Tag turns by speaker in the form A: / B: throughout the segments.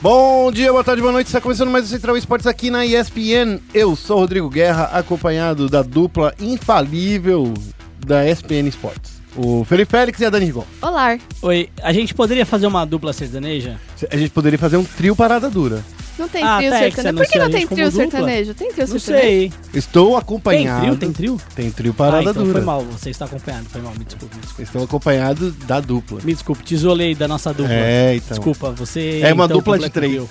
A: Bom dia, boa tarde, boa noite. Está começando mais o Central Esportes aqui na ESPN. Eu sou Rodrigo Guerra, acompanhado da dupla infalível da ESPN Esportes. O Felipe Félix e a Dani Rigon.
B: Olá.
C: Oi, a gente poderia fazer uma dupla sertaneja?
A: A gente poderia fazer um trio parada dura.
B: Não tem
C: Ah,
B: trio
C: tá, é que
B: sertanejo.
C: você
B: Por que não
C: anunciou a
B: tem
C: gente
B: trio
C: como dupla?
B: sertanejo? Tem trio
C: Não
B: sertanejo?
C: sei.
A: Estou
C: Tem
A: acompanhado.
C: trio? Tem trio?
A: Tem trio parada
C: ah, então
A: dura.
C: foi mal, você está acompanhando, foi mal, me desculpe, me desculpe.
A: Estão acompanhados da dupla.
C: Me desculpe, te isolei da nossa dupla.
A: É, então.
C: Desculpa, você...
A: É uma
C: então,
A: dupla de
C: completa o
A: três.
C: trio.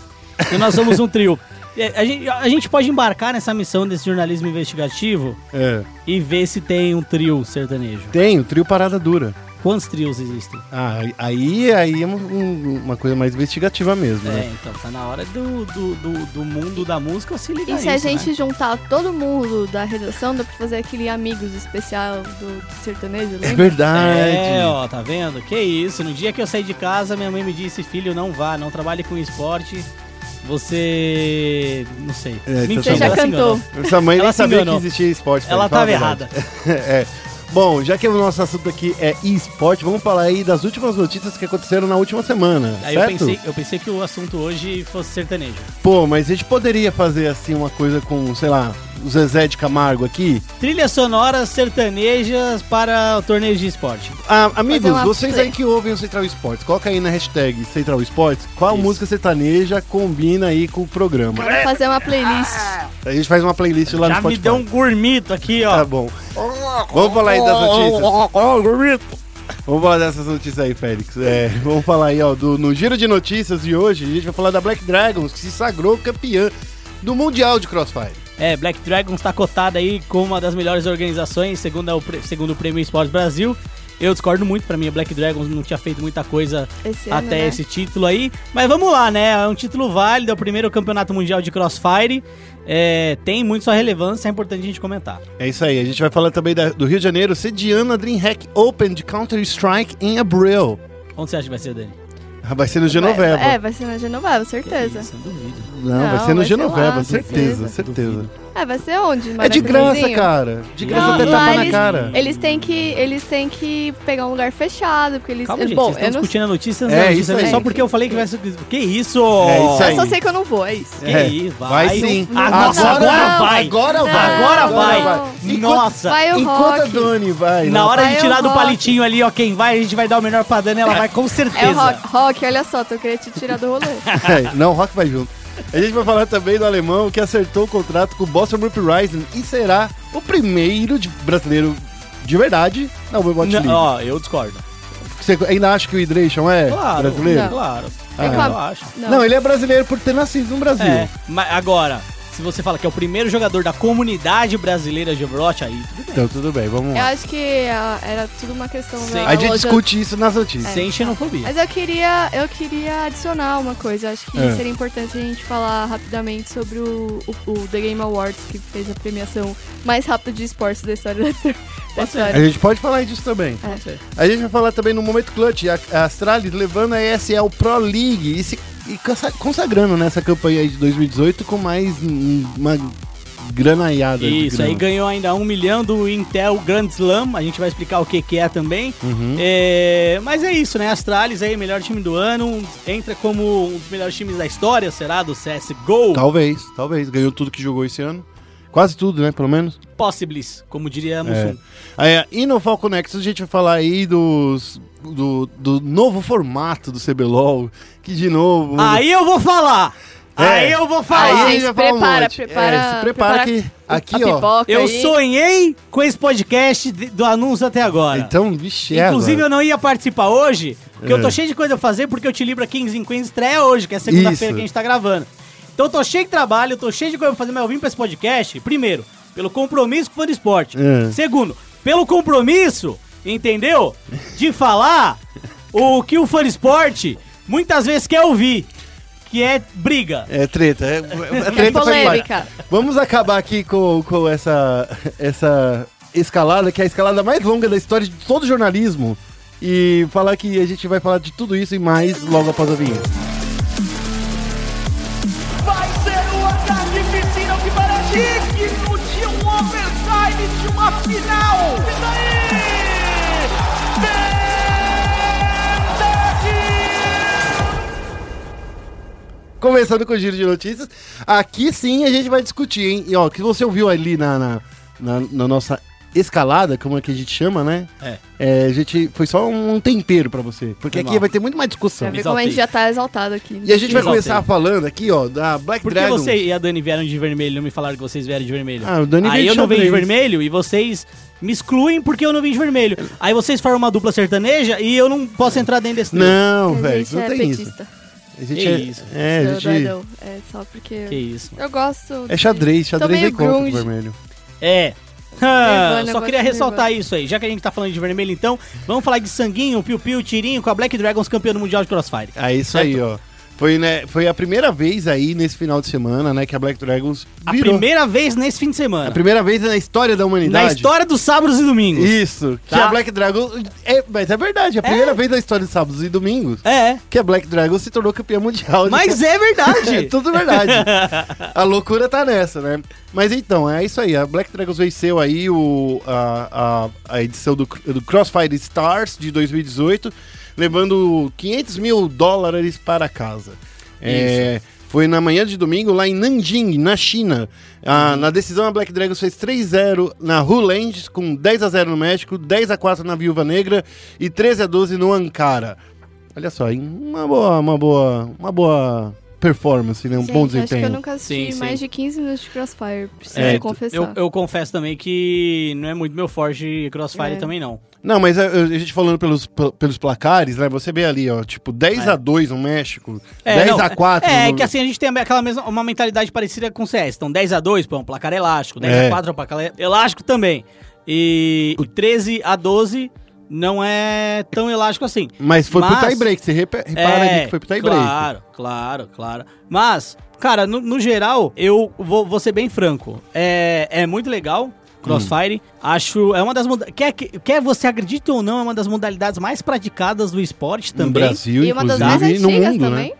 C: E nós somos um trio. É, A gente, a gente pode embarcar nessa missão desse jornalismo investigativo
A: É.
C: e ver se tem um trio sertanejo.
A: Tem o trio parada dura.
C: Quantos trios existem?
A: Ah, aí, aí é um- um- uma coisa mais investigativa mesmo,
C: É,
A: né?
C: então, tá na hora do, do, do, do mundo da música se ligar
B: E se a
C: nisso, né?
B: gente juntar todo mundo da redação, dá pra fazer aquele amigos especial do, do sertanejo, né?
A: É
B: lembra?
A: verdade.
C: É, ó, tá vendo? Que isso, no dia que eu saí de casa, minha mãe me disse, filho, não vá, não trabalhe com esporte, você... não sei.
A: É, então
C: Mentira,
B: Você já
C: ela se
B: cantou.
C: enganou.
A: Sua mãe
C: Ela
A: nem
C: se
A: sabia que
C: enganou.
A: existia esporte. pra
C: né? Ela
A: ele, fala a
C: tava
A: verdade.
C: errada.
A: é. Bom, já que o nosso assunto aqui é esporte, vamos falar aí das últimas notícias que aconteceram na última semana.
C: Aí eu
A: certo?
C: pensei, eu pensei que o assunto hoje fosse sertanejo.
A: Pô, mas a gente poderia fazer assim uma coisa com, sei lá, o Zezé de Camargo aqui?
C: Trilhas sonoras sertanejas para torneios de esporte.
A: Ah, amigos,
B: uma
A: vocês
B: play.
A: aí que ouvem o Central Esportes, coloca aí na hashtag Central Esportes qual
C: Isso.
A: música sertaneja combina aí com o programa.
B: Bora fazer uma playlist.
A: A gente faz uma playlist lá no
C: Já me
A: Spotify.
C: deu um gourmito aqui,
A: Tá
C: ó.
A: bom. Vamos falar aí das notícias. Vamos falar dessas notícias aí, Félix. É, vamos falar aí, ó, do, no giro de notícias de hoje, a gente vai falar da Black Dragons, que se sagrou campeã do Mundial de Crossfire.
C: É, Black Dragons tá cotada aí como uma das melhores organizações, segundo o, pre- segundo o Prêmio Esporte Brasil. Eu discordo muito, pra mim a Black Dragons não tinha feito muita coisa
B: Esse ano,
C: até
B: né?
C: esse título aí. Mas vamos lá, né? É um título válido, é o primeiro campeonato mundial de crossfire. É, tem muito sua relevância, é importante a gente comentar.
A: É isso aí, a gente vai falar também da- do Rio de Janeiro, sediando a DreamHack Open de Counter-Strike em abril. Ah,
C: Onde você acha que vai ser, Dani?
A: Vai ser no Genoveva.
B: É, vai ser na Genoveva,
C: Que
B: certeza.
C: Isso, eu duvido.
A: não, vai
B: Não,
A: ser no
B: vai ser
A: Genoveva,
B: lá,
A: certeza,
B: certeza.
A: certeza.
B: É, vai um ser onde?
A: É de graça,
B: Maracanãzinho?
A: cara. De
C: Não,
A: graça até
B: lá
A: tapa na
B: eles-
A: cara.
B: Eles têm que, eles têm que pegar um lugar fechado, porque eles.
C: Calma, gente,
B: é Bom,
C: vocês
B: eu
C: estão
B: não.
C: discutindo a notícia, não
A: É,
C: a notícia,
A: isso
C: né?
A: aí.
C: Só porque eu falei que vai ser... Que isso?
A: É, isso aí.
B: Eu só sei que eu não vou, é isso.
C: Que
A: É.
C: isso? Vai,
A: Vai sim.
C: Ah, nossa, agora,
A: não,
C: vai.
A: Agora vai.
C: Agora
B: Não.
C: vai.
A: Enquanto-
C: Nossa.
B: Vai o
A: Enquanto a
B: rock.
A: Dani vai. né?
C: Na
A: lá-
C: hora de
B: Vai o
C: tirar do
B: rock.
C: palitinho ali, ó, quem vai, a gente vai dar o melhor pra Dani, ela vai com certeza.
B: É o rock, rock, olha só, tô querendo te tirar do rolê.
A: É, não, o Rock vai junto. A gente vai falar também do alemão que acertou o contrato com o Boston Group Rising e será o primeiro de- brasileiro de verdade na Overwatch
C: Não,
A: League.
C: ó, eu discordo.
A: Você ainda acha que o Hydration é
C: Claro,
A: brasileiro?
B: Não.
C: claro.
A: Ah.
B: É
C: eu acho.
B: Não,
A: Não, ele é brasileiro por ter nascido no Brasil.
C: É, mas agora, se você fala que é o primeiro jogador da comunidade brasileira de Overwatch, aí tudo bem.
A: Então tudo bem, vamos
B: eu
A: lá.
B: acho que ah, era tudo uma questão
C: Sim.
B: da
A: A gente
B: loja-
A: discute isso nas notícias.
C: Sem xenofobia.
B: É. Mas eu queria, eu queria adicionar uma coisa. Eu Acho que
A: É.
B: seria importante a gente falar rapidamente sobre o, o- o The Game Awards, que fez a premiação mais rápida de esportes da história É. da, da
C: Pode ser.
B: história.
A: A gente pode falar disso também.
B: É.
A: A gente vai falar também no momento clutch, a, a Astralis levando a ESL Pro League e se e cansa- consagrando nessa campanha aí de 2018 com mais um- uma granaiada. de
C: Isso,
A: grana.
C: aí ganhou ainda um milhão do Intel Grand Slam, a gente vai explicar o que, que é também.
A: Uhum.
C: É, mas é isso, né? Astralis aí, melhor time do ano, entra como um dos melhores times da história, será? Do CSGO.
A: Talvez, talvez. Ganhou tudo que jogou esse ano. Quase tudo, né? Pelo menos.
C: Possibles, como um. diria
A: É.
C: Mussum.
A: Aí, e no Falcon Nexus a gente vai falar aí dos, do, do novo formato do CBLOL, que de novo...
C: Aí eu vou falar!
A: É.
C: Aí eu vou
A: Aí
C: falar!
A: a
B: Gente,
A: gente vai falar um
B: prepara,
A: monte.
B: prepara-
A: É, se prepara
B: prepara
A: que aqui,
B: a
A: ó...
B: pipoca
C: Eu
B: aí.
C: sonhei com esse podcast de- do anúncio até agora.
A: Então, vixe, é
C: Inclusive,
A: agora.
C: eu não ia participar hoje, porque eu
A: É.
C: tô cheio de coisa a fazer, porque o Te Libra 15 em Queens estreia hoje, que é segunda-feira
A: Isso.
C: que a gente tá gravando. Então, eu tô cheio de trabalho, eu tô cheio de coisa pra fazer, mas eu vim pra esse podcast, primeiro, pelo compromisso com o fã do esporte.
A: É.
C: Segundo, pelo compromisso, entendeu? De falar o que o fã do esporte muitas vezes quer ouvir, que é briga.
A: É treta, é, é
B: É
A: treta faz parte.
B: polêmica.
A: Vamos acabar aqui com, com essa, essa escalada, que é a escalada mais longa da história de todo o jornalismo. E falar que a gente vai falar de tudo isso e mais logo após a vinheta.
D: Vai ser o ataque piscina que parece digno de um overtime de uma final. E daí? Penalty!
A: Começando com o giro de notícias. Aqui sim a gente vai discutir, hein? E ó, o que você ouviu ali na, na, na- na nossa escalada, como é que a gente chama, né?
C: É.
A: a gente foi só um tempero pra você. Porque
C: Foi
A: aqui
C: mal. É
A: vai ter muito mais discussão.
B: Pra ver como a gente já tá exaltado aqui.
A: E a gente vai
C: Exaltei.
A: começar falando aqui, ó, da Black
C: Por que
A: Dragon.
C: você e a Dani vieram de vermelho e não me falaram que vocês vieram de vermelho?
A: Ah, o Dani
C: Aí
A: veio
C: eu
A: de
C: não venho de
A: xadrez.
C: vermelho e vocês me excluem porque eu não vim de vermelho. Aí vocês formam uma dupla sertaneja e eu não posso entrar dentro desse trio.
A: Não,
B: a
A: velho,
B: gente
A: não
B: é
A: tem isso.
B: petista.
A: A gente
C: Que
A: é,
C: isso.
A: é, a
B: seu
A: gente
B: doidão. É só porque
C: Que isso.
B: eu gosto.
A: é
B: de-
A: xadrez,
B: Tô
A: xadrez
B: meio
A: é contra o
B: grunge.
A: vermelho.
C: É. Ah,
B: Nirvana, eu
C: só
B: gosto
C: queria
B: de
C: ressaltar
B: Nirvana.
C: isso aí. Já que a gente tá falando de vermelho, então, vamos falar de sanguinho, piu-piu, tirinho com a Black Dragons campeã do mundial de crossfire.
A: É isso
C: Certo.
A: aí, ó. Foi, né, foi a primeira vez aí nesse final de semana, né, que a Black Dragons
C: A
A: virou.
C: primeira vez nesse fim de semana.
A: A primeira vez na história da
C: Na
A: humanidade.
C: história dos sábados e domingos.
A: Isso, que
C: Tá.
A: a Black Dragon. É, mas é verdade, é a primeira vez na história de sábados e domingos
C: É.
A: que a Black Dragon se tornou campeã mundial. de-
C: Mas é
A: É
C: verdade.
A: tudo verdade. a loucura tá nessa, né? Mas então, é isso aí. A Black Dragons venceu aí o, a, a, a edição do, do Crossfire Stars de 2018, levando 500 mil dólares para casa. É, foi na manhã de domingo, lá em Nanjing, na China. Ah, Na decisão, a Black Dragons fez 3-0 na Hulands, com 10x0 no México, 10x4 na Viúva Negra e 13x12 no Ankara. Olha só, hein? Uma boa, uma boa, uma boa performance, né? Um
B: Gente,
A: bom
B: acho que eu
A: desempenho.
B: nunca assisti
C: Sim,
B: mais
C: sim.
B: de 15 minutos de Crossfire, preciso
A: É,
B: confessar.
C: Eu, eu confesso também que não é muito meu forte crossfire
B: É.
C: também, não.
A: Não, mas eh, a gente falando pelos, pel- pelos placares, né? Você vê ali, ó, tipo 10
C: É.
A: a 2 no México,
C: É,
A: 10
C: não,
A: a 4
C: É,
A: no...
C: que assim a gente tem aquela mesma uma mentalidade parecida com o CS. Então 10 a 2 pô, é um placar elástico, 10
A: É.
C: a 4 é um placar elástico também. E 13 a 12 não é tão elástico assim.
A: Mas foi
C: Mas- é,
A: pro tie break, você repa- repara ali que foi pro tie break.
C: Claro, claro, claro. Mas, cara, no, no geral, eu vou, vou ser bem franco. É, é muito legal. Crossfire,
A: Hum.
C: acho, é uma das moda- quer, que- quer você acredite ou não, é uma das modalidades mais praticadas do esporte
A: No
C: também.
A: Brasil,
B: e uma das mais
A: inclusive, e
B: antigas
A: no mundo,
B: também.
A: né?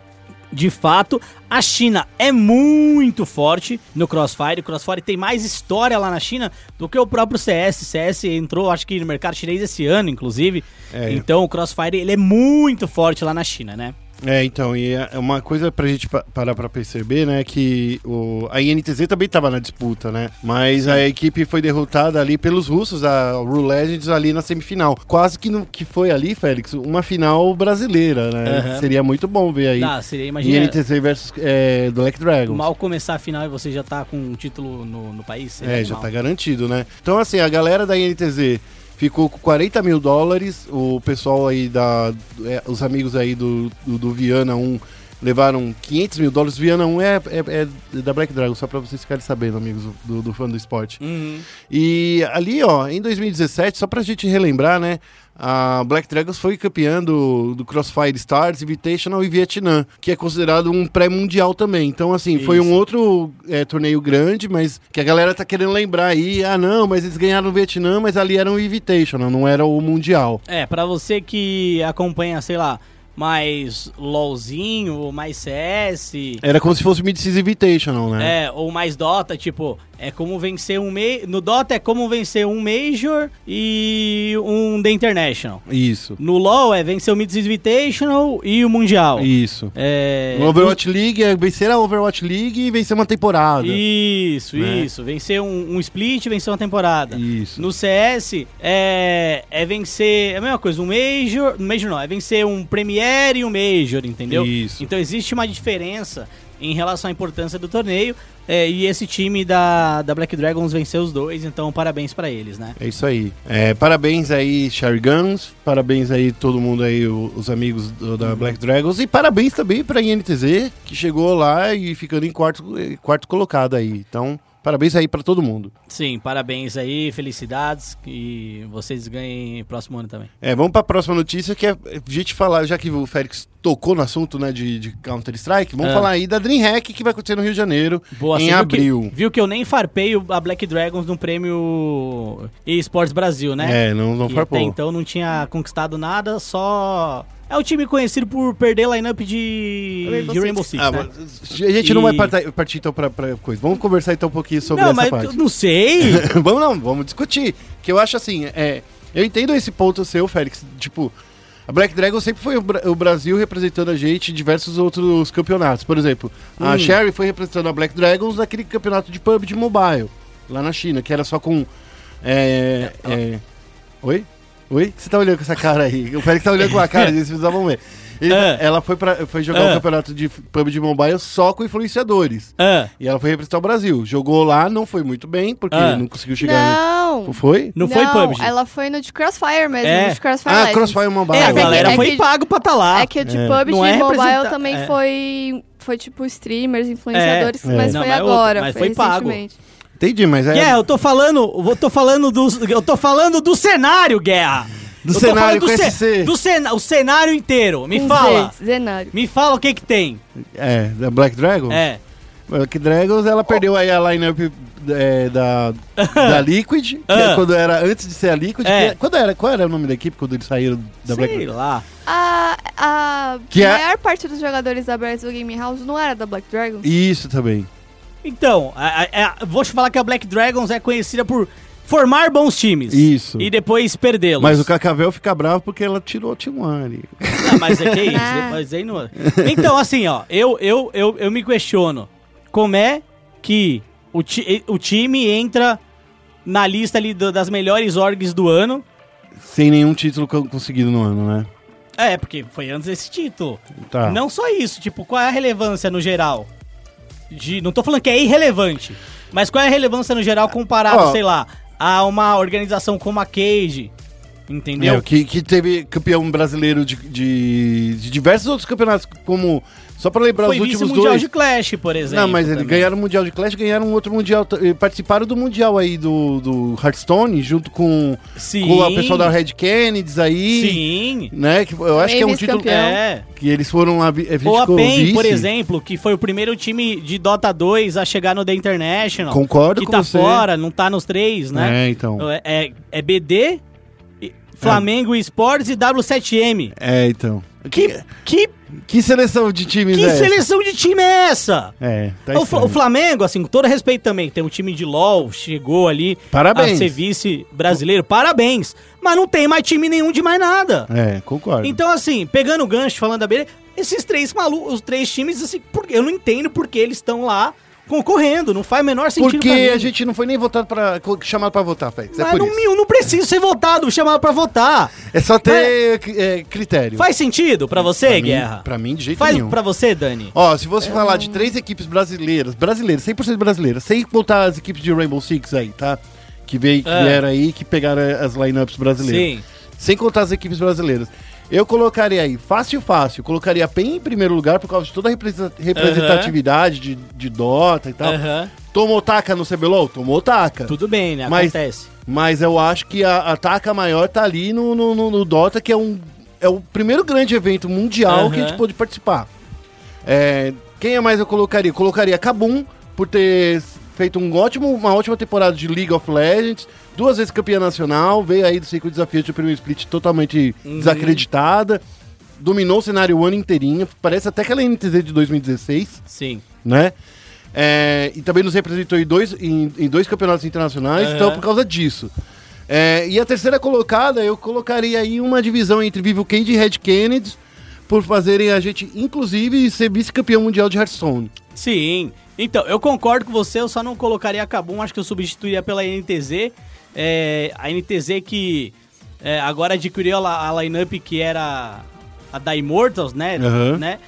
C: De fato, a China é muito forte no Crossfire. O Crossfire tem mais história lá na China do que o próprio CS. CS entrou, acho que, no mercado chinês esse ano, inclusive.
A: É.
C: Então, o Crossfire ele é muito forte lá na China, né?
A: É, então, e é uma coisa pra gente pa- parar pra perceber, né, que o, a INTZ também tava na disputa, né, mas a equipe foi derrotada ali pelos russos, a Rue Legends ali na semifinal. Quase que, no, que foi ali, Félix, uma final brasileira, né,
C: Aham.
A: seria muito bom ver aí.
C: Ah, seria, imagina,
A: INTZ versus é, Black Dragons.
C: mal começar a final e você já tá com um título no, no país. seria
A: É, já
C: mal.
A: tá garantido, né? Então, assim, a galera da INTZ ficou com 40 mil dólares. O pessoal aí da. é, os amigos aí do, do, do Viana 1 levaram 500 mil dólares. Viana 1 é, é- é da Black Dragon, só pra vocês ficarem sabendo, amigos do, do fã do esporte.
C: Uhum.
A: E ali, ó, em 2017, só pra gente relembrar, né? A Black Dragons foi campeã do, do Crossfire Stars, Invitational e Vietnã, que é considerado um pré-mundial também. Então, assim, foi um
C: Isso.
A: outro é, torneio grande, mas que a galera tá querendo lembrar aí. Ah, não, mas eles ganharam o Vietnã, mas ali era um Invitational, não era o Mundial.
C: É, pra você que acompanha, sei lá, mais LOLzinho, mais CS.
A: Era como se fosse o Mid-Season Invitational, né?
C: É, ou mais Dota, tipo, é como vencer um Major. No Dota é como vencer um Major e um The International.
A: Isso,
C: No LoL é vencer o Mids Invitational e o Mundial.
A: isso.
C: É.
A: O Overwatch League é vencer a Overwatch League e vencer uma temporada.
C: Isso,
A: Né?
C: isso. Vencer um, um split e vencer uma temporada.
A: Isso.
C: No CS é, é vencer. É a mesma coisa, um Major. Major não, é vencer um Premier e um Major, entendeu?
A: Isso.
C: Então existe uma diferença em relação à importância do torneio. é, e esse time da, da Black Dragons venceu os dois, então parabéns pra eles, né?
A: É isso aí. É, parabéns aí, Sherry Guns. Parabéns aí todo mundo aí, o- os amigos do- da Black Dragons. E parabéns também pra INTZ, que chegou lá e ficando em quarto, eh, quarto colocado aí. Então, parabéns aí pra todo mundo.
C: Sim, parabéns aí, felicidades. Que vocês ganhem próximo ano também.
A: É, vamos pra próxima notícia, que é é, gente falar, já que o Félix tocou no assunto, né, de, de Counter-Strike, vamos
C: É.
A: falar aí da DreamHack que vai acontecer no Rio de Janeiro
C: Boa,
A: em
C: você viu
A: abril.
C: Que, viu que eu nem farpei o- a Black Dragons no prêmio eSports Brasil, né?
A: É, não, não
C: que até
A: farpou.
C: então não tinha conquistado nada, só. É o time conhecido por perder lineup de
B: Rainbow
C: de
B: Six.
C: Rainbow Six.
A: Ah,
C: né?
A: mas a gente não
C: E-
A: vai parta- partir então pra, pra coisa. Vamos conversar então um pouquinho sobre
C: não,
A: essa
C: mas
A: parte.
C: eu não sei.
A: vamos não, vamos discutir. Que eu acho assim, é, eu entendo esse ponto seu, Félix. Tipo, A Black Dragon sempre foi o, Bra- o Brasil representando a gente em diversos outros campeonatos. Por exemplo, a Sherry foi representando a Black Dragons naquele campeonato de pub de mobile, lá na China, que era só com. é, é, Oi? Oi? O que você tá olhando com essa cara aí? O Félix tá olhando com a cara, eles precisavam ver. Ele-
C: Ah.
A: Ela foi, pra, foi jogar
C: Ah.
A: um campeonato de f- pub de mobile só com influenciadores.
C: Ah,
A: E ela foi representar o Brasil. Jogou lá, não foi muito bem, porque
C: Ah.
A: não conseguiu chegar.
B: Não.
A: no- Foi?
C: não, foi PUBG.
B: ela foi no de Crossfire mesmo,
C: É.
B: no de Crossfire
A: Ah,
B: Legends.
A: Crossfire Mobile.
C: É, a
B: que-
C: galera
B: é
C: foi
B: que-
C: pago pra tá lá.
B: É que o de
A: É.
B: PUBG
C: Não é representa-
B: Mobile também
C: é.
B: foi, foi tipo streamers, influenciadores,
A: É.
B: mas
A: É.
B: foi
C: Não, mas outro-
B: agora,
C: mas
B: foi,
C: foi pago.
B: recentemente.
A: Entendi, mas é.
C: Guerra, eu tô falando, eu tô falando do, eu tô falando do cenário, Guerra.
A: Do
C: Eu tô
A: cenário,
C: falando
A: com
C: ce-
A: SC.
C: do cena, o cenário inteiro. Me
B: Com
C: fala.
B: Z, Um Zenário.
C: Me fala o que que tem.
A: É, da Black Dragon?
C: É.
A: Black Dragons, ela perdeu aí a lineup é, da, da Liquid, que
C: Ah.
A: é quando era antes de ser a Liquid.
C: É.
A: que- Quando era, qual era o nome da equipe quando eles saíram da Black
C: sei
A: Dragon?
C: lá.
B: A, a
A: Que é-
B: maior parte dos jogadores da Brasil Game House não era da Black Dragon.
A: Isso também.
C: Então, a- a- a- vou te falar que a Black Dragons é conhecida por formar bons times.
A: Isso.
C: E depois perdê-los.
A: Mas o Cacavel fica bravo porque ela tirou o Timone.
C: Não, mas é que é isso.
B: Ah.
C: depois aí não... Então, assim, ó, eu, eu, eu, eu me questiono. Como é que o, ti- o time entra na lista ali do- das melhores orgs do ano?
A: Sem nenhum título co- conseguido no ano, né?
C: É, porque foi antes desse título.
A: Tá.
C: Não só isso, tipo, qual é a relevância no geral? De, não tô falando que é irrelevante, mas qual é a relevância no geral comparado,
A: Ó.
C: sei lá, a uma organização como a Cage? Entendeu?
A: É, que, que teve campeão brasileiro de, de- de diversos outros campeonatos, como. Só pra lembrar
C: Foi
A: os últimos
C: vice-mundial
A: dois.
C: de Clash, por exemplo.
A: Não, mas eles
C: também.
A: ganharam o Mundial de Clash, ganharam outro Mundial. t- eh, Participaram do Mundial aí do, do Hearthstone, junto com,
C: Sim,
A: com a pessoal da Red Kennedys aí.
C: Sim.
A: Né? Que eu acho que é um
B: Mavis
A: título
B: campeão.
C: É.
A: que eles foram lá. vi- eh,
C: Ou a
A: ficou
C: PEN, por
A: vice.
C: exemplo, que foi o primeiro time de Dota 2 a chegar no The International.
A: Concordo
C: que
A: com
C: tá
A: você.
C: fora, não tá nos três, né?
A: É, então.
C: É, é- é BD, e- Flamengo Esportes e W7M.
A: É, então.
C: Que, que,
A: Que seleção de times é
C: que
A: essa?
C: seleção de time é essa?
A: É, tá
C: o, Fla-
A: estranho.
C: o Flamengo, assim, com todo respeito também, tem um time de LOL, chegou ali
A: Parabéns.
C: a ser vice brasileiro, parabéns. Mas não tem mais time nenhum de mais nada.
A: É, concordo.
C: Então, assim, pegando o gancho, falando da BD, esses três malucos, os três times, assim, por- eu não entendo porque eles estão lá concorrendo, não faz o menor sentido
A: Porque
C: pra mim.
A: a gente não foi nem votado pra. co- chamado pra votar, Félix. É
C: Mas
A: por
C: não,
A: isso.
C: me- não preciso ser votado, chamado pra votar.
A: É só ter eh, critério.
C: Faz sentido pra você,
A: pra mim,
C: Guerra?
A: Pra mim, de jeito
C: faz
A: nenhum.
C: pra você, Dani?
A: Ó, se você falar de três equipes brasileiras, brasileiras, 100% brasileiras, sem contar as equipes de Rainbow Six aí, tá? Que veio, que
C: É.
A: vieram aí, que pegaram as lineups brasileiras.
C: Sim.
A: Sem contar as equipes brasileiras. Eu colocaria aí, fácil, fácil, colocaria a PEN em primeiro lugar por causa de toda a represa- representatividade de, de Dota e tal.
C: Aham.
A: Tomou taca no CBLOL? Tomou taca.
C: Tudo bem, né?
A: Mas-
C: Acontece.
A: Mas eu acho que a, a taca maior tá ali no, no, no- no Dota, que é, um, é o primeiro grande evento mundial
C: Aham.
A: que a gente pôde participar. É, quem é mais eu colocaria? Colocaria Kabum, por ter feito um ótimo, uma ótima temporada de League of Legends, duas vezes campeã nacional, veio aí do ciclo de desafios de primeiro split totalmente desacreditada, dominou o cenário o ano inteirinho, parece até é aquela NTZ de 2016
C: Sim.
A: né? É, e também nos representou em dois, em, em dois campeonatos internacionais,
C: Aham.
A: então por causa disso. É, e a terceira colocada, eu colocaria aí uma divisão entre Vivo Candy e Red Kennedy, por fazerem a gente, inclusive, ser vice-campeão mundial de Hearthstone.
C: Sim. Então, eu concordo com você, eu só não colocaria a Kabum, acho que eu substituiria pela NTZ. É, a NTZ que é, agora adquiriu a, a lineup que era a da Immortals, né?
A: Aham.
C: né?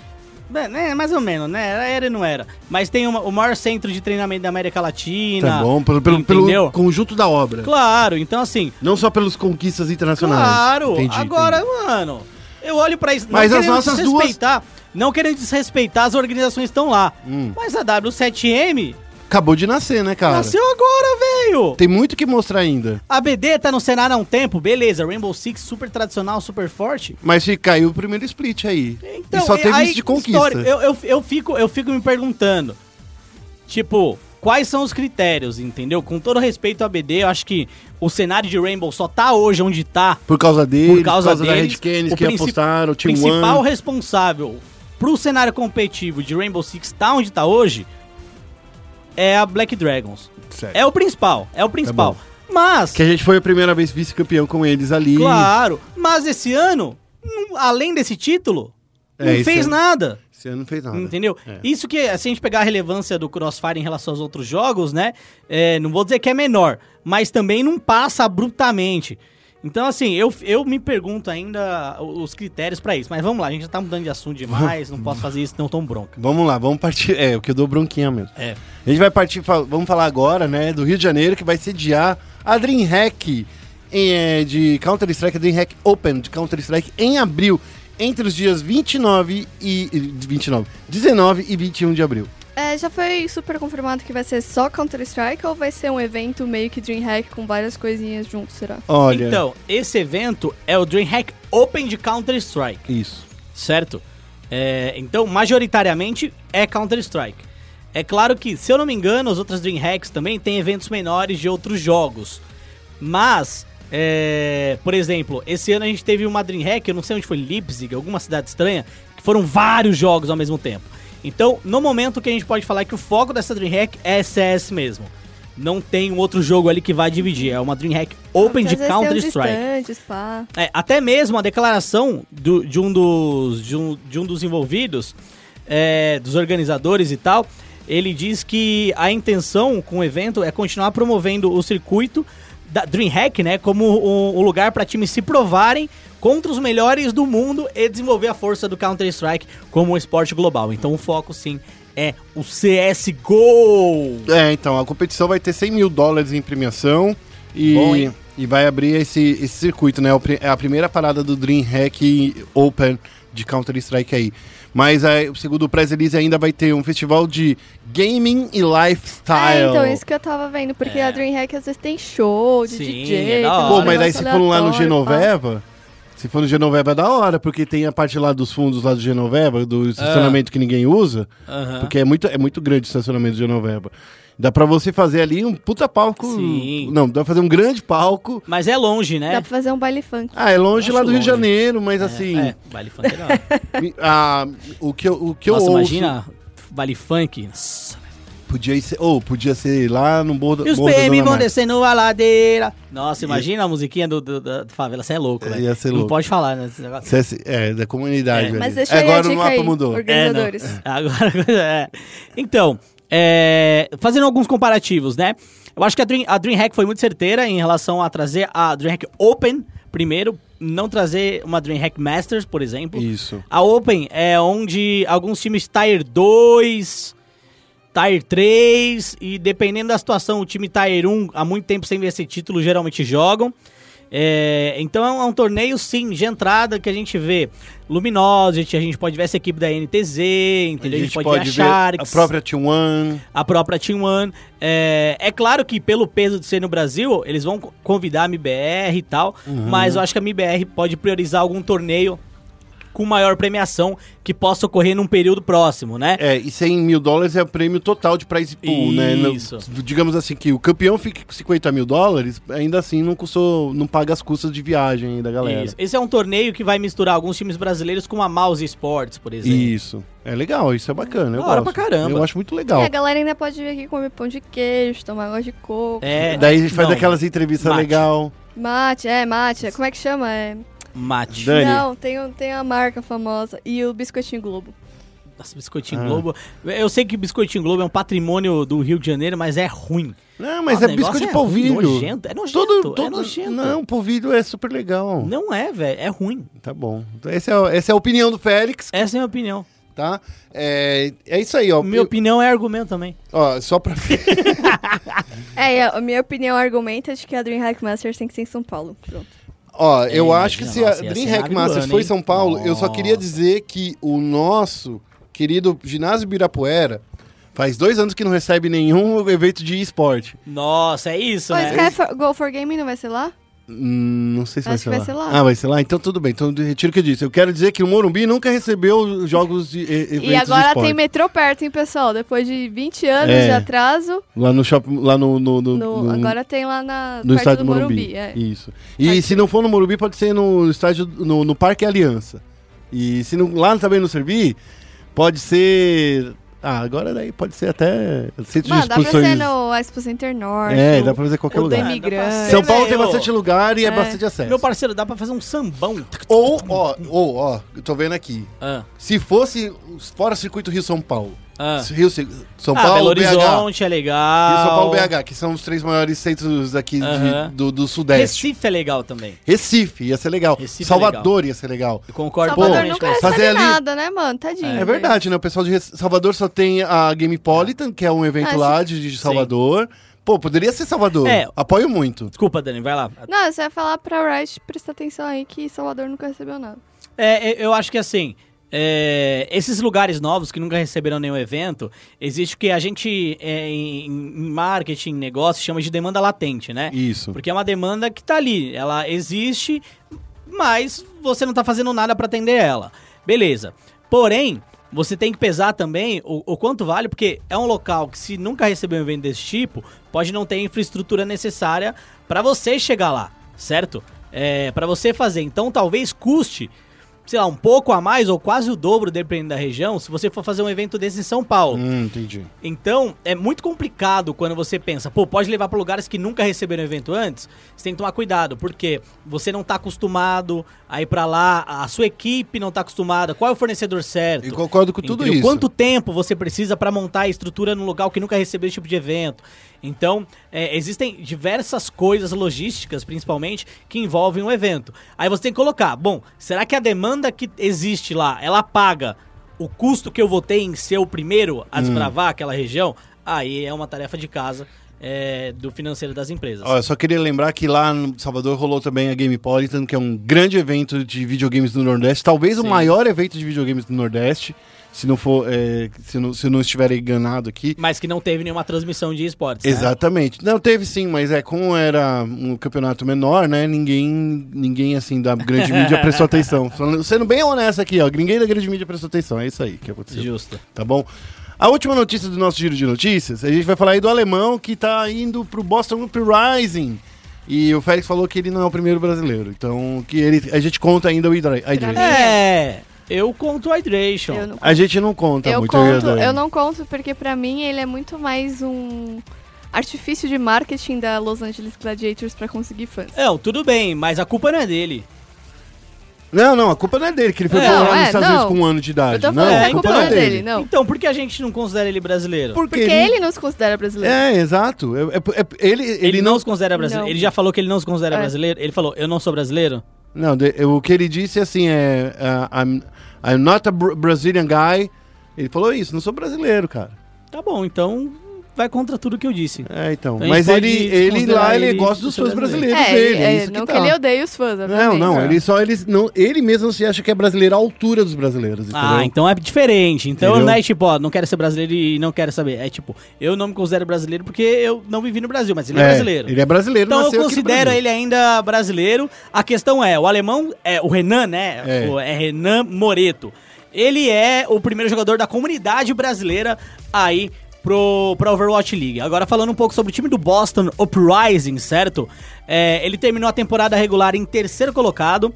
C: Bem, né, Mais ou menos, né? Era- Era e não era. Mas tem uma- o maior centro de treinamento da América Latina.
A: Tá bom? Pelo, pelo, pelo
C: entendeu?
A: conjunto da obra.
C: Claro, então assim.
A: Não só pelas conquistas internacionais.
C: Claro,
A: Entendi,
C: agora,
A: entendi.
C: mano, eu olho pra isso.
A: Mas
C: não
A: as
C: querendo
A: nossas duas-
C: desrespeitar, Não querendo desrespeitar, as organizações estão lá.
A: Hum.
C: Mas a W7M
A: Acabou de nascer, né, cara?
C: Nasceu agora, velho!
A: Tem muito que mostrar ainda.
C: A BD tá no cenário há um tempo, beleza. Rainbow Six, super tradicional, super forte.
A: Mas se caiu o primeiro split aí.
C: Então,
A: e só teve
C: aí,
A: isso de conquista.
C: história- eu, eu, eu, fico, eu fico me perguntando, tipo, quais são os critérios, entendeu? Com todo respeito à BD, eu acho que o cenário de Rainbow só tá hoje onde tá
A: Por causa dele,
C: por causa,
A: da
C: deles,
A: Red Kennedy
C: o
A: que
C: princi-
A: apostaram, um o Team
C: principal
A: One.
C: responsável pro cenário competitivo de Rainbow Six tá onde tá hoje é a Black Dragons.
A: Certo.
C: É o principal, é o principal. Mas...
A: Que a gente foi a primeira vez vice-campeão com eles ali.
C: Claro, mas esse ano não- além desse título,
A: É,
C: não
A: isso
C: fez
A: é-
C: nada.
A: Esse ano não fez nada.
C: Entendeu?
A: É.
C: Isso que, se a gente pegar a relevância do Crossfire em relação aos outros jogos, né? é, não vou dizer que é menor, mas também não passa abruptamente. Então, assim, eu, eu me pergunto ainda o- os critérios pra isso. Mas vamos lá, a gente já tá mudando de assunto demais, não posso fazer isso, não tão bronca.
A: Vamos lá, vamos partir. É, o que eu dou bronquinha mesmo.
C: É.
A: A gente vai partir, fa- vamos falar agora, né, do Rio de Janeiro, que vai sediar a DreamHack eh, de Counter-Strike, a DreamHack Open de Counter-Strike em abril, entre os dias 29 e... e- 29, 19 e 21 de abril.
B: É, já foi super confirmado que vai ser só Counter-Strike ou vai ser um evento meio que Dreamhack com várias coisinhas juntos, será?
A: Olha,
C: Então, esse evento é o DreamHack Open de Counter-Strike.
A: isso.
C: certo? É, então, majoritariamente é Counter-Strike. É claro que, se eu não me engano, as outras DreamHacks também têm eventos menores de outros jogos. Mas, é, por exemplo, esse ano a gente teve uma DreamHack, eu não sei onde foi, Leipzig, alguma cidade estranha, que foram vários jogos ao mesmo tempo. Então, no momento o que a gente pode falar é que o foco dessa DreamHack é CS mesmo. Não tem um outro jogo ali que vai dividir. É uma DreamHack Open de
B: Às vezes tem uns
C: Counter-Strike.
B: estandes, pá.
C: É, até mesmo a declaração do- de, um dos, de, um, de um dos envolvidos, é, dos organizadores e tal, ele diz que a intenção com o evento é continuar promovendo o circuito da DreamHack, né, como um, um lugar para times se provarem contra os melhores do mundo e desenvolver a força do Counter-Strike como um esporte global. Então o foco, sim, é o CSGO!
A: É, então, a competição vai ter 100 mil dólares em premiação e,
C: Bom, hein?
A: e vai abrir esse, esse circuito, né? O pri- É a primeira parada do DreamHack Open de Counter-Strike aí. Mas, aí, segundo o press release, ainda vai ter um festival de gaming e lifestyle.
B: É, então, isso que eu tava vendo, porque a DreamHack às vezes tem show de
C: É. Sim,
B: DJ.
C: é
B: tem
C: da hora.
B: um
A: Pô, mas aí se
B: negócio
A: for lá no
B: aleatório, pá.
A: Genoveva... Se for no Genoveva é da hora, porque tem a parte lá dos fundos lá do Genoveva, do
C: É.
A: estacionamento que ninguém usa, porque é muito, é muito grande o estacionamento do Genoveva. Dá pra você fazer ali um puta palco.
C: Sim.
A: Não, dá pra fazer um grande palco.
C: Mas é longe,
B: Dá
C: né?
B: pra fazer um baile funk.
A: Ah, é longe
C: Acho
A: lá do Rio de
C: longe.
A: Janeiro, mas assim.
C: É, vale funk é da hora.
A: mi- ah, o que eu, o que
C: Nossa,
A: eu ouço-
C: imagina, vale funk. Nossa.
A: Podia ser. Ou podia ser lá no Bordo.
C: E os
A: Bordo da
C: PM
A: Zona
C: vão
A: Norte.
C: descendo a ladeira. Nossa, imagina a musiquinha do, do- da favela. Você é louco,
A: É,
C: né?
A: ia ser
C: Não
A: louco.
C: pode falar, né? esse negócio.
A: CS É, da comunidade.
C: É.
A: velho.
B: Mas deixa aí a
A: Agora o
B: dica
A: mapa
B: aí,
A: mudou.
B: organizadores.
C: É, não. Agora, é. Então, é, fazendo alguns comparativos, né? Eu acho que a, Dream, a DreamHack foi muito certeira em relação a trazer a DreamHack Open primeiro, não trazer uma DreamHack Masters, por exemplo.
A: Isso.
C: A Open é onde alguns times Tier 2, Tier 3 e dependendo da situação, o time Tier 1 há muito tempo sem ver esse título geralmente jogam. É, então é um, é um torneio sim de entrada que a gente vê Luminosity, a gente pode ver essa equipe da NTZ, entendeu? A gente, pode, ver
A: a
C: a Sharks,
A: própria T1.
C: a própria Team One. É, é claro que pelo peso de ser no Brasil, eles vão co- convidar a MBR e tal,
A: Uhum.
C: mas eu acho que a MBR pode priorizar algum torneio com maior premiação que possa ocorrer num período próximo, né?
A: É, e 100 mil dólares é o prêmio total de prize pool, né? Não-
C: Isso.
A: digamos assim, que o campeão fica com 50 mil dólares, ainda assim não custou, não paga as custas de viagem aí da galera.
C: Isso. Esse é um torneio que vai misturar alguns times brasileiros com a Mouse Sports, por exemplo.
A: Isso. É legal, isso é bacana. Eu
C: Da hora
A: gosto.
C: pra caramba.
A: Eu acho muito
B: E
A: legal.
B: a galera ainda pode vir aqui comer pão de queijo, tomar água de coco,
C: É,
A: Daí a gente faz
C: não,
A: aquelas entrevistas
C: Mate.
A: legal.
B: mate, é, mate, é, como é que chama? É...
C: Mate.
A: Da- Dani.
B: Não, tem, um- tem a marca famosa e o Biscoitinho Globo.
C: Nossa, Biscoitinho
A: Ah.
C: Globo. Eu sei que Biscoitinho Globo é um patrimônio do Rio de Janeiro, mas é ruim.
A: Não, mas
C: Nossa,
A: é
C: o
A: biscoito
C: negócio
A: de
C: é ruim,
A: polvilho.
C: nojento, é nojento,
A: Todo,
C: é
A: todo...
C: nojento.
A: Não, polvilho é super legal.
C: Não é, velho. É ruim.
A: Tá bom. Essa é, a- essa é a opinião do Félix,
C: Essa é a minha opinião.
A: tá? É, é isso aí, ó.
C: Minha
A: Eu-
C: opinião é argumento também.
A: ó, só pra...
B: É, e a a minha opinião argumenta de que a DreamHack Masters tem que ser em São Paulo. Pronto.
A: Ó,
C: É,
A: eu
C: imagina,
A: acho que se a
C: nossa, ia ser
A: DreamHack
C: nave
A: Masters
C: urbana,
A: foi
C: hein?
A: São Paulo, eu só queria
C: Nossa.
A: dizer que o nosso querido ginásio Birapuera faz dois anos que não recebe nenhum evento de esporte.
C: Nossa, é isso,
B: Pô,
C: né?
B: Sky for, Go for Gaming não vai ser lá?
A: Hum, não sei se vai
B: Acho
A: ser,
B: que
A: lá.
B: vai ser lá.
A: Ah, vai ser lá? Então tudo bem. Então retiro o que eu disse. Eu quero dizer que o Morumbi nunca recebeu jogos de e- eventos
B: E agora
A: de esporte.
B: tem metrô perto, hein, pessoal? Depois de 20 anos
A: É.
B: de atraso,
A: Lá no shopping, lá no... no, no-
B: no-
A: no-
B: agora tem lá na
A: no
B: perto
A: estádio
B: do Morumbi. é.
A: Isso. E
B: Aqui.
A: se não for no Morumbi, pode ser no estádio, no, no Parque Aliança. E se não, lá também não servir, pode ser Ah, agora daí pode ser até sítio de
B: Mano, dá pra
A: exposições.
B: ser no Expo Center Norte.
A: É,
B: o-
A: dá pra fazer em qualquer
B: o do
A: lugar.
B: Imigrante.
A: São
C: um
A: Paulo tem
E: Meu-
A: bastante lugar e é,
B: É.
A: bastante acesso.
E: Meu parceiro, dá pra fazer um sambão.
A: Ou, ó, ou, ó, eu tô vendo aqui. Se fosse fora circuito Rio-São Paulo.
C: Ah.
A: Rio, São
C: Ah, Belo
A: Paulo, BH. Rio,
C: Horizonte é legal.
A: São Paulo, BH, que são os três maiores centros aqui de-
C: Aham.
A: do, do Sudeste.
C: Recife é legal também.
A: Recife ia ser legal.
C: Recife é
A: Salvador ia ser legal.
C: Eu concordo
A: Pô,
B: Salvador
C: totalmente
B: nunca é
C: com você.
A: fazer
B: recebe
A: ali-
B: nada, né, mano? Tadinho.
A: É
B: velho.
A: verdade, né? O pessoal de Re- Salvador só tem a Gamepolitan, que é um evento
B: Ah,
A: lá de, de Salvador. Pô, poderia ser Salvador.
C: É.
A: Apoio muito.
C: Desculpa, Dani, vai lá.
B: Não, você vai falar pra Riot prestar atenção aí que Salvador nunca recebeu nada.
C: É, eu acho que assim, é, esses lugares novos que nunca receberam nenhum evento, existe o que a gente é, em, em marketing, em negócio, chama de demanda latente, né?
A: Isso.
C: Porque é uma demanda que tá ali, ela existe, mas você não tá fazendo nada pra atender ela. Beleza. Porém, você tem que pesar também o, o quanto vale, porque é um local que se nunca receber um evento desse tipo, pode não ter a infraestrutura necessária pra você chegar lá, certo? É, para você fazer. Então, talvez custe, sei lá, um pouco a mais ou quase o dobro, dependendo da região, se você for fazer um evento desse em São Paulo.
A: Hum, entendi.
C: Então, é muito complicado quando você pensa, pô, pode levar para lugares que nunca receberam evento antes. Você tem que tomar cuidado, porque você não tá acostumado a ir para lá, a sua equipe não tá acostumada, qual é o fornecedor certo?
A: E concordo com tudo
C: Entendeu?
A: isso.
C: Quanto tempo você precisa para montar a estrutura num lugar que nunca recebeu esse tipo de evento? Então, é, existem diversas coisas logísticas, principalmente, que envolvem um evento. Aí você tem que colocar, bom, será que a demanda que existe lá, ela paga o custo que eu vou ter em ser o primeiro
A: Hum.
C: a desbravar aquela região? Aí é uma tarefa de casa é, do financeiro das empresas.
A: Ó, eu só queria lembrar que lá no Salvador rolou também a Gamepolitan, que é um grande evento de videogames do Nordeste, talvez o maior evento de videogames do Nordeste, se não for, é, se, não, se não estiver enganado aqui.
C: Mas que não teve nenhuma transmissão de esportes. né?
A: Exatamente. Não, teve sim, mas é como era um campeonato menor, né? Ninguém, ninguém assim da grande mídia prestou atenção. Falando- Sendo bem honesto aqui, ó, ninguém da grande mídia prestou atenção. É isso aí que aconteceu.
C: Justo.
A: Tá bom? A última notícia do nosso giro de notícias, a gente vai falar aí do alemão que tá indo pro Boston Uprising. E o Félix falou que ele não é o primeiro brasileiro. Então, que ele, a gente conta ainda o Hydra- Hydration.
C: É, eu conto o Hydration.
B: Eu não
A: A gente não conta
B: eu
A: muito o
B: conto,
A: Hydration.
B: eu não conto porque pra mim ele é muito mais um artifício de marketing da Los Angeles Gladiators pra conseguir fãs.
C: Não, É, tudo bem, mas a culpa não é dele.
A: Não, não, a culpa não é dele, que ele foi
C: Não,
A: morar nos
B: é,
A: Estados
B: não.
A: Unidos com um ano de idade.
B: eu tô
A: não,
B: falando,
C: é
B: a culpa não é dele, não.
C: Então, por que a gente não considera ele brasileiro?
A: Porque,
B: Porque ele não se considera brasileiro.
A: É, exato. É- é- é- ele, ele,
C: Né? Ele,
A: não.
C: não se considera brasileiro.
B: Não.
C: Ele já falou que ele não se considera
B: É.
C: brasileiro. Ele falou, eu não sou brasileiro.
A: Não, de- o que ele disse assim é. ah, I'm, I'm not a Bra- Brazilian guy. Ele falou isso, não sou brasileiro, cara.
C: Tá bom, então vai contra tudo que eu disse.
A: É, então.
C: Então a
A: Mas
C: gente pode
A: ele, ele lá,
C: desconsiderar
A: ele
C: ele
A: gosta dos
C: ser
A: fãs
C: brasileiro.
A: brasileiros dele.
B: É, ele-
A: isso
B: não
A: que,
B: que,
A: tá.
B: ele odeia os fãs,
A: Não,
B: obviamente.
A: não,
B: É.
A: ele só ele, não, ele mesmo se acha que é brasileiro à altura dos brasileiros, entendeu?
C: Ah, então é diferente. Então
A: Entendeu?
C: não é tipo, ó, não quero ser brasileiro e não quero saber. É tipo, eu não me considero brasileiro porque eu não vivi no Brasil, mas ele é, brasileiro.
A: Ele é brasileiro,
C: Então eu
A: nasceu aqui no
C: considero
A: Brasil.
C: ele ainda brasileiro. A questão é, o alemão é o Renan, né?
A: É.
C: O- é Renan Moreto. Ele é o primeiro jogador da comunidade brasileira aí pro, pra Overwatch League. Agora falando um pouco sobre o time do Boston Uprising, certo? É, ele terminou a temporada regular em terceiro colocado.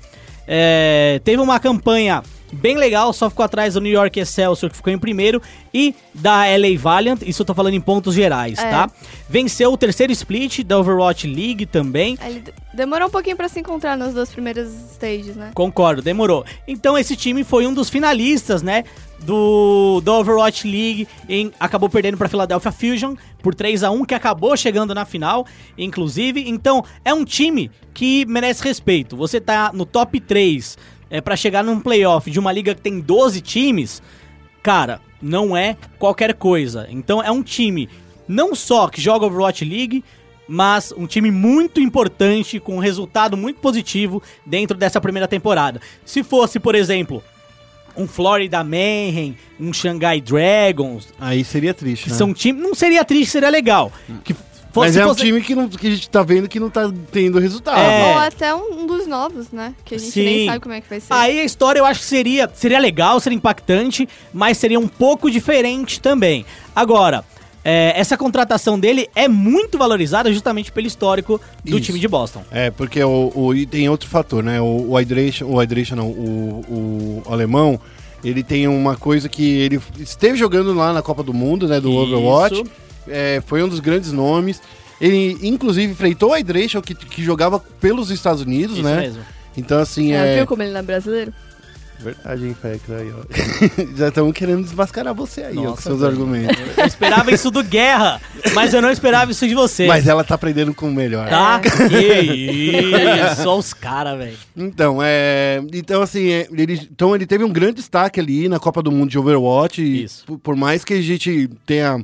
C: É, teve uma campanha bem legal, só ficou atrás do New York Excelsior, que ficou em primeiro, e da LA Valiant, isso eu tô falando em pontos gerais,
B: É.
C: tá? Venceu o terceiro split da Overwatch League também.
B: Ele de- demorou um pouquinho pra se encontrar nos dois primeiros stages, né?
C: Concordo, demorou. Então esse time foi um dos finalistas, né? Do, do Overwatch League em- acabou perdendo para Philadelphia Fusion por 3 a 1 que acabou chegando na final, inclusive. Então, é um time que merece respeito. Você tá no top 3 é, para chegar num playoff de uma liga que tem 12 times, cara, não é qualquer coisa. Então é um time não só que joga Overwatch League, mas um time muito importante com um resultado muito positivo dentro dessa primeira temporada. Se fosse, por exemplo, um Florida Mayhem, um Shanghai Dragons,
A: Aí seria triste,
C: que
A: né?
C: são times, não seria triste, seria legal. Que fosse,
A: Mas é um
C: fosse-
A: time que, não, que a gente tá vendo que não tá tendo resultado.
C: É.
B: Ou até um um dos novos, né? Que a gente
C: Sim.
B: nem sabe como é que vai ser.
A: Ah,
C: Aí a história eu acho que seria, seria legal, seria impactante, mas seria um pouco diferente também. Agora, é, essa contratação dele é muito valorizada justamente pelo histórico do
A: Isso.
C: time de Boston.
A: É, porque o, o- e tem outro fator, né? O, o Hydration, o Hydration não, o, o alemão, Ele tem uma coisa que ele esteve jogando lá na Copa do Mundo, né? Do
C: Isso.
A: Overwatch. É, foi um dos grandes nomes. Ele, inclusive, enfrentou a Hydration, que, que jogava pelos Estados Unidos,
C: Isso
A: né?
C: mesmo.
A: Então, assim,
B: Ah,
A: é...
B: Viu como ele não é brasileiro?
A: Verdade, hein, Fex? Aí, ó. Já estamos querendo desmascarar você aí, ó, com
C: Nossa,
A: seus
C: velho.
A: argumentos.
C: Eu esperava isso do Guerra, mas eu não esperava isso de você.
A: Mas ela tá aprendendo com o melhor.
C: Tá? Que isso, só os caras, velho.
A: Então, é. Então, assim, é, ele, então ele teve um grande destaque ali na Copa do Mundo de Overwatch. e
C: Isso.
A: Por, por mais que a gente tenha.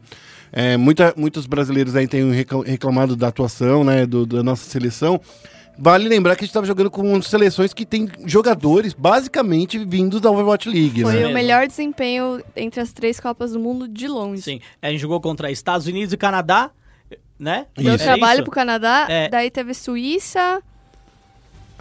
A: é, muita- muitos brasileiros aí tenham recla- reclamado da atuação, né? do- da nossa seleção. Vale lembrar que a gente tava jogando com seleções que tem jogadores basicamente vindos da Overwatch League,
B: Foi
A: né?
B: o melhor desempenho entre as três Copas do Mundo de longe.
C: Sim, a gente jogou contra Estados Unidos e Canadá, né?
B: Deu
A: Isso.
B: trabalho pro Canadá,
C: É.
B: daí teve Suíça,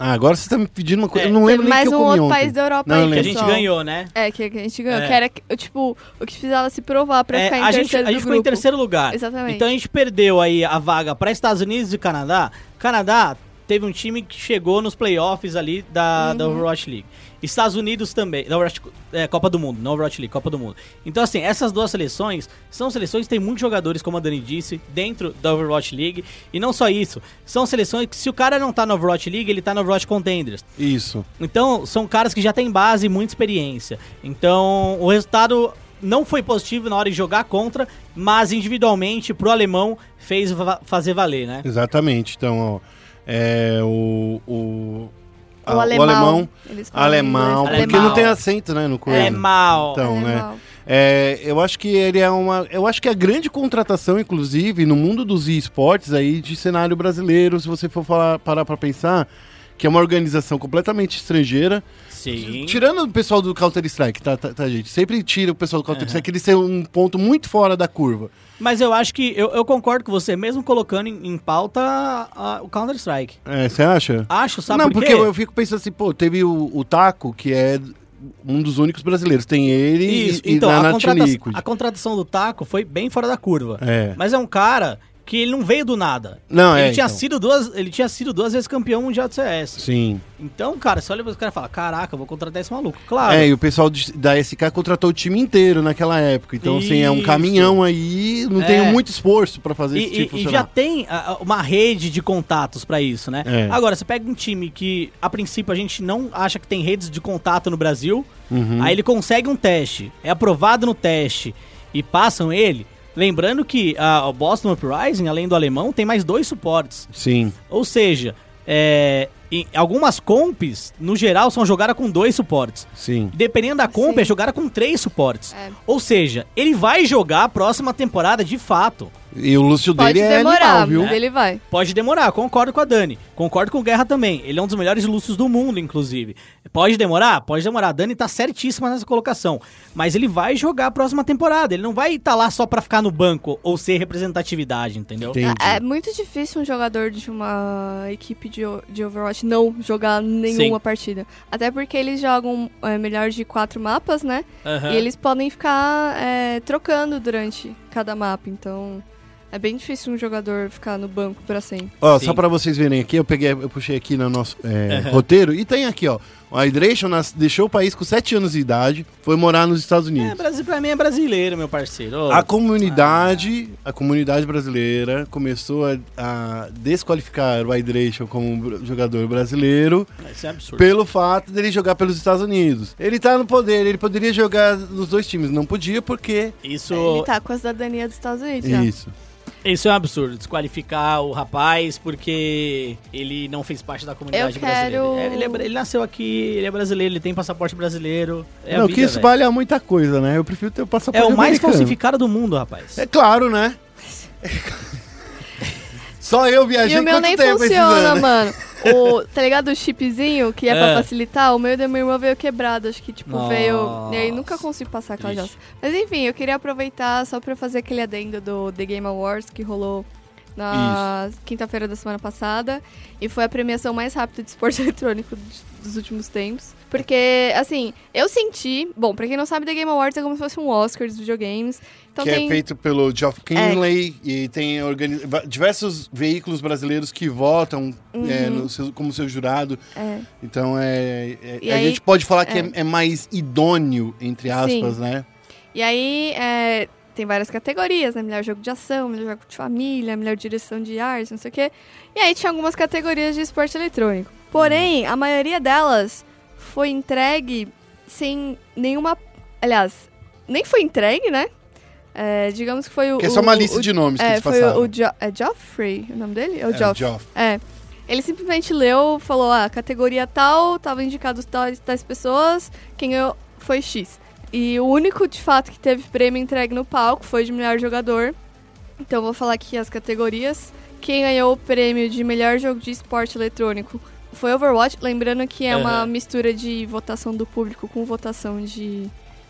A: Ah, agora você tá me pedindo uma coisa.
C: É,
A: eu não lembro
B: teve
A: nem o
B: mais
A: que eu
B: um
A: comi
B: outro
A: ontem.
B: país da Europa
A: Não, eu
B: aí,
C: Que a
A: lembro.
C: gente
B: pessoal.
C: ganhou, né?
B: É, que, que a gente ganhou.
C: É.
B: Que era, que, tipo, o que precisava se provar pra
C: É,
B: ficar em
C: a gente,
B: terceiro
C: a gente
B: do
C: ficou em
B: grupo.
C: terceiro lugar.
B: Exatamente.
C: Então a gente perdeu aí a vaga para Estados Unidos e Canadá. Canadá teve um time que chegou nos playoffs ali da, da Overwatch League. Estados Unidos também, da Overwatch, é, Copa do Mundo, não Overwatch League, Copa do Mundo. Então assim, essas duas seleções são seleções que têm muitos jogadores, como a Dani disse, dentro da Overwatch League. E não só isso, são seleções que se o cara não tá na Overwatch League, ele tá na Overwatch Contenders.
A: Isso.
C: Então, são caras que já têm base e muita experiência. Então, o resultado não foi positivo na hora de jogar contra, mas individualmente, pro alemão, fez va- fazer valer, né?
A: Exatamente. Então, ó. É, o. Ah, O, a-
B: O alemão.
A: alemão
B: eles falam
A: Alemão,
B: inglês,
A: porque
C: Alemão.
A: não tem acento, né, no coisa.
C: É mal.
A: Então, né?
B: Alemão.
A: É, eu acho que ele é uma, eu acho que a grande contratação, inclusive, no mundo dos esportes aí de cenário brasileiro, se você for falar, parar pra pensar, que é uma organização completamente estrangeira,
C: Sim.
A: tirando o pessoal do Counter Strike, tá, tá, tá, gente? Sempre tira o pessoal do Counter Strike, eles são um ponto muito fora da curva.
C: Mas eu acho que eu, eu concordo com você, mesmo colocando em, em pauta a- o Counter-Strike.
A: É, você acha?
C: Acho, sabe
A: não,
C: por
A: porque
C: quê?
A: eu, eu fico pensando assim, pô, teve o, o Taco, que é um dos únicos brasileiros, tem ele e-
C: Isso,
A: e,
C: então,
A: na
C: a,
A: Nath
C: contrata-
A: Liquid.
C: a contratação do Taco foi bem fora da curva.
A: É.
C: Mas é um cara que ele não veio do nada.
A: Não,
C: ele,
A: é,
C: tinha
A: então.
C: sido duas, ele tinha sido duas vezes campeão mundial de CS.
A: Sim.
C: Então, cara, você olha para os caras e fala: Caraca, eu vou contratar esse maluco. Claro.
A: É, e o pessoal de- da SK contratou o time inteiro naquela época. Então, assim, é um
C: Isso.
A: caminhão aí, não
C: É.
A: tem muito esforço pra fazer
C: e,
A: esse tipo time
C: e- e
A: funcionar.
C: já tem ah, uma rede de contatos pra isso, né?
A: É.
C: Agora, você pega um time que, a princípio, a gente não acha que tem redes de contato no Brasil,
A: Uhum.
C: aí ele consegue um teste, é aprovado no teste e passam ele. Lembrando que ah, o Boston Uprising, além do alemão, tem mais dois suportes.
A: Sim.
C: Ou seja, é, em algumas comps, no geral, são jogadas com dois suportes.
A: Sim.
C: Dependendo da comp,
B: Sim.
C: é jogada com três suportes.
B: É.
C: Ou seja, ele vai jogar a próxima temporada de fato.
A: E o Lúcio
B: Pode
A: dele é
B: demorar,
A: animal, viu?
C: né?
B: mas ele vai.
C: Pode demorar, concordo com a Dani. Concordo com o Guerra também. Ele é um dos melhores lúcios do mundo, inclusive. Pode demorar? Pode demorar. A Dani tá certíssima nessa colocação. Mas ele vai jogar a próxima temporada. Ele não vai estar lá só pra ficar no banco ou ser representatividade, entendeu?
A: Entendi.
B: É muito difícil um jogador de uma equipe de, o- de Overwatch não jogar nenhuma partida. Até porque eles jogam é, melhor de quatro mapas, né?
C: Aham.
A: É.
B: E eles podem ficar é, trocando durante cada mapa. Então é bem difícil um jogador ficar no banco pra sempre.
A: Ó,
C: Sim.
A: só pra vocês verem aqui, eu peguei, eu puxei aqui no nosso é, roteiro e tem aqui, ó. A Hydration nas- deixou o país com 7 anos de idade, foi morar nos Estados
C: É,
A: Unidos.
C: Brasil, pra mim é brasileiro, meu parceiro. Ô,
A: A comunidade, a comunidade brasileira começou a, a desqualificar o Hydration como um br- jogador brasileiro
C: Isso é absurdo.
A: pelo fato dele jogar pelos Estados Unidos. Ele tá no poder, ele poderia jogar nos dois times, não podia porque
C: Isso,
B: Ele tá com a cidadania dos Estados Unidos, já.
A: isso.
C: isso é um absurdo. Desqualificar o rapaz porque ele não fez parte da comunidade
B: Eu quero-
C: brasileira. É, Ele, é bra- ele nasceu aqui, ele é brasileiro, ele tem passaporte brasileiro. É a
A: não,
C: vida,
A: que isso
C: velho.
A: vale a muita coisa, né? Eu prefiro ter o passaporte
C: É o mais
A: americano.
C: falsificado do mundo, rapaz.
A: É claro, né? Só eu viajei
B: E o meu
A: quanto
B: nem
A: tempo esses
B: funciona,
A: anos?
B: mano. O, tá ligado o chipzinho que é,
C: É.
B: pra facilitar? O meu da minha irmã veio quebrado, acho que, tipo,
C: Nossa.
B: veio... E aí nunca consigo passar aquela
C: Triste.
B: jossa. Mas enfim, eu queria aproveitar só pra fazer aquele adendo do The Game Awards que rolou na quinta-feira da semana passada. E foi a premiação mais rápida de esporte eletrônico de- dos últimos tempos. Porque, assim, eu senti. Bom, pra quem não sabe, The Game Awards é como se fosse um Oscar dos videogames. Então
A: que
B: tem.
A: é feito pelo Geoff Kinley e tem organi- va- diversos veículos brasileiros que votam é, no seu- como seu jurado.
B: É.
A: Então é, é-
B: E
A: a
B: aí-
A: gente pode falar que é, é mais idôneo, entre aspas, né?
B: E aí, é, tem várias categorias, né? Melhor jogo de ação, melhor jogo de família, melhor direção de arte, não sei o quê. E aí tinha algumas categorias de esporte eletrônico. Porém, a maioria delas foi entregue sem nenhuma. Aliás, nem foi entregue, né? É, digamos que foi o.
A: Porque é só uma
B: o-
A: lista
B: o-
A: de nomes que
B: É,
A: eles
B: foi
A: passaram.
B: o, jo é Joffrey, o nome dele? É o
A: É,
B: Joffrey.
A: Geoff.
B: É. Ele simplesmente leu, falou, ah, categoria tal, tava indicados tais, tais pessoas, quem eu foi X. E o único, de fato, que teve prêmio entregue no palco foi de melhor jogador. Então eu vou falar aqui as categorias. Quem ganhou o prêmio de melhor jogo de esporte eletrônico foi Overwatch. Lembrando que é uma mistura de votação do público com votação de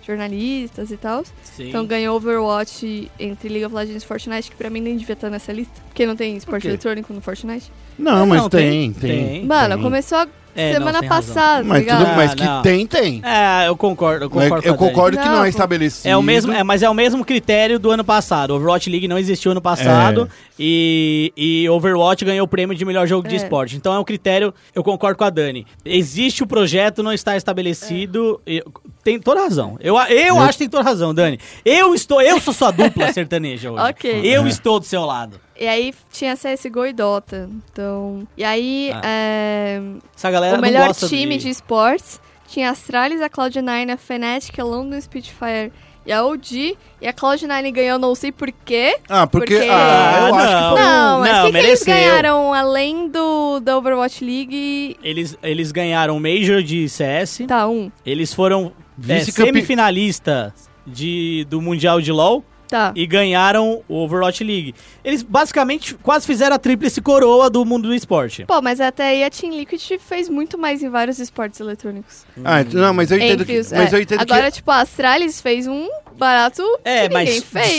B: jornalistas e tal.
C: Sim.
B: Então ganhou Overwatch entre League of Legends e Fortnite, que pra mim nem devia estar nessa lista. Porque não tem esporte
A: quê?
B: eletrônico no Fortnite.
A: É, Não, mas tem, tem.
B: Mano,
A: tem.
B: começou a-
C: É, não,
B: semana
C: tem razão.
B: passada, tá
A: Mas, tudo,
B: ligado?
C: Ah,
A: mas que
C: não.
A: tem, tem.
C: É, eu concordo, eu
A: Mas
C: concordo.
A: eu
C: com a Dani.
A: concordo que não,
B: Não,
A: é
B: pô.
A: estabelecido.
C: É o mesmo, é, mas é o mesmo critério do ano passado. Overwatch League não existiu ano passado e, e Overwatch ganhou o prêmio de melhor jogo de
B: É.
C: esporte. Então é um critério, eu concordo com a Dani. Existe o projeto, não está estabelecido.
B: É.
C: e- tem toda razão. Eu, a- eu acho que tem toda razão, Dani. Eu estou, eu sou sua dupla sertaneja hoje.
B: Ok.
C: Eu estou do seu lado.
B: E aí tinha CSGO e Dota. Então. E aí,
C: Ah.
B: é,
C: Essa galera
B: o
C: não
B: melhor
C: gosta
B: time de... esportes tinha a Astralis, a Cloud9, a Fnatic, a London Spitfire e a OG. E a Cloud9 ganhou, não sei porquê.
A: Ah, porque.
B: Porque-
A: Ah, eu
C: Ah,
A: acho que
C: não.
A: foi.
B: Não, mas
C: não,
B: o que, que eles
C: mereceu.
B: ganharam além do da Overwatch League?
C: Eles, eles ganharam o Major de CS.
B: Tá, um.
C: Eles foram é,
A: Vice-campe-
C: semifinalistas de, do Mundial de LoL.
B: Tá.
C: e ganharam o Overwatch League. Eles basicamente quase fizeram a tríplice coroa do mundo do esporte.
B: Pô, mas até aí a Team Liquid fez muito mais em vários esportes eletrônicos.
A: Ah, não, mas eu entendo
B: Entre
A: que.
B: os,
A: Mas
B: é.
A: eu entendo que.
B: Agora, tipo, a Astralis fez um barato
C: É,
B: que ninguém fez.
C: mas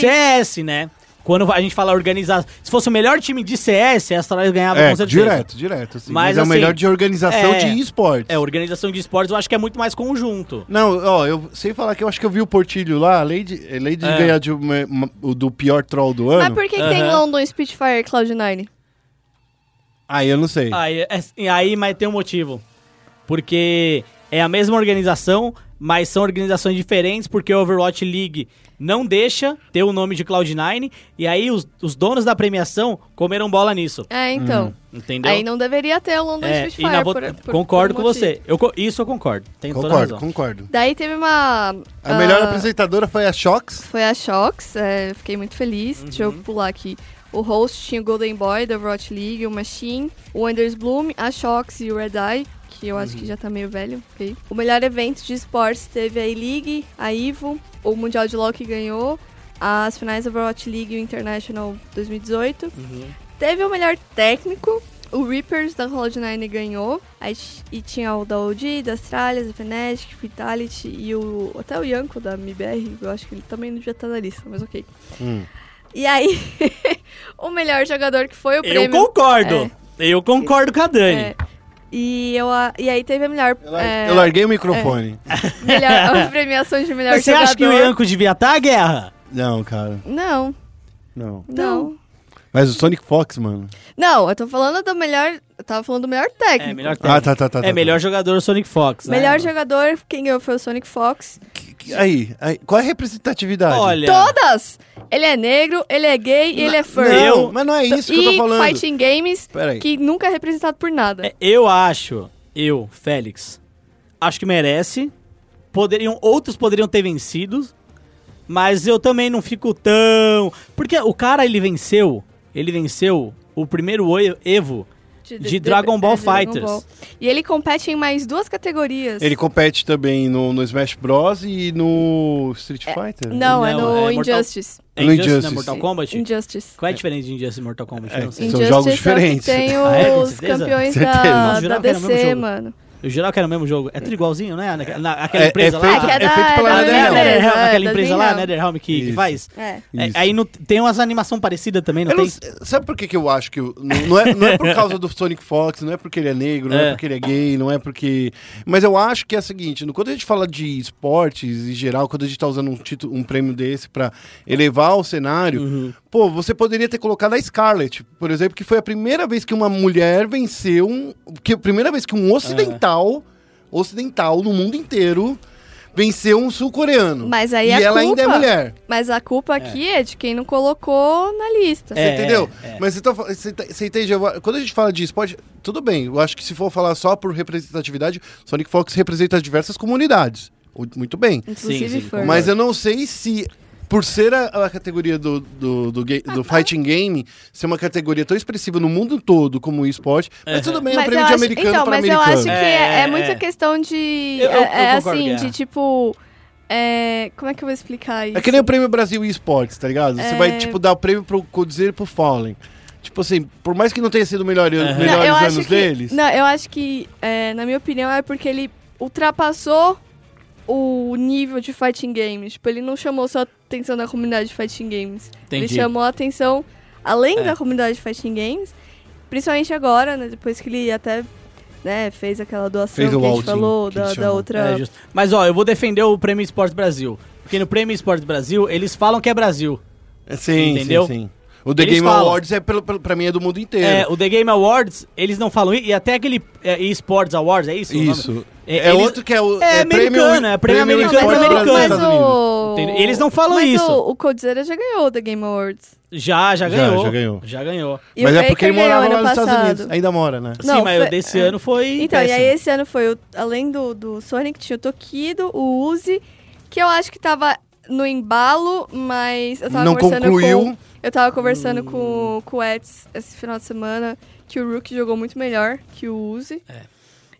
C: CS, né? Quando a gente fala organizar, se fosse o melhor time de CS, a Astralis
B: Ah,
C: ganhava
A: É,
C: com certeza.
A: direto, direto. Sim. Mas,
C: Mas,
A: é o
C: assim,
A: melhor de organização
C: é-
A: de esportes.
C: É, organização de esportes, eu acho que é muito mais conjunto.
A: Não, ó, eu sei falar que eu acho que eu vi o Portilho lá, além de, além de
C: É.
A: ganhar de uma- uma- o do pior troll do ano.
B: Mas por que, que tem
C: Aham.
B: London Spitfire e Cloud9?
A: Aí eu não sei.
C: Aí, é- é- aí, mas tem um motivo. Porque é a mesma organização, mas são organizações diferentes, porque o Overwatch League não deixa ter o nome de Cloud9, e aí os, os donos da premiação comeram bola nisso,
B: É, então.
C: Hum. entendeu?
B: Aí não deveria ter o London
C: É,
B: Spitfire.
C: e na vo-
B: por- por-
C: concordo
B: por
C: com
B: um motivo.
C: você. Eu, co- isso eu concordo. Tem toda
A: concordo,
C: razão.
A: concordo.
B: Daí teve uma.
A: A
B: ah,
A: melhor apresentadora foi a Shox.
B: Foi a Shox, é, eu fiquei muito feliz. Deixa
C: Uhum.
B: eu pular aqui. O host tinha o Golden Boy, da Overwatch League, o Machine, o Anders Bloom, a Shox e o Red Eye, que eu
C: Uhum.
B: acho que já tá meio velho. ok? O melhor evento de esportes teve a E-League, a Ivo, o Mundial de LoL que ganhou, as finais da Overwatch League e o International 2018.
C: Uhum.
B: Teve o melhor técnico. O Reapers da Cloud9 ganhou. Aí, t- e tinha o da OG, da Astralis, da Fnatic, Vitality e o. Até o Yanko da MBR. Eu acho que ele também não devia estar na lista, mas ok.
A: Hum.
B: E aí, o melhor jogador que foi o
C: Eu
B: prêmio.
C: concordo. Eu concordo com a Dani.
B: É, e, eu, a- e aí teve a melhor.
A: Eu, lar-
B: é,
A: eu larguei o microfone.
B: melhor a premiação de melhor
C: Mas você
B: jogador.
C: acha que o Ianco devia estar, Guerra?
A: Não, cara,
B: Não,
A: não.
C: Então.
B: não.
A: Mas o Sonic Fox, mano.
B: Não, eu tô falando do melhor. Eu tava falando do melhor técnico.
C: É, melhor
A: Ah, tá, tá, tá.
C: É,
A: tá, tá.
C: melhor jogador Sonic Fox. né?
B: Melhor jogador, quem ganhou foi o Sonic Fox.
A: Que- que- Aí, aí, qual é a representatividade?
C: Olha.
B: Todas! Ele é negro, ele é gay e ele é fur.
A: não,
C: eu-
A: mas não é isso que
B: e
A: eu tô falando.
B: Fighting Games,
A: Peraí.
B: que nunca é representado por nada.
C: É, Eu acho, eu, Félix, acho que merece. Poderiam, outros poderiam ter vencido, mas eu também não fico tão. Porque o cara ele venceu, ele venceu o primeiro Oi- Evo. de Dragon Ball
B: é, de Dragon
C: Fighters.
B: Ball. E ele compete em mais duas categorias.
A: Ele compete também no, no Smash Bros e no Street Fighter.
B: Não, é
C: Não,
B: no
C: é Mortal-
B: Injustice.
C: É
A: No
C: Injustice, né?
A: Injustice.
C: Mortal Kombat?
B: Injustice.
C: Qual é a diferença de Injustice e Mortal Kombat? Eu não sei.
A: São jogos
B: é o que
A: diferentes.
B: Tem
C: Ah, é? Com
B: os
C: certeza?
B: campeões
A: Certeza.
B: da,
C: Nossa,
B: da
C: jurava que era o mesmo
B: DC,
C: jogo.
B: mano.
C: Eu geral quero o mesmo jogo. É tudo igualzinho, né? Na, na- aquela
A: É- é
C: empresa lá.
A: feito-
B: Ah, que é da-
A: feito pela
B: da
C: É,
A: NetherRealm.
B: Netherrealm.
C: NetherRealm,
B: é,
C: aquela
B: da
C: empresa lá,
B: NetherRealm.
C: NetherRealm, que, que
A: Isso.
C: faz.
B: É.
C: É,
A: Isso.
C: aí não, tem umas animação parecida também, não
A: Eu
C: tem?
A: não sei- sabe por que, que eu acho que. o- Não, não é, não é por causa do Sonic Fox, não é porque ele é negro, não é.
C: É.
A: porque ele é gay, não é porque. Mas eu acho que é o seguinte: no- quando a gente fala de esportes em geral, quando a gente tá usando um, título, um prêmio desse pra elevar o cenário,
C: Uhum.
A: pô, você poderia ter colocado a Scarlett, por exemplo, que foi a primeira vez que uma mulher venceu. Um, que a primeira vez que um ocidental,
C: É.
A: ocidental no mundo inteiro, venceu um sul-coreano.
B: Mas aí
A: e
B: a
A: ela ainda é
B: culpa-
A: mulher.
B: Mas a culpa aqui é de quem não colocou na lista.
C: É.
A: Entendeu?
C: é.
A: Mas você, tá, fa- você, tá- você entende? Eu- Quando a gente fala de esporte, tudo bem. Eu acho que se for falar só por representatividade, Sonic Fox representa diversas comunidades. O- Muito bem.
B: Inclusive
C: Sim, sim,
B: foi.
A: Mas eu não sei se, por ser a, a categoria do, do, do, ga- do fighting game, ser uma categoria tão expressiva no mundo todo como o esporte. Mas tudo bem, é um
B: Mas eu
A: prêmio de
B: acho-
A: americano
B: então,
A: para
B: mas
A: americano.
B: eu acho que é,
C: É,
B: é muita
C: é.
B: questão de.
C: Eu- eu-
B: é
C: eu
B: é
C: concordo,
B: assim,
C: Guerra.
B: de tipo. é, como é que eu vou explicar isso?
A: É que nem o prêmio Brasil e esportes, tá ligado? Você
B: É.
A: vai, tipo, dar o prêmio pro Codizero e pro Fallen. Tipo assim, por mais que não tenha sido o melhor,
C: Aham.
A: ano-
B: Não,
C: Não,
A: melhores
B: eu acho
A: anos
B: que,
A: deles.
B: Não, eu acho que, é, na minha opinião, é porque ele ultrapassou o nível de fighting games. Tipo, ele não chamou só a atenção da comunidade de fighting games. Ele chamou a atenção além
C: É.
B: da comunidade de fighting games, principalmente agora, né, depois que ele até né, fez aquela doação
A: Fez o
B: que a gente
A: outing,
B: falou
A: que ele
B: da, da
A: chamou.
B: outra.
C: É, justo. Mas ó, eu vou defender o Prêmio Esportes Brasil. Porque no Prêmio Esportes Brasil, eles falam que é Brasil.
A: É, Sim,
C: Entendeu?
A: sim, sim. O The
C: Eles
A: Game
C: falam.
A: Awards é pelo, pelo, pra mim é do mundo inteiro.
C: É, o The Game Awards, eles não falam. E até aquele é, eSports Awards, é isso? o nome?
A: Isso.
C: É,
A: É,
C: eles-
A: outro que é o
C: é americano, é prêmio
B: Não,
C: americano,
A: Esportes
C: é
A: Brasil
C: americano.
A: dos
B: mas
A: Estados Unidos.
B: o...
C: Entendeu? Eles não falam
B: mas
C: isso.
B: O, o Coldzera já ganhou da Game Awards.
C: Já, já
A: Já,
C: ganhou.
A: já ganhou.
C: Já ganhou.
B: E
A: Mas
B: o
A: é porque ele
B: Faker
A: morava
B: ganhou
A: lá
B: ano
A: nos Estados
B: passado.
A: Unidos. Ainda mora, né?
B: Não,
C: Sim, mas
B: foi-
C: o desse
B: é.
C: ano foi.
B: Então, e aí
C: péssimo.
B: esse ano foi, o- além do, do Sonic, tinha o Tokido, o Uzi, que eu acho que tava no embalo, mas eu tava
A: Não
B: conversando
A: concluiu. Hum.
B: com... Eu tava conversando com, com o Eds esse final de semana, que o Rook jogou muito melhor que o Uzi.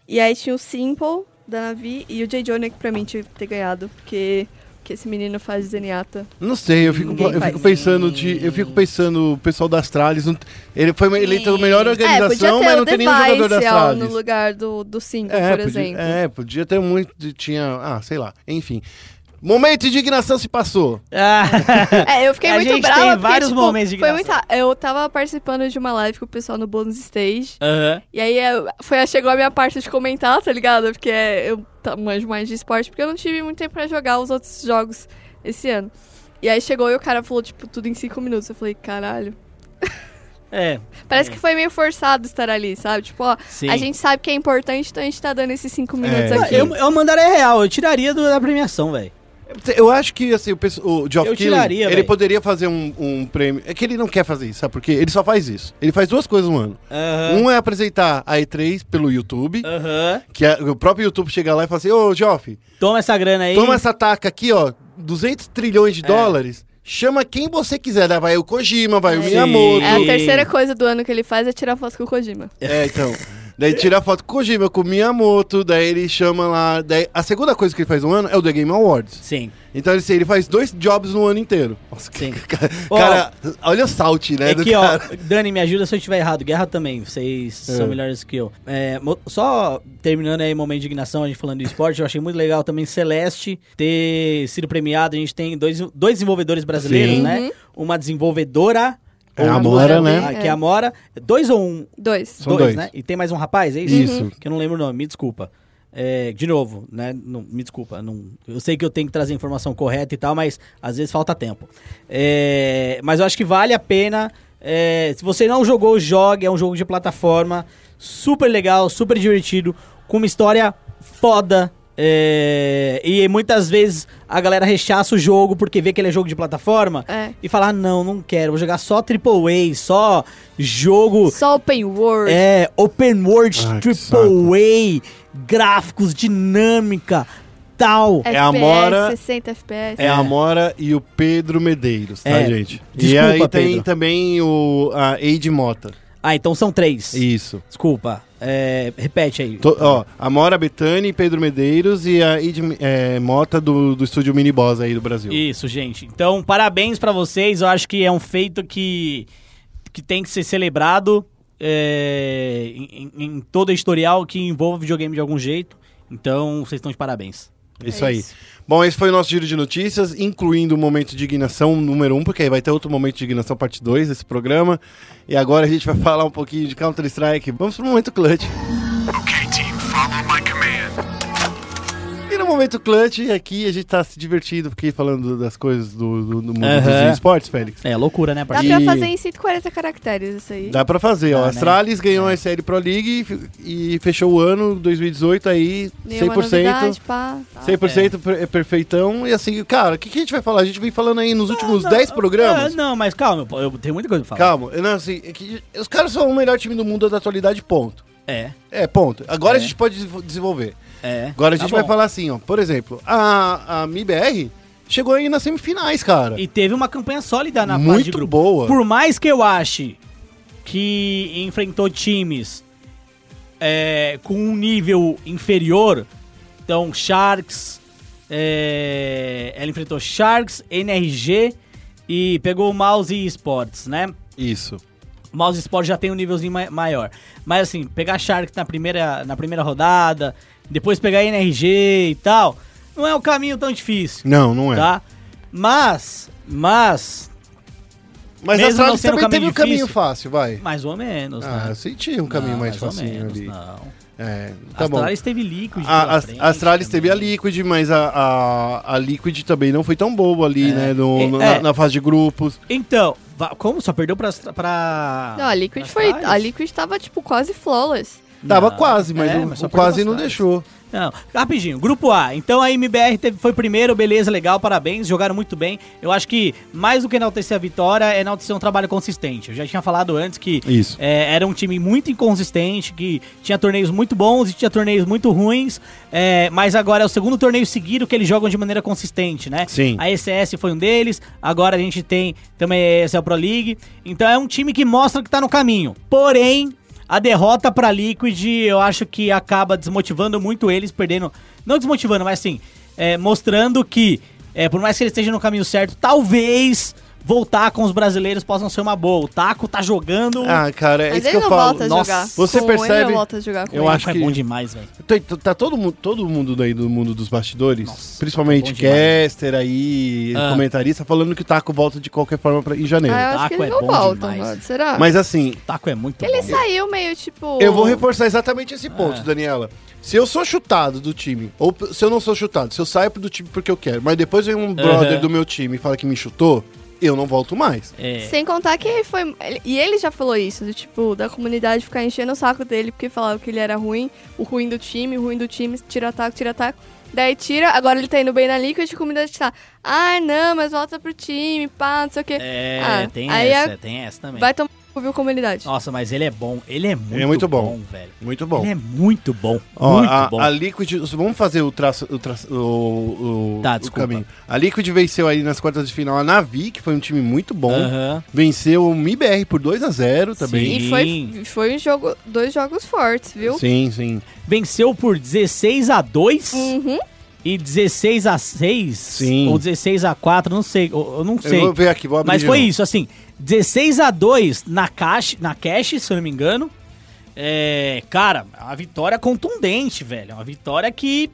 B: E aí tinha o Simple, da Navi, e o J. Jonah, que pra mim tinha que ter ganhado, porque... porque esse menino faz desenhata.
A: Não sei, eu fico,
B: Ninguém
A: eu
B: faz.
A: fico pensando de. Eu fico pensando, o pessoal das Trales. não- Ele foi eleito a melhor
B: É, podia
A: organização,
B: ter
A: mas
B: o
A: não tem nenhum jogador das
B: Device ó, no
A: Trales.
B: lugar do, do Simple,
A: É,
B: por
A: podia,
B: exemplo.
A: é, podia ter muito. de- Tinha. Ah, sei lá. Enfim. Momento de indignação se passou.
C: Ah,
B: É, eu fiquei
C: A
B: muito
C: gente
B: brava.
C: tem
B: porque,
C: vários
B: tipo,
C: momentos de
B: foi muito,
C: graça.
B: Eu tava participando de uma live com o pessoal no Bonus Stage.
C: aham.
B: E aí eu- foi, chegou a minha parte de comentar, tá ligado? Porque eu tá- manjo mais de esporte, porque eu não tive muito tempo pra jogar os outros jogos esse ano. E aí chegou e o cara falou, tipo, tudo em cinco minutos. Eu falei, caralho.
C: É,
B: Parece que foi meio forçado estar ali, sabe? Tipo, ó,
C: sim.
B: a gente sabe que é importante, então a gente tá dando esses cinco minutos
A: É.
B: aqui.
C: Eu, eu mandaria real, eu tiraria do- da premiação, velho.
A: Eu acho que assim, o, pesso- o Geoff
C: Eu
A: Keighley,
C: tiraria,
A: ele
C: véi.
A: poderia fazer um, um prêmio. É que ele não quer fazer isso, sabe por quê? Ele só faz isso. Ele faz duas coisas no ano.
C: Aham.
A: Um é apresentar a E3 pelo YouTube,
C: Ah. Aham.
A: que é- o próprio YouTube chega lá e fala assim: Ô, Geoff,
C: Toma essa grana aí.
A: toma essa taca aqui, ó, 200 trilhões
C: É.
A: de dólares. Chama quem você quiser. Daí vai o Kojima, vai o
C: Sim.
A: Miyamoto.
B: É, a
C: E-
B: terceira coisa do ano que ele faz é tirar foto com o Kojima.
A: É, então. Daí tira a foto com o Kojima, com o Miyamoto, daí ele chama lá. Daí a segunda coisa que ele faz no ano é o The Game Awards.
C: Sim.
A: Então assim, ele faz dois jobs no ano inteiro. Nossa,
C: Sim.
A: Cara,
C: Ó.
A: cara, olha o salt, né?
C: É
A: do
C: que, ó,
A: cara.
C: Dani, me ajuda se eu estiver errado. Guerra também, vocês
A: É.
C: são melhores que eu. É, mo- só terminando aí o momento de indignação, a gente falando de esporte, eu achei muito legal também Celeste ter sido premiado. A gente tem dois, dois desenvolvedores brasileiros,
A: Sim.
C: né? Uma desenvolvedora.
A: É a
C: uma
A: Amora,
C: desenvolvedora,
B: né?
C: ah, Que é a Amora. Dois ou um?
B: Dois.
A: São dois.
C: né? E tem mais um rapaz, é isso?
A: Isso.
C: Que eu não lembro o nome, me desculpa. É, de novo, né? não- me desculpa. não- eu sei que eu tenho que trazer a informação correta e tal, mas às vezes falta tempo. É, mas eu acho que vale a pena. é, se você não jogou, jogue. É um jogo de plataforma super legal, super divertido, com uma história foda. é, e muitas vezes a galera rechaça o jogo porque vê que ele é jogo de plataforma
B: É.
C: e fala: ah, não, não quero, vou jogar só AAA, só jogo
B: Só open world.
C: Tipo, é, open world,
A: Ah, que
C: triple A, gráficos, dinâmica, tal.
A: É a Amora.
B: 60 FPS.
A: É a Amora e o Pedro Medeiros, tá,
C: É.
A: gente? e
C: Desculpa,
A: aí tem
C: Pedro.
A: também o, a Eide Mota.
C: Ah, então são três.
A: Isso.
C: Desculpa. É, repete aí.
A: Tô, ó, Amora Betani, Pedro Medeiros e a Eide é, Mota do, do estúdio Mini Boss aí do Brasil.
C: Isso, gente. Então, parabéns pra vocês. Eu acho que é um feito que, que tem que ser celebrado. é, em, em- em todo historial que envolva videogame de algum jeito. Então, vocês estão de parabéns.
A: Isso
B: É
A: aí.
B: isso.
A: Bom, esse foi o nosso giro de notícias, incluindo o momento de indignação número 1, um, porque aí vai ter outro momento de indignação parte 2 desse programa. E agora a gente vai falar um pouquinho de Counter-Strike. Vamos pro momento clutch.
F: Okay, team, follow my command.
A: E no momento clutch, aqui a gente tá se divertindo, porque falando das coisas do, do- do mundo
C: Aham.
A: dos esportes, Félix.
C: É loucura, né,
B: Dá
C: parceiro?
A: E-
B: pra fazer em 140 caracteres isso aí.
A: Dá pra fazer, ó.
C: Dá, né?
A: Astralis ganhou
B: É.
A: a SL Pro League e fe- e fechou o ano 2018 aí
B: Nenhuma
A: 100%.
B: novidade, pá. Tá.
C: Ah,
A: 100% per- perfeitão. E assim, cara, o que, que a gente vai falar? A gente vem falando aí nos últimos
C: Não,
A: 10
C: ah,
A: programas.
C: não, mas calma, eu eu tenho muita coisa pra falar.
A: Calma, não, assim, é que os caras são o melhor time do mundo da atualidade, ponto.
C: É,
A: É, ponto. Agora
C: É.
A: a gente pode desenvol- desenvolver.
C: é.
A: Agora a
C: Tá
A: gente
C: bom.
A: vai falar assim, ó. Por exemplo, a, a MIBR chegou aí nas semifinais, cara.
C: E teve uma campanha sólida na fase de
A: Muito
C: grupo.
A: boa.
C: Por mais que eu ache que enfrentou times é, com um nível inferior, então Sharks, é, ela enfrentou Sharks, NRG e pegou o Mouse e Esports, né?
A: Isso.
C: O Mouse Sport já tem um nívelzinho ma- maior. Mas assim, pegar Sharks na primeira, na primeira rodada, depois pegar NRG e tal, não é um caminho tão difícil,
A: Não, não é.
C: tá? Mas, mas,
A: Mas
C: Mesmo
A: a
C: não
A: Astralis
C: sendo um
A: também teve um
C: caminho
A: caminho
C: difícil.
A: fácil, vai.
C: mais ou menos,
A: Ah,
C: né?
A: eu senti um caminho
C: Não,
A: mais,
C: ou
A: facinho
C: menos,
A: ali.
C: Não.
A: É,
C: Tá
A: tá bom.
C: Astralis teve líquido.
A: A, a, a Astralis teve a Liquid, mas a, a, a Liquid também não foi tão boa ali,
C: É.
A: né? no-
C: É,
A: no-
C: é.
A: Na, na fase de grupos.
C: Então, va- como? Só perdeu pra. Astra- pra
B: Não, a Liquid
C: pra
B: foi. A
C: Astralis?
B: Liquid tava, tipo, quase flawless.
A: Tava
C: Não.
A: quase, mas,
C: É,
A: o,
C: mas só
A: o
C: perdeu
A: quase não
C: bastante.
A: deixou.
C: Não, rapidinho, grupo A. Então a MBR teve- foi primeiro, beleza, legal, parabéns, jogaram muito bem. Eu acho que mais do que enaltecer a vitória, é enaltecer um trabalho consistente. Eu já tinha falado antes que
A: Isso.
C: é, era um time muito inconsistente, que tinha torneios muito bons e tinha torneios muito ruins, é, mas agora é o segundo torneio seguido que eles jogam de maneira consistente, né?
A: Sim.
C: A ECS foi um deles, agora a gente tem também a ESL Pro League. Então é um time que mostra que tá no caminho. Porém, a derrota pra Liquid eu acho que acaba desmotivando muito eles, perdendo. Não desmotivando, mas assim, é, mostrando que, é, por mais que eles estejam no caminho certo, talvez voltar com os brasileiros possam ser uma boa. O Taco tá jogando.
A: Ah, cara, é
B: Mas
A: isso
B: ele
A: que eu
B: não
A: falo.
B: volta a
C: nossa,
B: jogar.
A: você
B: com Ele
A: percebe-
B: não volta a jogar com
A: eu
B: ele.
A: acho
C: é
A: que-
C: bom demais, velho.
A: Tá, tá- tá todo mundo, todo mundo daí do mundo dos bastidores,
C: Nossa,
A: principalmente
C: tá bom demais.
A: caster aí,
C: Ah.
A: comentarista, falando que o Taco volta de qualquer forma pra, em janeiro.
B: Ah, eu acho
C: Taco
B: que eles
C: é
B: não
C: bom
B: voltam,
C: demais.
B: mano. Será?
A: Mas assim,
C: O Taco é muito
B: Ele
C: bom.
B: saiu meio, tipo...
A: eu vou reforçar exatamente esse ponto,
C: É.
A: Daniela. Se eu sou chutado do time, ou p- se eu não sou chutado, se eu saio do time porque eu quero, mas depois vem um brother
C: Aham.
A: do meu time e fala que me chutou, eu não volto mais.
C: É.
B: Sem contar que ele foi. ele- E ele já falou isso, do tipo, da comunidade ficar enchendo o saco dele, porque falava que ele era ruim, o ruim do time, o ruim do time, tira ataque, tira ataque. Daí tira, agora ele tá indo bem na Liquid e a comunidade tá. Ah, não, mas volta pro time, pá, não sei o quê.
C: É,
B: Ah,
C: tem
B: aí
C: essa,
B: é-
C: tem essa também.
B: Vai tomar no cu, viu, comunidade.
C: Nossa, mas ele é bom. Ele é muito,
A: é muito
C: bom,
A: bom.
C: velho.
A: Muito bom.
C: Ele é muito bom.
A: Ó,
C: muito
A: a,
C: bom.
A: a Liquid, vamos fazer o traço, o, traço- o- o-
C: Tá,
A: o
C: desculpa.
A: caminho. A Liquid venceu aí nas quartas de final a Navi, que foi um time muito bom.
C: Aham.
A: Venceu o MIBR por 2 a 0 também.
C: sim.
B: E foi, foi um jogo, dois jogos fortes, viu?
A: Sim, sim.
C: Venceu por 16 a 2
B: Uhum.
C: e 16 a 6
A: Sim.
C: ou 16 a 4, não sei, eu, eu não
A: Eu
C: sei.
A: vou ver aqui, vou abrir.
C: Mas
A: de
C: foi
A: novo.
C: isso, assim, 16 a 2 na cash, na cash, se eu não me engano. É, cara, é uma vitória contundente, velho. É Uma vitória que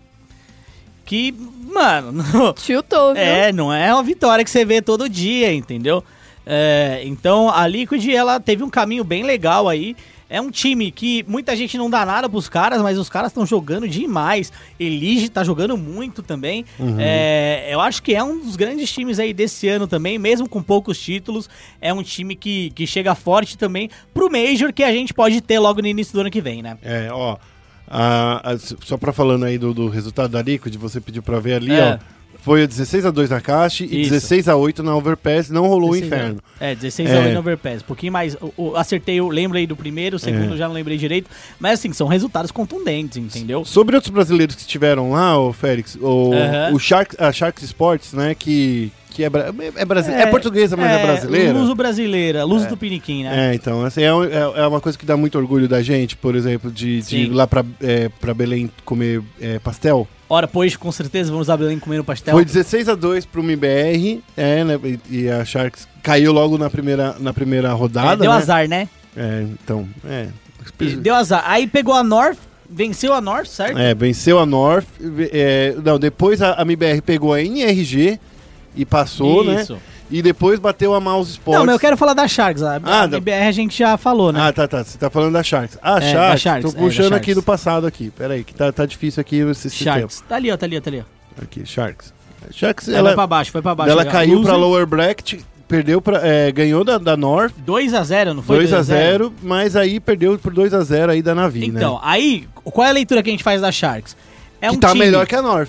C: que, mano, não-
B: Tiltou, viu?
C: É, não é uma vitória que você vê todo dia, entendeu? É, então a Liquid ela teve um caminho bem legal aí. É um time que muita gente não dá nada pros caras, mas os caras estão jogando demais. Elige tá jogando muito também. É, eu acho que é um dos grandes times aí desse ano também, mesmo com poucos títulos. É um time que, que chega forte também pro Major que a gente pode ter logo no início do ano que vem, né?
A: É, ó. a- a- s- só pra falando aí do, do resultado da Liquid, você pediu pra ver ali,
C: É.
A: ó. Foi 16 a 2 na caixa e
C: Isso.
A: 16 a 8 na Overpass, não rolou o inferno.
C: É, 16
A: É.
C: é. no overpass. Um pouquinho mais. o- o- acertei, eu lembro aí do primeiro,
A: É.
C: o segundo já não lembrei direito. Mas assim, são resultados contundentes, entendeu?
A: Sobre outros brasileiros que estiveram lá, o Félix, o,
C: Aham.
A: o Sharks, a Sharks Sports, né, que, que é, bra- é, brasile- é portuguesa, mas é, brasileira.
C: Luso brasileira, Luso do Piniquim, né?
A: É, então, assim, é, um- é- é uma coisa que dá muito orgulho da gente, por exemplo, de, de
C: Sim.
A: ir lá pra, é, pra Belém comer é, pastel.
C: Ora, pois, com certeza vamos a Belém comendo pastel.
A: Foi 16 a 2 pro MBR, é, né, e, e a Sharks caiu logo na primeira, na primeira
C: É,
A: rodada,
C: deu
A: né?
C: azar, né?
A: É, então, é.
C: E Deu azar. Aí pegou a North, venceu a North, certo?
A: É, venceu a North. ve- é, não, depois a, a MBR pegou a NRG e passou, né? E depois bateu a Mouse Sports.
C: Não, mas eu quero falar da Sharks. A,
A: Ah,
C: a
A: da-
C: BR a gente já falou, né?
A: Ah, tá, tá. Você tá falando da Sharks. Ah,
C: É,
A: Sharks.
C: da Sharks,
A: Tô
C: é, da
A: puxando aqui
C: Sharks.
A: do passado aqui. Pera aí, que tá, tá difícil aqui esse sistema.
C: Sharks. Tá ali, ó, tá ali, ó, tá ali. ó.
A: Aqui, Sharks. Sharks,
C: Ela, foi pra
A: ela,
C: baixo, foi pra baixo. né?
A: ela
C: Legal.
A: caiu pra
C: Loser.
A: Lower Bracket, perdeu pra, é, ganhou da, da North,
C: 2x0, não foi?
A: 2x0, mas aí perdeu por 2x0 aí da Navi,
C: Então,
A: né?
C: aí, qual é a leitura que a gente faz da Sharks? É
A: que tá
C: time-
A: melhor que a North.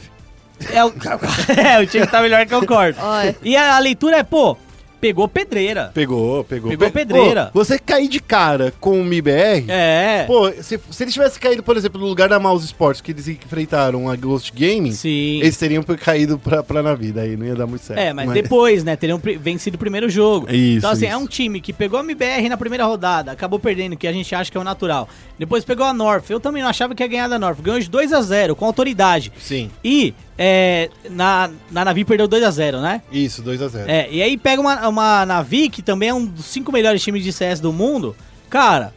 C: É o... é, o time tá melhor que eu corto.
B: Olha,
C: E a, a leitura é, pô, pegou pedreira.
A: Pegou, pegou.
C: Pegou
A: Pe-
C: pedreira.
A: Pô, você cair de cara com o MIBR...
C: É.
A: Pô, se, se eles tivessem caído, por exemplo, no lugar da Mouse Sports, que eles enfrentaram a Ghost Gaming,
C: Sim.
A: eles teriam caído pra, pra Navi, daí não ia dar muito certo.
C: É, mas, depois, né? Teriam pri- vencido o primeiro jogo.
A: Isso,
C: então, assim,
A: isso.
C: é um time que pegou a MBR na primeira rodada, acabou perdendo, que a gente acha que é o natural. Depois pegou a North. Eu também não achava que ia ganhar da North. Ganhou de 2x0, com autoridade.
A: Sim,
C: E é, na, na Navi perdeu 2x0, né?
A: isso, 2x0.
C: É, e aí pega uma, uma Navi, que também é um dos cinco melhores times de CS do mundo. Cara,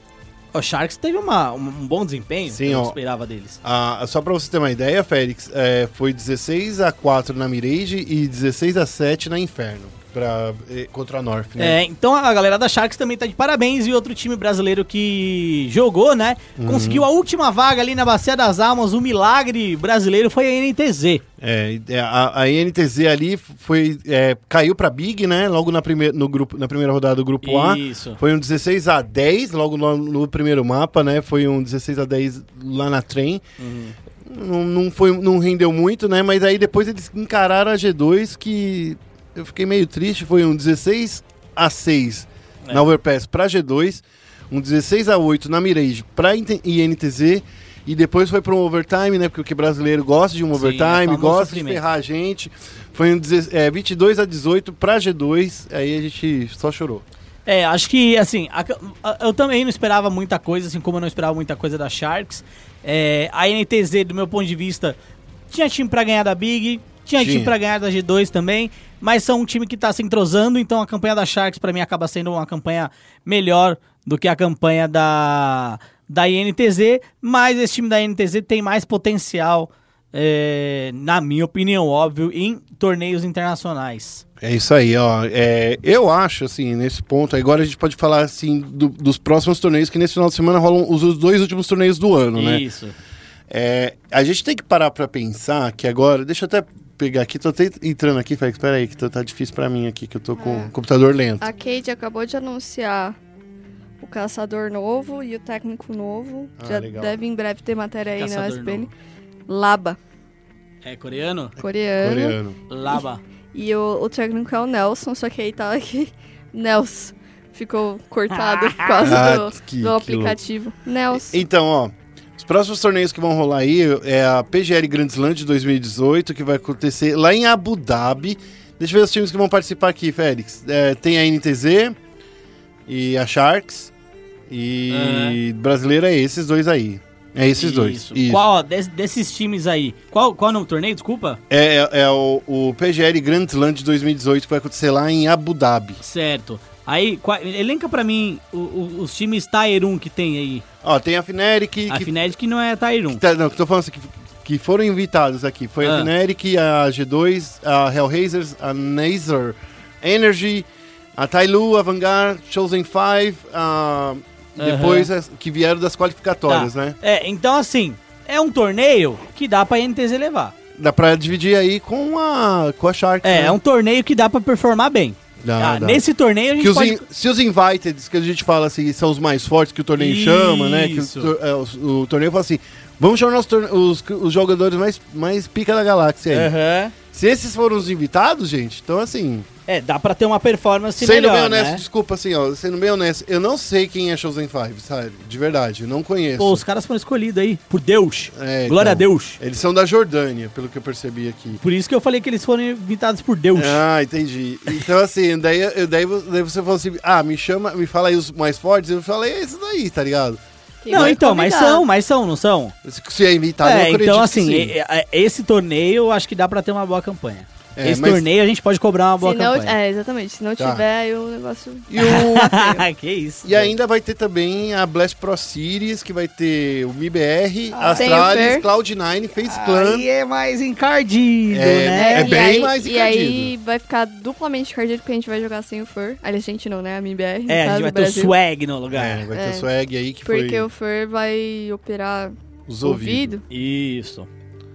C: o Sharks teve uma, um, um bom desempenho.
A: Sim,
C: eu não
A: ó.
C: esperava deles.
A: Ah, só pra você ter uma ideia, Félix, é, foi 16 a 4 na Mirage e 16 a 7 na Inferno pra, eh, contra a North, né?
C: É, então a galera da Sharks também tá de parabéns e outro time brasileiro que jogou, né?
A: Uhum.
C: Conseguiu a última vaga ali na Bacia das Almas, o milagre brasileiro foi a NTZ.
A: É, e- é, a, a INTZ ali foi, é, caiu pra Big, né? Logo na, prime no grupo, na primeira rodada do grupo A.
C: Isso.
A: Foi um 16 a 10 logo no, no primeiro mapa, né? Foi um 16 a 10 lá na trem. Não, não, foi, não rendeu muito, né? Mas aí depois eles encararam a G2, que eu fiquei meio triste. Foi um 16 a 6
C: É.
A: na Overpass pra G2, um 16 a 8 na Mirage pra INT- INTZ. E depois foi para um overtime, né? Porque o brasileiro gosta de um
C: é
A: overtime,
C: famoso
A: gosta
C: sofrimento.
A: de ferrar a gente. Foi um 16 é, 22 a 18 pra G2, aí a gente só chorou.
C: É, acho que, assim, a- a- eu também não esperava muita coisa, assim como eu não esperava muita coisa da Sharks. É, a NTZ, do meu ponto de vista, tinha time pra ganhar da Big, tinha,
A: Tinha.
C: time pra ganhar da G2 também, mas são um time que tá se entrosando, então a campanha da Sharks, pra mim, acaba sendo uma campanha melhor do que a campanha da, da INTZ, mas esse time da INTZ tem mais potencial, é, na minha opinião, óbvio, em torneios internacionais.
A: É isso aí, ó. É, eu acho, assim, nesse ponto, agora a gente pode falar, assim, do- dos próximos torneios, que nesse final de semana rolam os, os dois últimos torneios do ano, né?
C: Isso.
A: É, a gente tem que parar pra pensar que agora. Deixa eu até pegar aqui, tô até entrando aqui, Félix, peraí, que tá- tá difícil pra mim aqui, que eu tô com o computador lento.
B: a Cade acabou de anunciar o caçador novo e o técnico novo.
A: Ah,
B: Já
A: legal.
B: deve em breve ter matéria aí na
C: Caçador
B: USPN. Laba,
C: É coreano?
B: coreano.
A: Coreano.
C: Laba.
B: E o, o técnico é o Nelson, só que aí tá aqui. Nelson. Ficou cortado por
A: Ah,
B: causa do,
A: que-
B: do
A: que louco.
B: aplicativo. Nelson.
A: Então, ó, os próximos torneios que vão rolar aí é a PGL Grand Slam de 2018, que vai acontecer lá em Abu Dhabi. Deixa eu ver os times que vão participar aqui, Félix. É, tem a NTZ e a Sharks. E brasileiro é esses dois aí. É esses dois.
C: Isso.
A: Isso.
C: Qual, des- desses times aí, qual, qual é o nome do torneio, desculpa?
A: É, é- é o, o PGL Grand Slam de 2018, que vai acontecer lá em Abu Dhabi.
C: Certo. Aí, qua- elenca pra mim o- o- os times Tier 1 que tem aí.
A: Ó, tem a Fnatic,
C: a
A: que
C: Fnatic não é Tier 1.
A: Tá, não, que eu tô falando assim, que, que foram invitados aqui. Foi
C: Ah.
A: a Generic, a G2, a Hellraisers, a Nazer, Energy, a Tailu, a Vanguard, Chosen 5, a... Depois as- que vieram das qualificatórias, né?
C: É, então assim, é um torneio que dá pra NTZ levar.
A: Dá pra dividir aí com a, com a Sharks.
C: É,
A: né?
C: é um torneio que dá pra performar bem.
A: Dá,
C: Ah,
A: dá.
C: Nesse torneio a gente
A: Que os
C: pode...
A: in- se os invited, que a gente fala assim, são os mais fortes que o torneio chama, né? Que o,
C: Isso.
A: tor- é, os- o torneio fala assim: vamos chamar os, torne- os, os jogadores mais, mais pica da galáxia aí.
C: Aham.
A: Se esses foram os invitados, gente, então assim.
C: É, dá pra ter uma performance
A: sendo
C: melhor,
A: bem honesto,
C: né?
A: desculpa assim, ó. Sendo bem honesto, eu não sei quem é Chosen Five, sabe? De verdade, eu não conheço.
C: Pô, os caras foram escolhidos aí, por Deus.
A: É,
C: Glória
A: então.
C: a Deus.
A: Eles são da Jordânia, pelo que eu percebi aqui.
C: Por isso que eu falei que eles foram invitados por Deus.
A: Ah, entendi. Então, assim, daí, eu- daí vo- daí você falou assim: ah, me chama, me fala aí os mais fortes. Eu falei, é isso daí, tá ligado?
B: quem
C: não,
B: vai
C: então, mas
B: convidar?
C: são, mas são, não são?
A: Se- Se é invitado, eu
C: é,
A: acredito
C: então
A: que
B: é,
C: assim,
A: sim.
C: e- e- esse torneio eu acho que dá pra ter uma boa campanha.
A: É,
C: Esse
A: mas-
C: torneio a gente pode cobrar uma boa
B: Se não,
C: campanha.
B: é, exatamente. Se não
A: Tá.
B: tiver, aí o negócio.
A: E, o-
B: é.
C: que isso.
A: e ainda vai ter também a Blast Pro Series, que vai ter o MIBR,
B: Tem Ah, o
A: Astralis,
B: Fer.
A: Cloud9, Face Clan.
C: Aí é mais encardido,
A: É,
C: né?
A: é
B: e
A: bem
B: aí,
A: mais
B: E aí
A: encardido.
B: vai ficar duplamente encardido porque a gente vai jogar sem o Fur. Aliás, a gente não, né? A MBR.
C: É, a gente vai ter o swag no lugar.
A: É, vai ter
B: É.
A: o swag aí que
B: Porque
A: foi
B: o Fur vai operar
A: os
B: o
A: ouvidos.
B: ouvido.
C: Isso.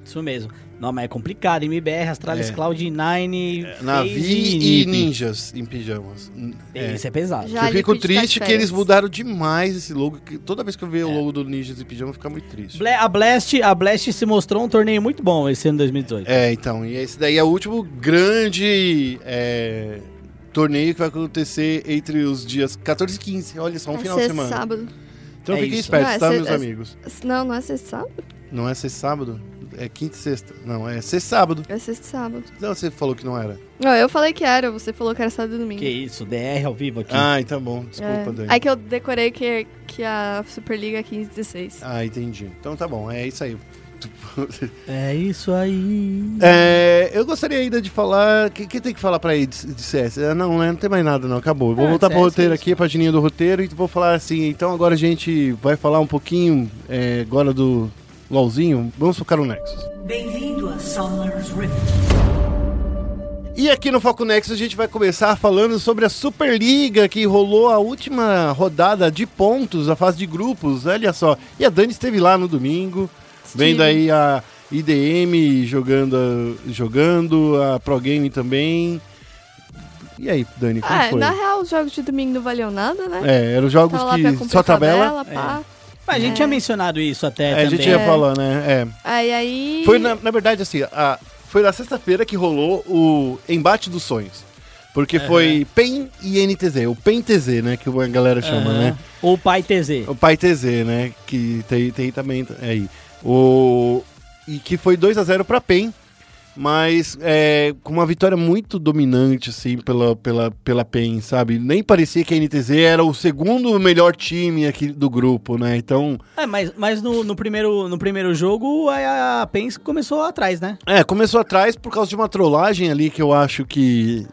C: Isso mesmo. Não, mas é complicado. MBR, Astralis,
A: É.
C: Cloud9,
A: Navi
C: Phase
A: e
C: Nip.
A: ninjas em pijamas. N- é.
C: Isso é pesado.
B: Já
A: Eu fico
B: Liquid tá de
A: triste que
B: férias. É.
A: eles mudaram demais esse logo. que toda vez que eu ver o logo do Ninjas em Pijama, eu fico muito triste.
C: Bla- A Blast, a Blast se mostrou um torneio muito bom esse ano 2018.
A: É, então, e esse daí é o último grande é, torneio que vai acontecer entre os dias 14 e 15. Olha só, um
B: é
A: final de
B: sexta,
A: semana.
B: sábado.
A: Então
C: É
A: fiquem
C: isso.
A: espertos,
B: Não, é
A: tá,
B: sexta-
A: meus
B: é-
A: amigos?
B: Não, não é sexta sábado?
A: Não é sexta sábado? É quinta e sexta. Não, é sexta sábado.
B: É sexta sábado.
A: Não, você falou que não era.
B: Não, eu falei que era, você falou que era sábado e domingo.
C: Que isso, DR ao vivo aqui.
A: Ah, então bom. Desculpa,
B: é.
A: Dani.
B: Aí que eu decorei que, que a Superliga é 15 e 16.
A: Ah, entendi. Então tá bom, é isso aí.
C: É isso aí.
A: É, eu gostaria ainda de falar. O que, que tem que falar pra aí de, de CS? Ah, Não, né, não tem mais nada, não. Acabou. Eu Vou
C: Ah,
A: voltar pro
C: CS,
A: roteiro
C: é
A: aqui, a pagininha do roteiro, e vou falar assim. Então agora a gente vai falar um pouquinho é, agora do LOLzinho. Vamos focar no Nexus.
G: Bem-vindo a Summer's Rift.
A: E aqui no Foco Nexus a gente vai começar falando sobre a Superliga que rolou a última rodada de pontos, a fase de grupos, olha só. E a Dani esteve lá no domingo, vendo aí a IDM jogando, jogando a Pro Game também. E aí, Dani, como
B: Ah,
A: foi?
B: na real, os jogos de domingo não valiam nada, né?
A: É, eram jogos
B: Tava lá pra
A: que
B: cumprir
A: só tabela.
B: pá.
C: Mas a gente
B: É.
C: tinha mencionado isso até
A: É, a
C: também.
A: gente ia falar, né?
B: Aí,
A: É.
B: aí...
A: Foi, na, na verdade, assim, a- foi na sexta-feira que rolou o embate dos sonhos. Porque foi PEN e NTZ, o PEN-TZ, né, que a galera chama,
C: Aham.
A: né?
C: Ou Pai TZ.
A: O Pai TZ, né, que tem, tem também aí. O, e que foi 2 a 0 pra PEN, mas é, com uma vitória muito dominante, assim, pela, pela, pela PEN, sabe? Nem parecia que a NTZ era o segundo melhor time aqui do grupo, né? Então,
C: É, mas, mas no, no primeiro, no primeiro jogo a, a Pens começou atrás, né?
A: É, começou atrás por causa de uma trollagegen ali que eu acho que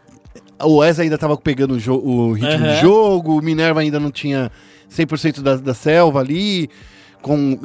A: o Wes ainda tava pegando o, jo- o ritmo
C: Aham.
A: de jogo, o Minerva ainda não tinha 100% da, da selva ali, com,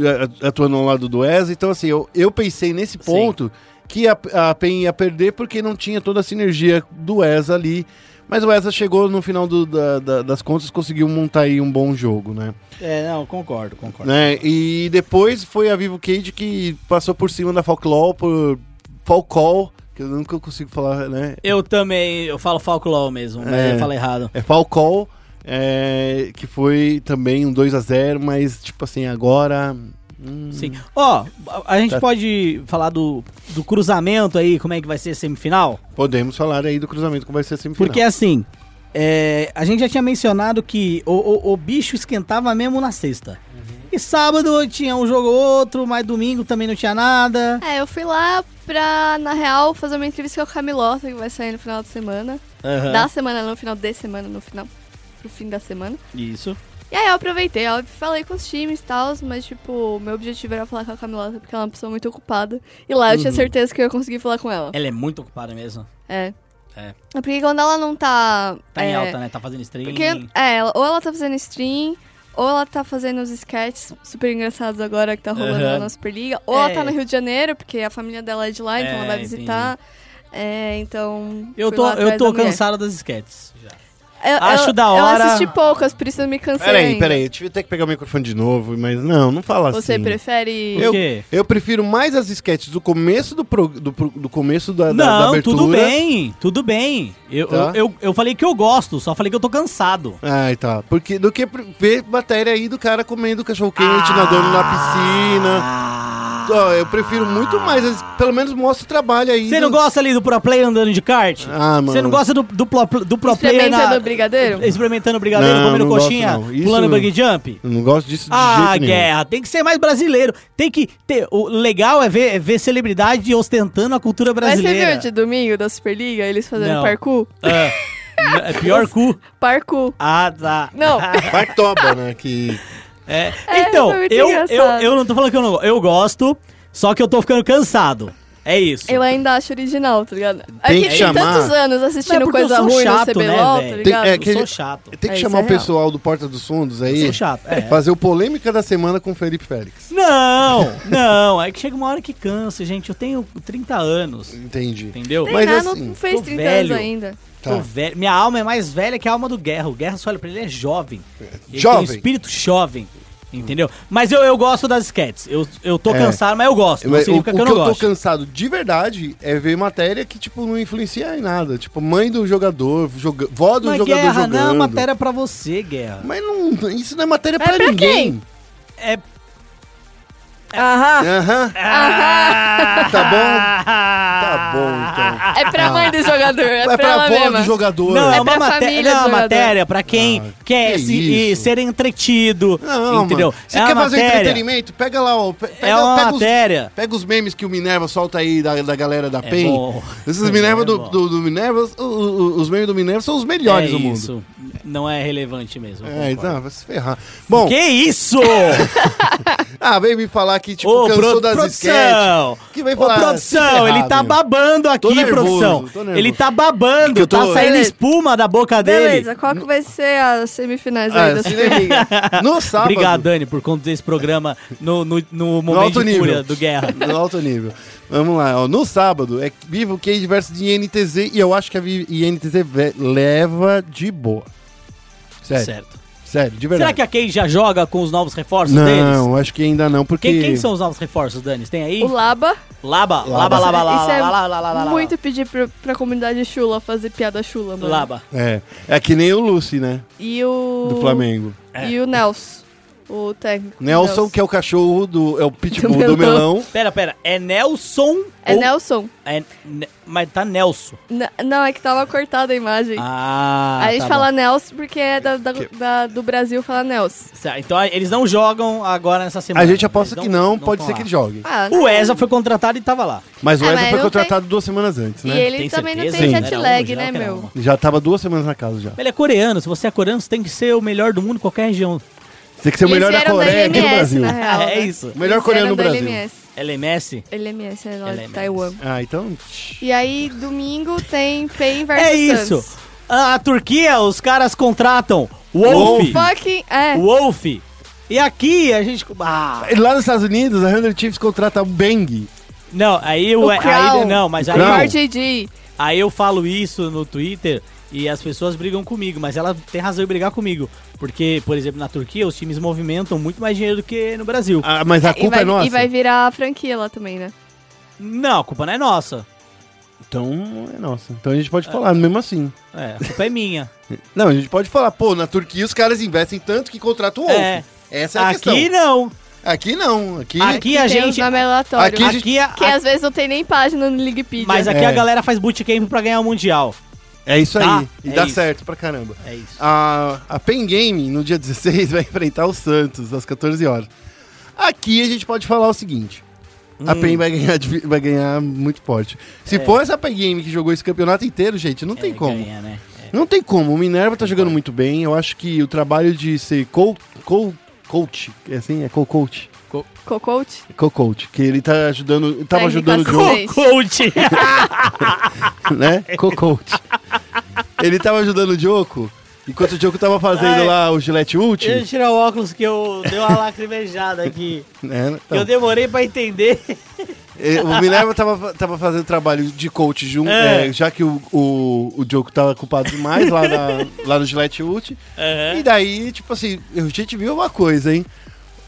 A: a- atuando ao lado do Wes. Então, assim, eu, eu pensei nesse ponto que a, a PEN ia perder porque não tinha toda a sinergia do Wes ali. Mas o Eza chegou no final do- da- da- das contas, conseguiu montar aí um bom jogo, né?
C: É, não, concordo, concordo.
A: né? E depois foi a Vivo Cage que passou por cima da Folklore por Falcol, que eu nunca consigo falar, né?
C: Eu também, eu falo Falclaw mesmo, mas
A: É.
C: eu falo errado.
A: É Falcol, é, que foi também um 2 a 0 mas tipo assim, agora. hum,
C: Sim. Ó, a a gente
A: Tá.
C: pode falar do, do cruzamento aí, como é que vai ser a semifinal?
A: Podemos falar aí do cruzamento que vai ser a semifinal.
C: Porque assim, é, a gente já tinha mencionado que o, o- o bicho esquentava mesmo na sexta.
A: Uhum.
C: E sábado tinha um jogo ou outro, mas domingo também não tinha nada.
B: É, eu fui lá pra, na real, fazer uma entrevista com a Camilota, que vai sair no final de semana.
A: Tá.
B: Da semana, no final de semana, no final. No fim da semana.
C: Isso.
B: E aí eu aproveitei, eu falei com os times e tal, mas tipo, meu objetivo era falar com a Camilota, porque ela é uma pessoa muito ocupada. E lá eu
C: Uhum.
B: tinha certeza que eu ia conseguir falar com ela.
C: Ela é muito ocupada mesmo.
B: É.
C: É.
B: Porque quando ela não tá.
C: Tá em
B: é,
C: alta, né? Tá fazendo stream.
B: Porque, é, ela- ou ela tá fazendo stream, ou ela tá fazendo os sketches super engraçados agora que tá rolando
C: Aham.
B: lá na Superliga, ou
C: É.
B: ela tá no Rio de Janeiro, porque a família dela é de lá, então
C: É,
B: ela vai visitar. É, então.
C: Eu
B: fui
C: tô,
B: lá atrás
C: eu tô
B: da mulher.
C: cansado das sketches.
B: Eu- eu-
C: Acho da hora-
B: Eu assisti poucas, por isso eu me cansei.
A: Peraí,
B: ainda.
A: peraí, eu tive até que pegar o microfone de novo, mas não, não fala
B: Você
A: assim.
B: prefere.
C: Por
A: Eu-
C: quê?
A: Eu prefiro mais as sketches do começo do, pro- do, pro- do começo da, da- da
C: Não,
A: abertura.
C: tudo bem, tudo bem. Eu,
A: Tá.
C: eu, eu, eu falei que eu gosto, só falei que eu tô cansado.
A: Ai, tá. Porque do que pr- ver matéria aí do cara comendo cachorro
C: Ah.
A: quente, nadando na piscina. Ó, eu prefiro muito mais. eles- Pelo menos mostra o trabalho aí.
C: Você não
A: do-
C: gosta ali do pro player andando de kart?
A: Ah, mano.
C: Você não gosta do, do, pro, do pro player
B: Experimentando
C: na,
B: o brigadeiro?
C: experimentando brigadeiro,
A: Não,
C: comendo
A: não gosto,
C: coxinha,
A: não. Isso-
C: pulando bug jump?
A: Eu não gosto disso de
C: Ah,
A: jeito nenhum.
C: guerra, tem que ser mais brasileiro. Tem que ter. O legal é ver, é ver celebridade ostentando a cultura
B: Mas você
C: brasileira.
B: viu de domingo da Superliga, eles fazendo
C: Não.
B: parkour?
C: Ah, é pior cu.
B: Parkour.
C: Ah, tá.
B: Não.
A: Partoba, né? Que...
C: É,
B: É,
C: então,
B: foi muito
C: eu, eu,
B: engraçado.
C: eu não tô falando que eu não gosto, eu gosto, só que eu tô ficando cansado. É isso.
B: Eu ainda acho original, tá ligado?
A: Tem
B: é
A: que
B: que
A: chamar-
B: tem tantos anos assistindo
C: Mas é porque eu
B: coisa
C: sou
B: ruim
C: chato,
B: no CBLOL,
C: né,
B: tá
C: velho?
B: ligado?
A: Tem- é
C: eu
A: que-
C: sou chato.
A: Tem que
B: É, isso
A: chamar
B: é
A: o
B: real.
A: pessoal do Porta dos Fundos
C: Eu
A: aí.
C: sou chato. É.
A: Fazer o polêmica da semana com o Felipe Félix.
C: Não, não. É que chega uma hora que cansa, gente. Eu tenho 30 anos,
A: Entendi.
C: entendeu?
A: Mas
B: Treinar não-
A: assim,
B: não fez
C: tô
B: 30
C: velho.
B: anos ainda.
A: Tá.
C: Tô velho. Minha alma é mais velha que a alma do Guerra. O Guerra só olha pra ele, ele é jovem. Ele
A: Jovem.
C: Tem um espírito jovem. Entendeu? Mas eu, eu gosto das sketches. Eu, eu tô
A: É.
C: cansado, mas eu gosto. Não
A: Mas o, o
C: significa
A: que
C: que
A: eu
C: eu não
A: tô
C: gosto.
A: cansado de verdade é ver matéria que, tipo, não influencia em nada. Tipo, mãe do jogador, joga... vó do
C: Mas
A: é jogador
C: guerra,
A: jogando.
C: não, é matéria pra você, guerra.
A: Mas não, isso não é matéria
B: Mas
A: pra,
B: pra
A: ninguém.
C: É.
B: Aham.
A: Aham.
C: Ah!
A: Tá bom? Tá bom,
B: É pra mãe do jogador, é,
A: então. É
B: pra
A: pra
B: ela
A: vó
B: mesma.
A: do jogador.
C: Não, é,
B: É
C: uma
B: pra
C: matéria,
B: família
C: não, é uma
B: do jogador.
C: matéria pra quem
A: Ah,
C: quer
A: que
C: se, e
A: isso.
C: ser entretido.
A: Não,
C: entendeu?
A: mano. Você
C: é
A: quer
C: uma
A: fazer
C: matéria,
A: entretenimento? Pega lá, ó. pe- Pega,
C: É uma
A: pega os-
C: matéria.
A: Pega os memes que o Minerva solta aí da, da galera da
C: É
A: PEN.
C: bom.
A: Esses
C: É
A: Minerva do,
C: bom.
A: do, do Minerva, o- o- os memes do Minerva são os melhores
C: É
A: do mundo.
C: isso. Não é relevante mesmo. eu
A: É,
C: concordo.
A: não, vai se ferrar. Bom,
C: Que isso?
A: ah, vem me falar que, tipo,
C: Ô,
A: cansou
C: pro-
A: das sketches.
C: produção!
A: Que vem
C: Ô,
A: falar, se
C: produção,
A: ferrar,
C: ele tá
A: meu.
C: babando aqui,
A: Tô nervoso,
C: produção.
A: tô nervoso.
C: Ele tá babando,
A: Que eu tô-
C: tá saindo
B: Beleza.
C: espuma da boca dele.
B: Beleza, qual que vai ser as semifinais
A: Ah,
B: aí da
A: se
B: Superliga?
A: liga. No sábado.
C: Obrigado, Dani, por conduzir esse programa no, no, no momento
A: alto
C: de
A: nível.
C: fúria do Guerra.
A: No alto nível. Vamos lá, ó. No sábado é Vivo Cage versus INTZ e eu acho que a Vi- INTZ ve- leva de boa. Sério, sério,
C: Certo.
A: de
C: Será
A: verdade.
C: que a Kay já joga com os novos reforços deles?
A: não, acho que ainda não, porque.
C: Quem, quem são os novos reforços, Dani? Tem aí?
B: o Laba.
C: Laba, laba, laba, laba,
B: Isso é
C: laba, laba, laba, laba.
B: muito pedir pra, pra comunidade chula fazer piada chula, mano.
C: Laba.
A: É, é que nem o Lucy, né?
B: E o...
A: Do Flamengo.
B: E o Nelson, o técnico.
A: Nelson, que é o cachorro do. É o pitbull do,
B: Do melão.
A: melão.
C: Pera, pera. É Nelson
B: É
C: ou-
B: Nelson.
C: é Ne- Mas tá Nelson.
B: N- não, é que tava cortada a imagem.
C: Ah,
B: a gente
C: tá bom.
B: fala Nelson porque é da, da- da- do Brasil fala Nelson.
C: Certo, Então eles não jogam agora nessa semana.
A: A gente aposta
C: Eles
A: que não,
C: não
A: pode
C: tão
A: ser
C: lá.
A: que ele jogue.
B: Ah,
C: O Eza foi contratado e tava lá.
A: Mas o
B: Ah,
A: Wesley
B: mas
A: foi
B: não
A: contratado duas semanas antes,
B: e
A: né?
B: ele
C: Tem
B: também não
C: certeza?
B: tem
C: Sim.
B: jet
C: Era um,
B: lag,
C: já
B: né,
C: que era
B: meu?
C: uma.
A: Já tava duas semanas na casa já.
C: Ele é coreano. Se você é coreano, você tem que ser o melhor do mundo em qualquer região.
A: Tem que ser o melhor
B: Eles
A: da
B: vieram
A: Coreia aqui no
B: LMS,
A: Brasil.
B: na real,
C: é
B: né?
C: isso. é
A: O melhor
B: Eles
A: coreano
B: eram
A: do
B: da
A: Brasil.
B: LMS.
C: LMS.
B: LMS é lá de
C: LMS.
B: Taiwan.
A: Ah, então.
B: E aí, domingo tem PEN versus
C: É isso.
B: Suns.
C: A a Turquia, os caras contratam Wolf.
B: Fucking, é.
C: Wolf. E aqui a gente. Ah,
A: Lá nos Estados Unidos, a Hunter Chiefs contrata o Bang.
C: não, aí o.
B: O
C: é- aí,
B: Crown.
C: não, mas aí,
A: Crown.
B: RGG.
C: aí eu falo isso no Twitter e as pessoas brigam comigo, mas ela tem razão em brigar comigo. Porque, por exemplo, na Turquia os times movimentam muito mais dinheiro do que no Brasil.
A: Ah, mas a
B: E
A: culpa
B: vai,
A: é nossa.
B: e vai virar a franquia lá também, né?
C: Não, a culpa não é nossa.
A: Então é nossa. Então a gente pode falar, mesmo assim.
C: É, a culpa é minha.
A: Não, a gente pode falar, pô, na Turquia os caras investem tanto que contratam o Wolf.
C: É.
A: Essa é a
C: Aqui
A: questão.
C: não.
A: Aqui não. Aqui.
C: Aqui a
B: tem
C: gente.
B: os nomes aleatórios.
A: Aqui a gente-
C: Aqui é a,
B: Que é às vezes não tem nem página no Ligue
C: mas aqui
A: É.
C: a galera faz bootcamp pra ganhar o Mundial.
A: É isso aí.
C: Tá,
A: e
C: é
A: dá
C: isso.
A: certo pra caramba.
C: É isso.
A: A, a Pen Game, no dia 16, vai enfrentar o Santos às 14 horas. Aqui a gente pode falar o seguinte. A
C: Hum.
A: PEN vai ganhar, de- vai ganhar muito forte. Se for essa PEN Game que jogou esse campeonato inteiro, gente, não tem como.
C: É. Ganha, né?
A: Não tem como. O Minerva tá jogando muito bem. Eu acho que o trabalho de ser co co coach, é assim, é co-coach. É
B: Cocote?
A: Co-coach, que ele tá ajudando, tava
B: Técnico
A: ajudando o Diogo,
B: assistente.
C: Coach!
A: né? Co-coach. ele tava ajudando o Diogo, enquanto o Diogo tava fazendo
C: Ai.
A: lá o Gillette Ulti,
C: Deixa É. eu tirar o óculos que eu dei uma lacrimejada aqui.
A: né?
C: que Eu
A: Então,
C: demorei pra entender.
A: eh, o Minerva tava, tava fazendo trabalho de coach junto,
C: É.
A: eh, já que o, o, o Diogo tava culpado demais lá, na- lá no Gillette Ulti. E daí, tipo assim, a gente viu uma coisa, hein?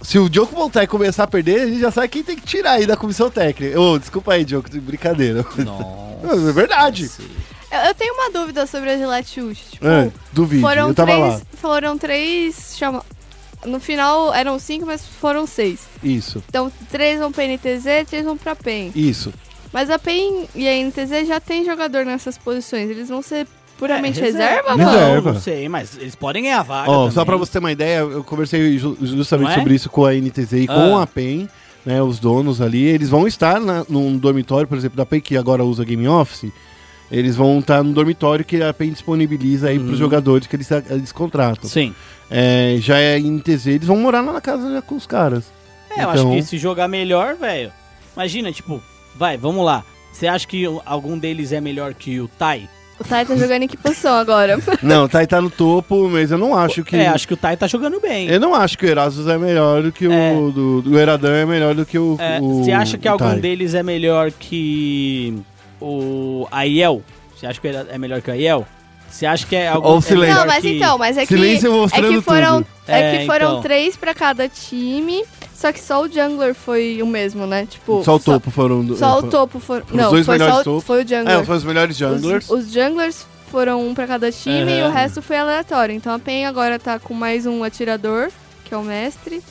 A: Se o Diogo voltar e começar a perder, a gente já sabe quem tem que tirar aí da comissão técnica. Ô, desculpa aí, Diogo, brincadeira.
C: Nossa.
A: Mas é verdade.
B: Eu, eu tenho uma dúvida sobre a Gillette Ult. Tipo,
A: É, duvido,
B: foram
A: eu tava
B: três.
A: lá.
B: Foram três. Chama... No final eram cinco, mas foram seis.
A: Isso,
B: Então, três vão pra NTZ, três vão pra PEN.
A: isso.
B: Mas a PEN e a NTZ já tem jogador nessas posições. Eles vão ser puramente
C: É,
B: reserva,
A: Não,
B: mano?
A: Reserva.
C: Não, sei, mas eles podem ganhar a vaga.
A: Ó,
C: também.
A: só pra você ter uma ideia, eu conversei ju- justamente
C: Não é?
A: sobre isso com a NTZ e com
C: Ah.
A: a PEN, né? Os donos ali, eles vão estar na, num dormitório, por exemplo, da PEN, que agora usa Game Office. Eles vão estar no dormitório que a PEN disponibiliza aí pros jogadores que eles, eles contratam.
C: Uhum. Sim.
A: É, já é NTZ, eles vão morar lá na casa já com os caras.
C: É, eu acho que se jogar melhor, velho. Imagina, tipo, Vai, vamos lá. Você acha que o- algum deles é melhor que o Tai?
B: O Tai tá jogando em que posição agora?
A: Não, o Tai tá no topo, mas eu não acho que.
C: É, acho que o Tai tá jogando bem.
A: Eu não acho que o Erasmus é melhor do que
C: É.
A: o. Do, do Eradan é melhor do que o.
C: É,
A: o-
C: Você acha que
A: o
C: algum
A: Tai.
C: deles é melhor que o Aiel? Você acha que ele é melhor que o Aiel? Você acha que é algum
A: Ó o
C: é
A: silêncio.
C: melhor
B: Não, mas
C: que-
B: então, mas é que,
A: Silêncio
B: é
A: mostrando
B: que foram,
A: tudo.
B: é
C: É,
B: que foram
C: então.
B: três pra cada time, só que só o jungler foi o mesmo, né? Tipo,
A: Só o topo foram. do-
B: Só
A: é,
B: o topo foram.
A: Os
B: Não,
A: dois
B: foi,
A: melhores
B: só o,
A: topos.
B: foi o jungler.
A: É, foram os melhores junglers.
B: Os, os junglers foram um pra cada time e o
C: Aham.
B: resto foi aleatório. Então a PEN agora tá com mais um atirador, que é o mestre.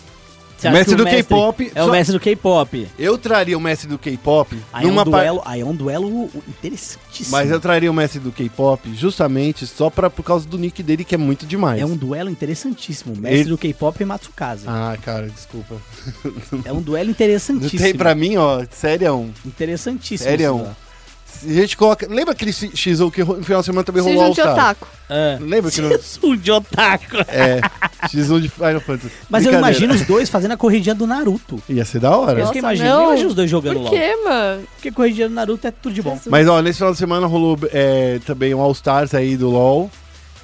C: Você acha
A: Mestre
C: que o
A: do K-pop,
C: É o
A: só-
C: mestre do K-pop.
A: Eu traria o mestre do K-pop
C: Aí, é
A: numa
C: um
A: par-
C: duelo, aí é um duelo interessantíssimo.
A: Mas é eu traria o mestre do K-pop justamente só pra, por causa do nick dele, que é muito demais.
C: É um duelo interessantíssimo. Mestre
A: Ele-
C: do K-pop e Matsukaze.
A: Ah, cara, desculpa.
C: É um duelo
A: Não
C: interessantíssimo.
A: tem pra mim, ó, sério.
C: Interessantíssimo.
A: Sério?
C: isso lá.
A: A gente coloca. Lembra aquele X1 que ro- no final de semana também
B: Se
A: rolou All
B: junte ao
A: Star?
B: taco.
C: É.
A: Lembra que não.
B: um
C: Isso de otaku.
A: É, X1 de Final Fantasy.
C: Mas eu
A: Brincadeira.
C: imagino os dois fazendo a corridinha do Naruto. É
A: Ia ser da hora.
C: Eu
B: Nossa,
C: fiquei imaginando.
B: não.
C: Eu imagino os dois jogando
B: Por
C: LOL.
B: quê, mano?
C: Porque corridinha do Naruto é tudo de bom.
A: Mas ó, nesse final de semana rolou é, também um All Stars aí do LoL.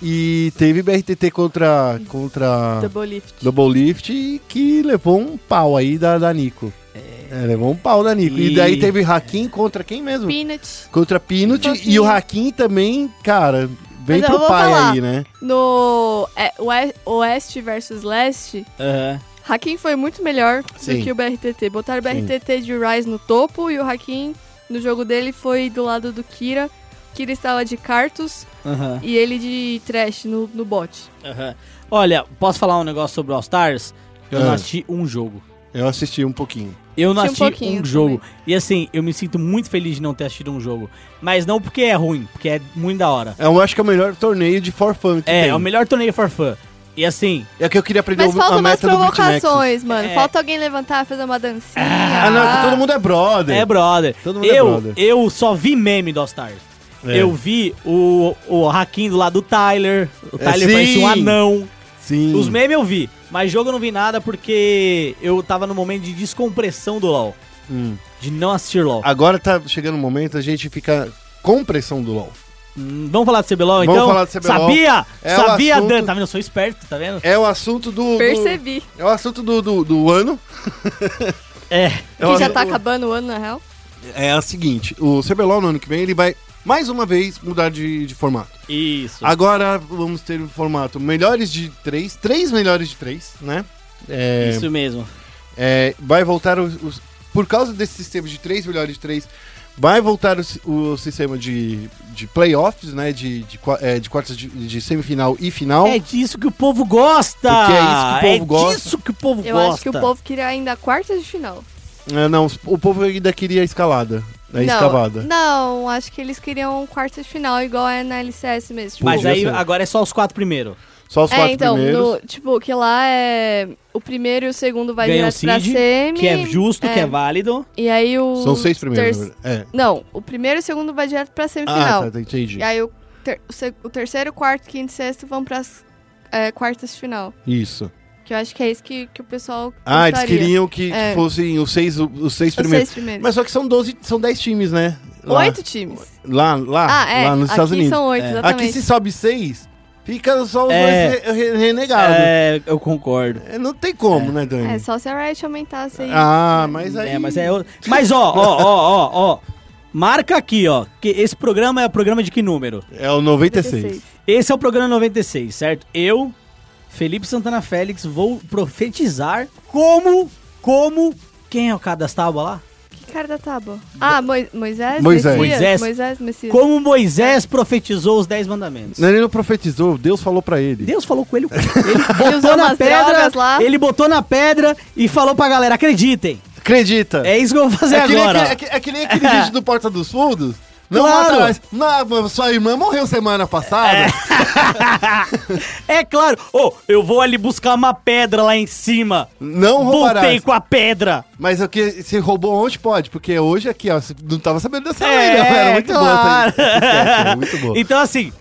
A: E teve BRTT contra. contra
B: Double lift.
A: Double Lift e que levou um pau aí da, da Nico. É, levou um pau da Nico. E,
C: E-
A: daí teve Hakim contra quem mesmo?
B: Peanut.
A: Contra Peanut.
B: Hakim.
A: E o Hakim também, cara, vem
B: Mas eu
A: pro
B: vou
A: pai
B: falar.
A: aí, né?
B: No é, oe- Oeste versus Leste,
C: Aham.
B: Hakim foi muito melhor
A: Sim.
B: do que o BRTT. Botaram o
A: Sim.
B: BRTT de Rise no topo e o Hakim no jogo dele foi do lado do Kira. Kira estava de Cartus
C: Aham.
B: e ele de Trash no, no bot.
C: Aham. Olha, posso falar um negócio sobre All Stars? Eu não
A: Ah.
C: assisti um jogo.
A: Eu assisti um pouquinho.
C: Eu não
B: Assisti um
C: assisti um,
B: pouquinho
C: jogo. E assim, eu me sinto muito feliz de não ter assistido um jogo. Mas não porque é ruim, porque é muito da hora.
A: Eu acho que é o melhor torneio de for fun que
C: É,
A: tem.
C: é o melhor torneio for fun. E assim,
A: É que eu queria aprender
B: Mas
A: o- a
B: faltam umas
A: meta do BitMEX.
B: provocações, mano.
C: É.
B: Falta alguém levantar, fazer uma dancinha.
A: Ah, não, que todo mundo é brother.
C: é brother.
A: Todo mundo é
C: eu,
A: brother.
C: eu só vi meme do All Stars.
A: É.
C: Eu vi o, o Hakim do lado do Tyler. O
A: É,
C: Tyler
A: sim.
C: parecia um anão.
A: Sim.
C: Os memes eu vi, mas jogo eu não vi nada porque eu tava no momento de descompressão do LoL.
A: Hum.
C: De não assistir LoL.
A: Agora tá chegando o momento a gente fica com pressão do LoL.
C: Hum, vamos falar do CBLOL
A: Vamos
C: então?
A: falar do CBLOL.
C: Sabia!
A: É o
C: Sabia,
A: assunto-
C: Dan. Tá vendo? Eu sou esperto, tá vendo?
A: É o assunto do. do-
B: Percebi.
A: é o assunto do, do, do ano.
C: É.
A: É o-
B: Que já tá
A: o-
B: acabando o ano, na real.
A: é a seguinte, o CBLOL no ano que vem ele vai mais uma vez mudar de, de formato.
C: Isso.
A: Ah, Agora vamos ter o formato melhores de três, três melhores de três, né? É,
C: Isso mesmo.
A: é, vai voltar os, os- por causa desse sistema de três melhores de três, vai voltar o, si- o sistema de, de playoffs, né? De, de, qua- é, de quartas de, de semifinal e final.
C: É disso que o povo gosta!
A: Porque é isso que o povo gosta.
C: É disso que o povo
B: Eu
C: gosta.
B: acho que o povo queria ainda a quarta de final.
A: É, não, o povo ainda queria a escalada, a
B: não,
A: É escavada.
B: Não, acho que eles queriam quarta de final, igual é na LCS mesmo.
C: Mas
A: Podia
C: aí
A: ser.
C: agora é só os quatro primeiros.
A: Só os
B: é,
A: quatro
B: então,
A: primeiros.
B: no- tipo, que lá é. O primeiro e o segundo vai
C: Ganha o
B: direto pra
C: seed,
B: semi.
C: Que é justo, que é válido.
B: E aí o.
A: São seis primeiros.
B: terce-
A: na verdade. É.
B: Não, o primeiro e o segundo vai direto pra semifinal.
A: Ah, tá, entendi.
B: E aí o, ter- o se- o terceiro, quarto, quinto e sexto vão pras é, quartas de final.
A: Isso.
B: Que eu acho que é isso que, que o pessoal.
A: Ah, eles
B: gostaria.
A: queriam que
B: É.
A: fossem os seis, os seis
B: Os
A: primeiros.
B: seis primeiros.
A: Mas só que são 12, são 10 times, né? Lá,
B: Oito times.
A: Lá, lá,
B: Ah, é.
A: lá nos
B: Aqui
A: Estados Unidos. É.
B: são oito, exatamente.
A: Aqui se sobe seis, fica só os
C: É.
A: dois re- re- renegados.
C: É, eu concordo.
A: É, Não tem como, né, Dani?
B: É, só se a Riot aumentasse aí.
A: Ah, mas aí.
C: É, mas é. o- Mas ó, ó, ó, ó, ó. Marca aqui, ó. Que esse programa é o programa de que número?
A: É o 96.
C: Esse é o programa 96, certo? Eu, Felipe Santana Félix, vou profetizar como. Como. Quem é o cara das tábuas lá?
B: Que cara da tábua? Ah, Mo- Moisés?
A: Moisés.
B: Messias?
C: Moisés.
B: Moisés, Messias.
C: Como Moisés profetizou os 10 mandamentos.
A: Não, Ele não profetizou, Deus falou pra ele.
C: Deus falou com ele. Ele botou
B: usou
C: na
B: umas
C: pedra.
B: drogas lá.
C: Ele botou na pedra e falou pra galera: acreditem.
A: Acredita!
C: É isso que eu vou fazer
A: É que nem
C: agora.
A: aquele- É que, é que nem aquele vídeo do Porta dos Fundos. Não
C: Claro.
A: mata mais. Não, sua irmã morreu semana passada.
C: É claro. Ô, eu vou ali buscar uma pedra lá em cima.
A: Não roubarás.
C: Voltei com a pedra.
A: Mas o que se roubou ontem pode, porque hoje aqui, ó, você não tava sabendo dessa
C: É,
A: lei, não. Era muito boa
B: É,
C: claro.
A: essa essa sketch, era muito boa.
C: Então, assim,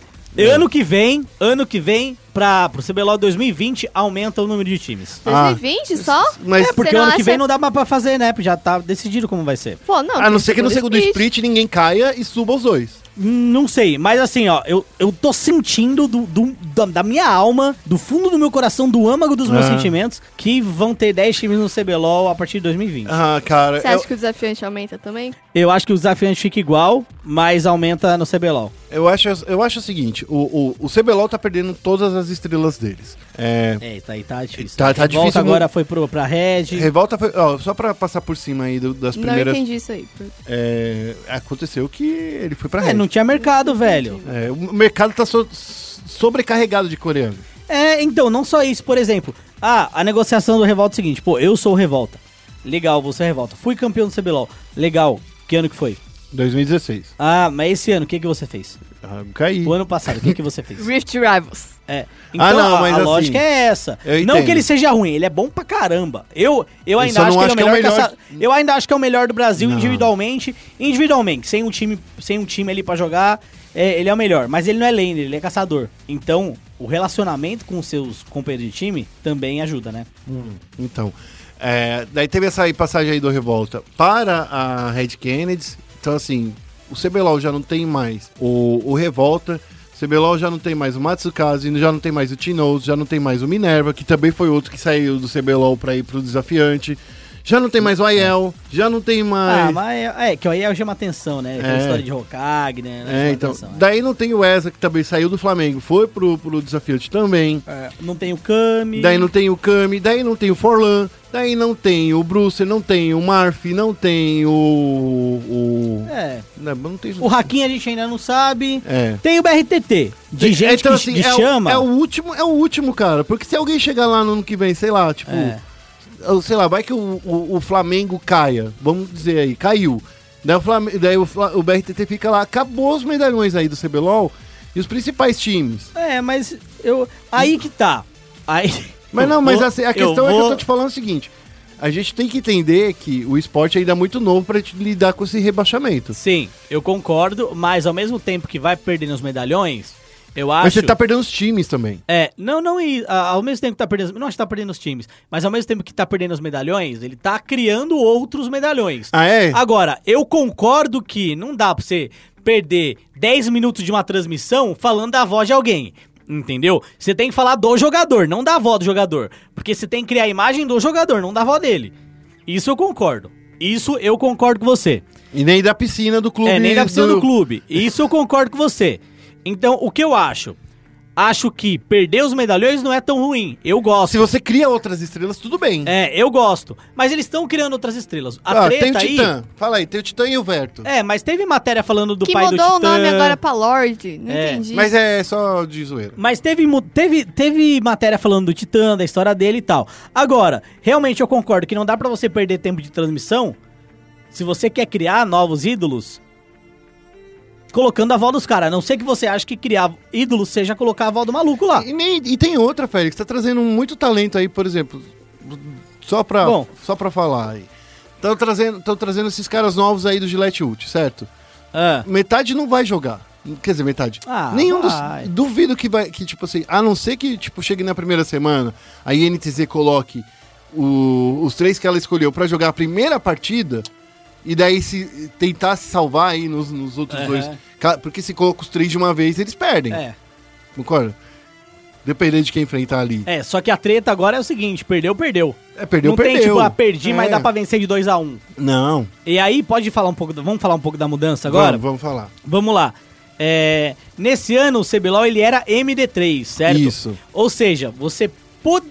C: ano que vem, ano que vem, para pro CBLOL 2020 aumenta o número de times.
B: 2020 só?
A: Ah. Mas
C: É, porque
B: Você não
C: ano que vem
B: acha-
C: não dá mais pra fazer, né? Já tá decidido como vai ser.
B: Pô, não.
A: A não
B: tem
A: ser que no segundo
B: split.
A: split ninguém caia e suba os dois.
C: Não sei, mas assim, ó, eu, eu tô sentindo do, do- da, da minha alma, do fundo do meu coração, do âmago dos meus
A: Ah.
C: sentimentos, que vão ter 10 times no CBLOL a partir de 2020.
A: Ah, cara.
B: Você
A: eu-
B: acha que o desafiante aumenta também?
C: Eu acho que o desafiante fica igual, mas aumenta no CBLOL.
A: Eu acho, eu acho o seguinte, o, o, o CBLOL tá perdendo todas as estrelas deles. É,
C: É, tá, tá difícil.
A: Tá- tá
C: Volta
A: difícil,
C: agora foi pro, pra Red.
A: Revolta foi... ó, só pra passar por cima aí do- das
B: Não
A: primeiras...
B: entendi isso aí.
A: é, aconteceu que ele foi pra
C: É,
A: Red.
C: não tinha mercado, velho.
A: É, o mercado tá so- sobrecarregado de coreano.
C: É, então, não só isso, por exemplo. Ah, a negociação do Revolta é o seguinte, pô, eu sou o Revolta. Legal, você é Revolta. Fui campeão do CBLOL. Legal. Que ano que foi?
A: 2016.
C: Ah, mas esse ano, o que, que você fez?
A: Ah, caí.
C: O ano passado, o que, que você fez?
B: Rift Rivals.
C: É. Então,
A: Ah, não,
C: a-
A: mas
C: a,
A: assim,
C: lógica é essa.
A: eu
C: Não
A: entendo.
C: que ele seja ruim, ele é bom pra caramba. Eu, eu ainda
A: só
C: acho
A: não
C: que ele é o melhor,
A: melhor-
C: caça- Eu ainda acho que é o melhor do Brasil
A: Não.
C: individualmente. Individualmente, sem um time, sem um time ali pra jogar, é, ele é o melhor. Mas ele não é laner, ele é caçador. Então, o relacionamento com os seus companheiros de time também ajuda, né?
A: Então, é, daí teve essa aí passagem aí do Revolta para a Red Kennedy. Então, assim, o CBLOL já não tem mais o, o Revolta. O CBLOL já não tem mais o Matsukaze, já não tem mais o Tinoz, já não tem mais o Minerva, que também foi outro que saiu do CBLOL para ir pro desafiante. Já não tem mais o Aiel, já não tem mais.
C: Ah, mas é, é, que aí chama atenção, né? Aquela
A: É.
C: história de Hokage, né? Chama
A: É, então.
C: atenção, né?
A: Daí não tem o Eza, que também saiu do Flamengo, foi pro, pro desafiante também.
C: É, Não tem o Kami.
A: Daí não tem o Kami, daí não tem o Forlan, daí não tem o Bruce, não tem o Marf, não tem o. o...
C: É.
A: Não, não tem.
C: O Hakim a gente ainda não sabe.
A: É.
C: Tem o BRTT, de gente
A: então,
C: que,
A: assim,
C: que
A: é, o-
C: chama.
A: é o último, é o último, cara. Porque se alguém chegar lá no ano que vem, sei lá, tipo.
C: É.
A: eu- Sei lá, vai que o, o, o Flamengo caia. Vamos dizer aí, caiu. Daí o, Flam- daí o, Fla- o BRTT fica lá. Acabou os medalhões aí do CBLOL e os principais times.
C: É, mas eu. Aí que tá. Aí.
A: Mas não,
C: Eu
A: mas
C: vou-
A: assim, a questão é que eu
C: vou-
A: tô te falando o seguinte. A gente tem que entender que o esporte ainda é muito novo pra te lidar com esse rebaixamento.
C: Sim, eu concordo, mas ao mesmo tempo que vai perdendo os medalhões, eu acho.
A: Mas você tá perdendo os times também.
C: É, não, não, e, a- ao mesmo tempo que tá perdendo. Não acho que tá perdendo os times, mas ao mesmo tempo que tá perdendo os medalhões, ele tá criando outros medalhões.
A: Ah, é?
C: Agora, eu concordo que não dá pra você perder 10 minutos de uma transmissão falando da voz de alguém. Entendeu? Você tem que falar do jogador, não da avó do jogador. Porque você tem que criar a imagem do jogador, não da avó dele. Isso eu concordo. Isso eu concordo com você.
A: E nem da piscina do clube.
C: É, nem da opção do clube. Isso eu concordo com você. Então, o que eu acho? Acho que perder os medalhões não é tão ruim. Eu gosto.
A: Se você cria outras estrelas, tudo bem.
C: É, eu gosto. Mas eles estão criando outras estrelas.
A: Ah,
C: A treta
A: tem o
C: aí.
A: Titã. Fala aí, tem o Titã e o Verto.
C: É, mas teve matéria falando do
B: que
C: pai do
B: mudou o
C: Titã.
B: nome agora pra Lorde. Não
C: É.
B: entendi.
A: Mas é só de zoeira.
C: Mas teve, mu- teve, teve matéria falando do Titã, da história dele e tal. Agora, realmente eu concordo que não dá pra você perder tempo de transmissão se você quer criar novos ídolos colocando a avó dos caras. A não ser que você ache que criar ídolos seja colocar a avó do maluco lá.
A: E, nem, e tem outra, Félix, tá trazendo muito talento aí, por exemplo. Só pra,
C: Bom.
A: só pra falar aí. Estão trazendo, tão trazendo esses caras novos aí do Gillette Ult, certo?
C: Ah,
A: metade não vai jogar. Quer dizer, metade.
C: Ah,
A: Nenhum dos.
C: vai.
A: Duvido que vai. Que, tipo assim, a não ser que tipo, chegue na primeira semana, a INTZ coloque o- os três que ela escolheu pra jogar a primeira partida. E daí se tentar se salvar aí nos, nos outros
C: Aham.
A: dois. Ca- Porque se coloca os três de uma vez, eles perdem.
C: é.
A: Concorda? Dependendo de quem enfrentar ali.
C: É, só que a treta agora é o seguinte, perdeu, perdeu.
A: É, perdeu,
C: não
A: perdeu.
C: tem tipo, ah, perdi, mas
A: É.
C: dá pra vencer de 2 a 1 um.
A: Não.
C: E aí, pode falar um pouco, do- vamos falar um pouco da mudança agora?
A: Vamos, vamos falar.
C: Vamos lá. É, nesse ano, o CBLOL ele era MD3, certo?
A: Isso.
C: Ou seja, você po-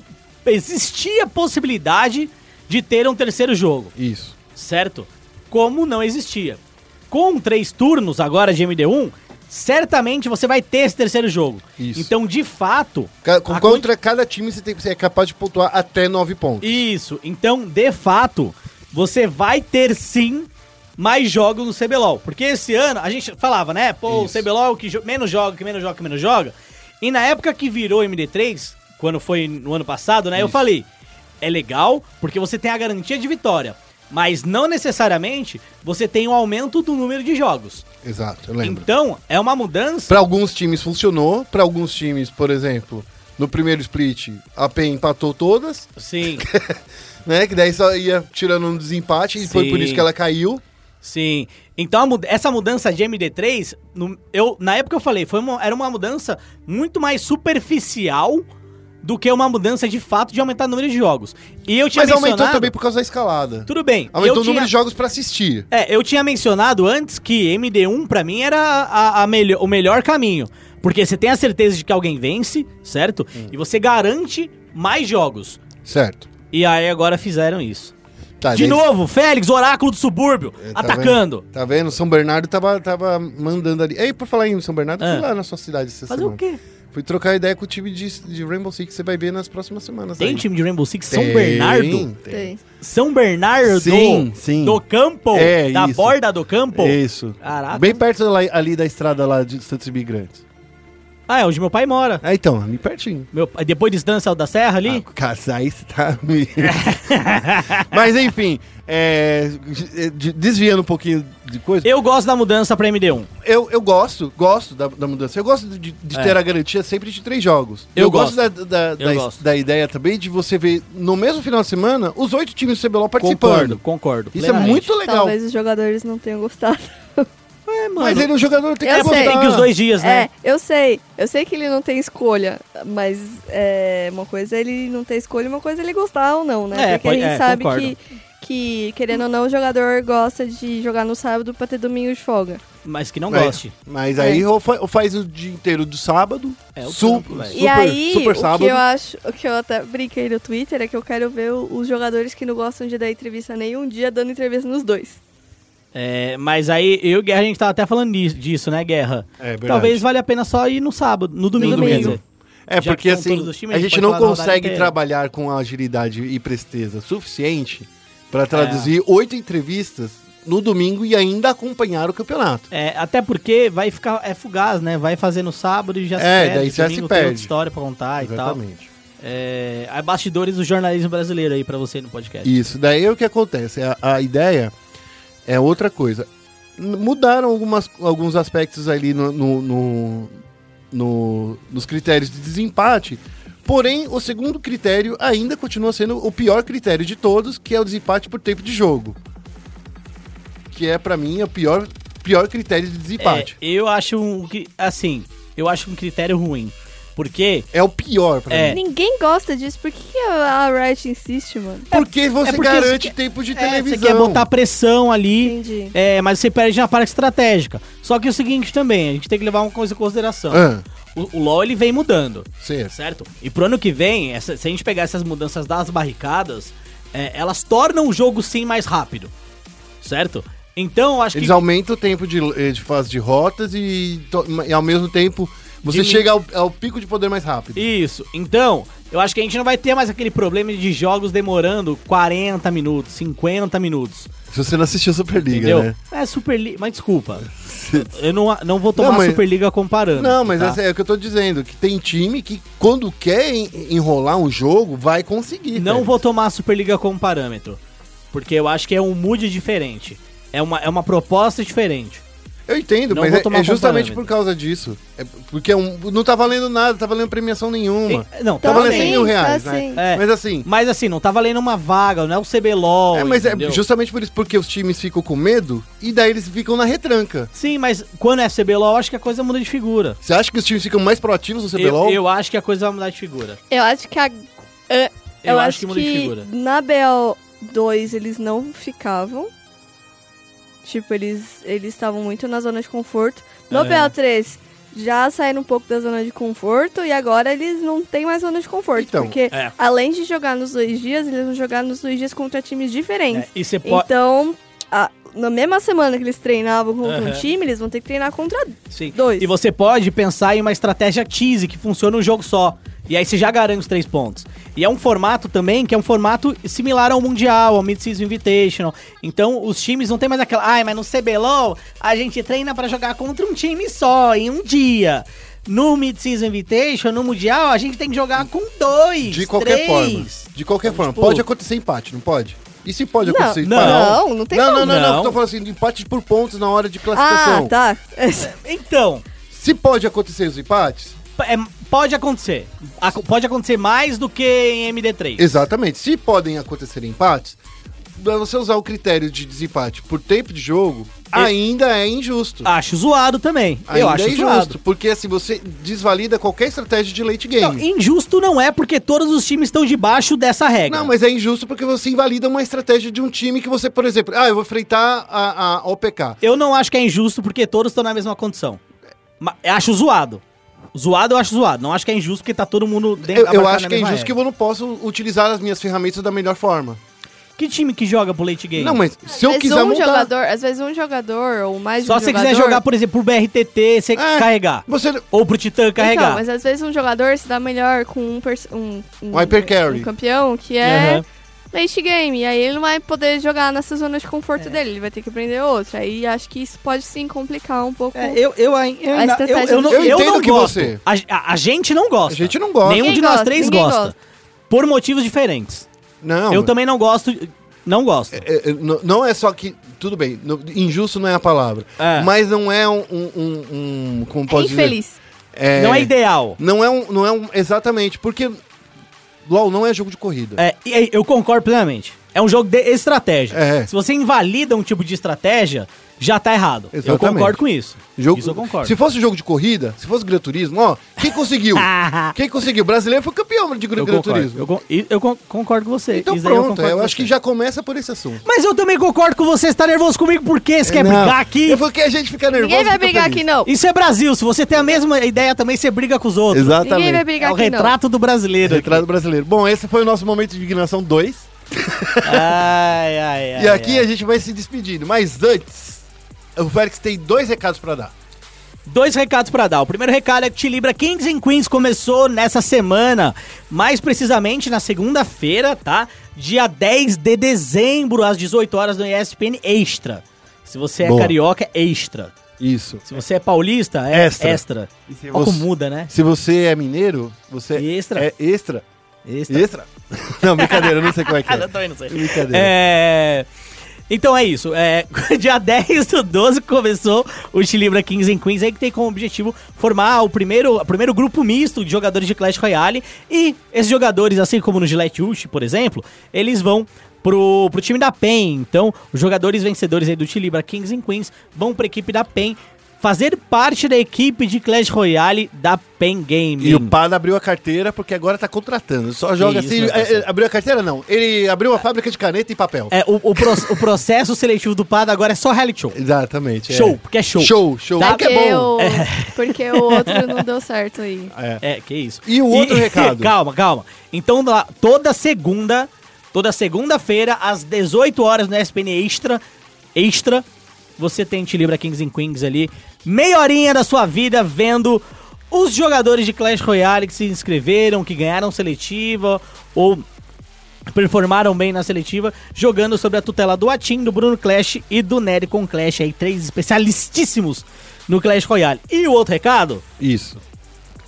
C: existia a possibilidade de ter um terceiro jogo,
A: Isso.
C: certo? Como não existia. Com três turnos agora de MD1, certamente você vai ter esse terceiro jogo.
A: Isso.
C: Então, de fato...
A: Ca- com-
C: a quanti-
A: Contra cada time você, tem- você é capaz de pontuar até nove pontos.
C: Isso. Então, de fato, você vai ter sim mais jogos no CBLOL. Porque esse ano a gente falava, né? Pô,
A: Isso.
C: o CBLOL que jo- menos joga, que menos joga, que menos joga. E na época que virou MD3, quando foi no ano passado, né? Eu falei, é legal porque você tem a garantia de vitória. Mas não necessariamente você tem um aumento do número de jogos.
A: Exato, eu lembro.
C: Então, é uma mudança.
A: Pra alguns times funcionou, pra alguns times, por exemplo, no primeiro split, a PEN empatou todas,
C: Sim,
A: né? Que daí só ia tirando um desempate e foi por
C: Sim.
A: isso que ela caiu.
C: sim. Então, a mud- essa mudança de MD3, no- eu, na época eu falei, foi uma- era uma mudança muito mais superficial do que uma mudança de fato de aumentar o número de jogos. E eu tinha
A: Mas aumentou
C: mencionado-
A: também por causa da escalada.
C: Tudo bem.
A: Aumentou
C: eu
A: o número
C: tinha-
A: de jogos pra assistir.
C: É, eu tinha mencionado antes que MD1 pra mim era a, a melho- o melhor caminho. Porque você tem a certeza de que alguém vence, certo?
A: Hum.
C: E você garante mais jogos.
A: Certo.
C: E aí agora fizeram isso.
A: Tá,
C: De
A: daí-
C: novo, Félix, Oráculo do Subúrbio,
A: É, tá
C: atacando.
A: vendo? Tá vendo? São Bernardo tava, tava mandando ali. Ei, por falar em São Bernardo,
C: Ah.
A: fui lá na sua cidade essa
C: Fazer
A: semana.
C: o quê?
A: Fui trocar ideia com o time de, de Rainbow Six, você vai ver nas próximas semanas.
C: Tem
A: aí.
C: time de Rainbow Six São
A: Tem,
C: Bernardo?
A: Tem.
B: Tem.
C: São Bernardo
A: Sim, sim.
C: do campo?
A: É,
C: da
A: isso. É.
C: borda do campo?
A: Isso.
C: Caraca.
A: Bem perto lá- ali da estrada lá de Santos Imigrantes.
C: Ah, é onde meu pai mora.
A: Ah, então, ali pertinho.
C: Meu, pai- depois de Estância da Serra ali?
A: Ah, casa, aí você tá... me- Mas enfim, é, de- desviando um pouquinho de coisa,
C: Eu gosto da mudança pra MD1.
A: eu, eu gosto, gosto da, da mudança. Eu gosto de, de
C: É.
A: ter a garantia sempre de três jogos.
C: Eu
A: gosto, da, da, da,
C: gosto.
A: da ideia também de você ver no mesmo final de semana os oito times do CBLOL
C: Concordo,
A: participando.
C: concordo.
A: Isso é
C: plenamente.
A: muito legal.
B: Talvez os jogadores não tenham gostado.
C: É, mano.
A: Mas ele é um jogador tem que
B: Eu
C: é bom que
B: sei.
C: tem que os dois dias, né?
B: É, eu sei. Eu sei que ele não tem escolha, mas é, uma coisa é ele não ter escolha, uma coisa é ele gostar ou não, né?
C: É,
B: Porque
C: pode-
B: a gente
C: é,
B: sabe
C: concordo.
B: que, que, querendo ou não, o jogador gosta de jogar no sábado pra ter domingo de folga.
C: Mas que não
A: É,
C: goste.
A: Mas aí ou fa- ou faz o dia inteiro do sábado.
C: É, o
A: su-
C: campo, velho.
A: super,
B: e aí,
A: super
B: o
A: sábado.
B: que eu acho, o que eu até brinquei no Twitter é que eu quero ver o- os jogadores que não gostam de dar entrevista nenhum dia dando entrevista nos dois.
C: É, mas aí eu e Guerra, a gente tava até falando disso, disso, né, Guerra?
A: É, verdade.
C: Talvez valha a pena só ir no sábado, no domingo,
B: domingo.
C: quer dizer.
A: É,
C: Já
A: porque
C: que são
A: assim,
C: todos os times,
A: a
C: a gente
A: gente
C: pode
A: não
C: falar na rodada
A: consegue
C: inteira.
A: trabalhar com agilidade e presteza suficiente
C: É.
A: pra traduzir oito entrevistas no domingo e ainda acompanhar o campeonato.
C: É, até porque vai ficar, é fugaz, né? Vai fazer no sábado e já se
A: É,
C: perde.
A: daí já se
C: domingo
A: perde.
C: Tem outra história pra contar Ah, e tal.
A: Exatamente.
C: É, aí bastidores do jornalismo brasileiro aí pra você no podcast.
A: Isso, daí é o que acontece. A, a ideia é outra coisa. N- Mudaram algumas, alguns aspectos ali no, no- no- no- nos critérios de desempate, porém o segundo critério ainda continua sendo o pior critério de todos, que é o desempate por tempo de jogo. Que é, pra mim, o pior, pior critério de desempate.
C: É, eu acho um, cri- assim, eu acho um critério ruim. Porque
A: É, o pior pra
C: É.
A: mim.
B: Ninguém gosta disso. Por que a, a Riot insiste, mano?
A: Porque você
C: é porque
A: garante
C: você quer-
A: tempo de
C: é,
A: televisão.
C: você quer botar pressão ali.
B: Entendi.
C: É, mas você perde na parte estratégica. Só que é o seguinte também, a gente tem que levar uma coisa em consideração.
A: Ah,
C: O, o LoL ele vem mudando,
A: certo.
C: certo? E pro ano que vem, essa- se a gente pegar essas mudanças das barricadas, é, elas tornam o jogo sim mais rápido, certo? Então eu acho
A: Eles
C: que
A: aumentam o tempo de, eh, de fase de rotas e, to- e ao mesmo tempo você
C: Diminui.
A: chega ao, ao pico de poder mais rápido.
C: isso. Então eu acho que a gente não vai ter mais aquele problema de jogos demorando 40 minutos, 50 minutos,
A: Se você não assistiu Superliga,
C: entendeu?
A: né?
C: É Superliga, mas desculpa, eu não, não vou tomar
A: Não, mas-
C: Superliga comparando.
A: Não, mas
C: tá?
A: essa é o que eu tô dizendo, que tem time que quando quer en- enrolar um jogo, vai conseguir.
C: Não
A: velho.
C: vou tomar a Superliga como parâmetro. Porque eu acho que é um mood diferente. É uma, é uma proposta diferente.
A: Eu entendo,
C: Não
A: mas
C: vou
A: é-
C: tomar
A: é,
C: como
A: justamente
C: parâmetro.
A: por causa disso. É porque é um- não tá valendo nada, tá valendo premiação nenhuma.
C: E- não,
A: Tá
C: tá
A: valendo
C: valendo.
A: 100 mil reais,
B: tá
A: né?
B: sim.
C: É,
A: Mas assim,
C: Mas assim, não tá valendo uma vaga, não é o CBLOL.
A: é, mas é
C: entendeu?
A: justamente por isso, porque os times ficam com medo e daí eles ficam na retranca.
C: Sim, mas quando é CBLOL, eu acho que a coisa muda de figura.
A: Você acha que os times ficam mais proativos no CBLOL?
C: Eu, eu acho que a coisa vai mudar de figura.
B: Eu acho que a. é,
C: Eu
B: Eu,
C: acho
B: acho,
C: que
B: que,
C: muda de figura.
B: na BO2 eles não ficavam. Tipo, eles eles estavam muito na zona de conforto. No
C: É.
B: BO3 já saíram um pouco da zona de conforto e agora eles não têm mais zona de conforto.
A: Então,
B: porque
C: é.
B: além de jogar nos dois dias, eles vão jogar nos dois dias contra times diferentes.
C: É, e você pode.
B: Então, a- na mesma semana que eles treinavam contra
C: Aham.
B: um time, eles vão ter que treinar contra
C: sim.
B: dois.
C: E você pode pensar em uma estratégia tease que funciona um jogo só. E aí você já garante os três pontos. E é um formato também que é um formato similar ao Mundial, ao Mid-Season Invitational. Então os times não tem mais aquela. Ai, mas no CBLOL a gente treina pra jogar contra um time só em um dia. No Mid-Season Invitational, no Mundial, a gente tem que jogar com dois.
A: De qualquer
C: três.
A: forma. De qualquer forma.
C: tipo-
A: Pode acontecer empate, não pode? E se pode
B: Não,
A: acontecer
C: não.
A: empate?
B: Não, não tem
A: não, não,
B: como.
A: não, não,
C: Não.
A: Eu tô falando assim, de empate por pontos na hora de
B: Ah,
A: classificação.
B: tá.
C: Então,
A: Se pode acontecer os empates,
C: é, pode acontecer. Ac- pode acontecer mais do que em MD3.
A: Exatamente. Se podem acontecer empates, pra você usar o critério de desempate por tempo de jogo, ainda é injusto.
C: Acho zoado também.
A: Ainda
C: Ah, eu acho
A: é injusto,
C: zoado.
A: porque assim, você desvalida qualquer estratégia de late game.
C: Não, Então, injusto não é porque todos os times estão debaixo dessa regra.
A: Não, mas é injusto porque você invalida uma estratégia de um time que você, por exemplo, ah, eu vou enfrentar a, a OPK.
C: Eu não acho que é injusto porque todos estão na mesma condição. Ma- eu acho zoado. Zoado eu acho zoado. Não acho que é injusto porque tá todo mundo dentro
A: Eu, eu
C: abarcado
A: acho
C: na
A: que é
C: mesma
A: injusto que
C: regra.
A: eu não posso utilizar as minhas ferramentas da melhor forma.
C: Que time que joga pro late game?
A: Não, mas se eu
B: Às vezes
A: quiser
B: um
A: montar...
B: jogador, às vezes um jogador ou mais
C: Só
B: de um
C: se você
B: jogador.
C: quiser jogar, por exemplo, pro BRTT, você
A: É,
C: carregar.
A: Você...
C: Ou pro Titã carregar.
B: Então, mas às vezes um jogador se dá melhor com um pers- um,
A: Um hyper carry.
B: um campeão que é
C: Aham.
B: late game. E aí ele não vai poder jogar nessa zona de
A: É.
B: conforto dele, ele vai ter que aprender outro. Aí acho que isso pode sim complicar um pouco.
C: É, eu, eu, ai- eu,
B: A
C: ainda- eu,
B: estratégia
C: eu,
B: do
C: não-
A: time.
C: eu
A: Eu entendo
C: não
A: que
C: gosto.
A: você-
C: A, a- a gente não gosta.
A: A gente não gosta.
C: Nenhum
B: Ninguém
C: de nós
B: gosta,
C: três
B: ninguém
C: gosta.
B: gosta.
C: Por motivos diferentes.
A: Não,
C: eu
A: mas-
C: também não gosto. Não gosto.
A: É, é, n- não é só que. Tudo bem, no- injusto não é a palavra.
C: É.
A: Mas não é um. um- um- um- como
B: É
A: pode dizer?
B: infeliz.
A: É,
C: Não é ideal.
A: Não é um. Não é um. Exatamente, porque. LOL não é jogo de corrida.
C: É, e aí, eu concordo plenamente. É um jogo de estratégia.
A: É.
C: Se você invalida um tipo de estratégia, já tá errado. Eu
A: Exatamente.
C: concordo com isso.
A: Jogo,
C: Isso eu concordo.
A: Se fosse jogo de corrida, se fosse Gran Turismo, ó, quem conseguiu? quem conseguiu? O brasileiro foi campeão de Gran,
C: eu
A: Gran
C: concordo.
A: Turismo.
C: Eu, con- e- eu con- concordo com você.
A: Então
C: Isso daí
A: pronto,
C: concordo
A: eu,
C: com
A: acho
C: você.
A: que já começa por esse assunto.
C: Mas eu também concordo com você. Você tá nervoso comigo por quê? Você quer
A: Não,
C: brigar aqui?
A: É porque a gente fica nervoso.
B: Ninguém vai
A: fica
B: brigar
A: feliz.
B: aqui, não.
C: Isso é Brasil. Se você tem a mesma ideia também, você briga com os outros.
B: Ninguém vai
A: Exatamente.
B: brigar
C: É o
B: aqui, não.
C: retrato do brasileiro. aqui.
A: Retrato brasileiro. Bom, esse foi o nosso momento de indignação 2.
C: Ai, ai, ai.
A: E aqui
C: ai.
A: a gente vai se despedindo, mas antes, o Félix tem dois recados pra dar.
C: Dois recados para dar. O primeiro recado é que Te Libra Kings and Queens começou nessa semana, mais precisamente na segunda-feira, tá? Dia 10 de dezembro, às 18 horas no ESPN Extra. Se você é
A: Boa.
C: carioca, extra.
A: Isso.
C: Se você é paulista, é
A: Extra.
C: extra. extra.
A: E se
C: Olha como
A: você-
C: muda, né?
A: Se você é mineiro, você
C: Extra.
A: é extra.
C: Extra.
A: Extra? não, brincadeira, eu não sei como é que
C: Ah,
A: é.
C: não, também não sei.
A: Brincadeira.
C: É... Então é isso. É... Dia 10 do 12 começou o Chilibra Kings and Queens, aí que tem como objetivo formar o primeiro, o primeiro grupo misto de jogadores de Clash Royale. E esses jogadores, assim como no Gillette Uchi, por exemplo, eles vão. Pro, pro time da PEN. Então, os jogadores vencedores aí do Tilibra Kings and Queens vão pra equipe da PEN fazer parte da equipe de Clash Royale da PEN Gaming.
A: E o Pada abriu a carteira porque agora tá contratando. Só joga
C: hum. Isso,
A: assim.
C: meu parceiro.
A: é, é, abriu a carteira? Não. Ele abriu uma fábrica de caneta e papel.
C: É, o, o, pro- o processo seletivo do PAD agora é só reality show.
A: Exatamente. é.
C: Show, porque é show.
A: Show, show.
C: Tá
A: Tá que é bom.
B: Eu- Porque o outro não deu certo aí.
A: É.
C: É, que isso.
A: E o outro recado?
C: calma, calma. Então, lá, toda segunda, toda segunda-feira, às 18 horas no ESPN Extra, Extra, você tem Te Libra Kings and Queens ali. Meia horinha da sua vida vendo os jogadores de Clash Royale que se inscreveram, que ganharam seletiva ou performaram bem na seletiva, jogando sobre a tutela do Atim, do Bruno Clash e do Nery com Clash, aí três especialistíssimos no Clash Royale. E o outro recado?
A: Isso.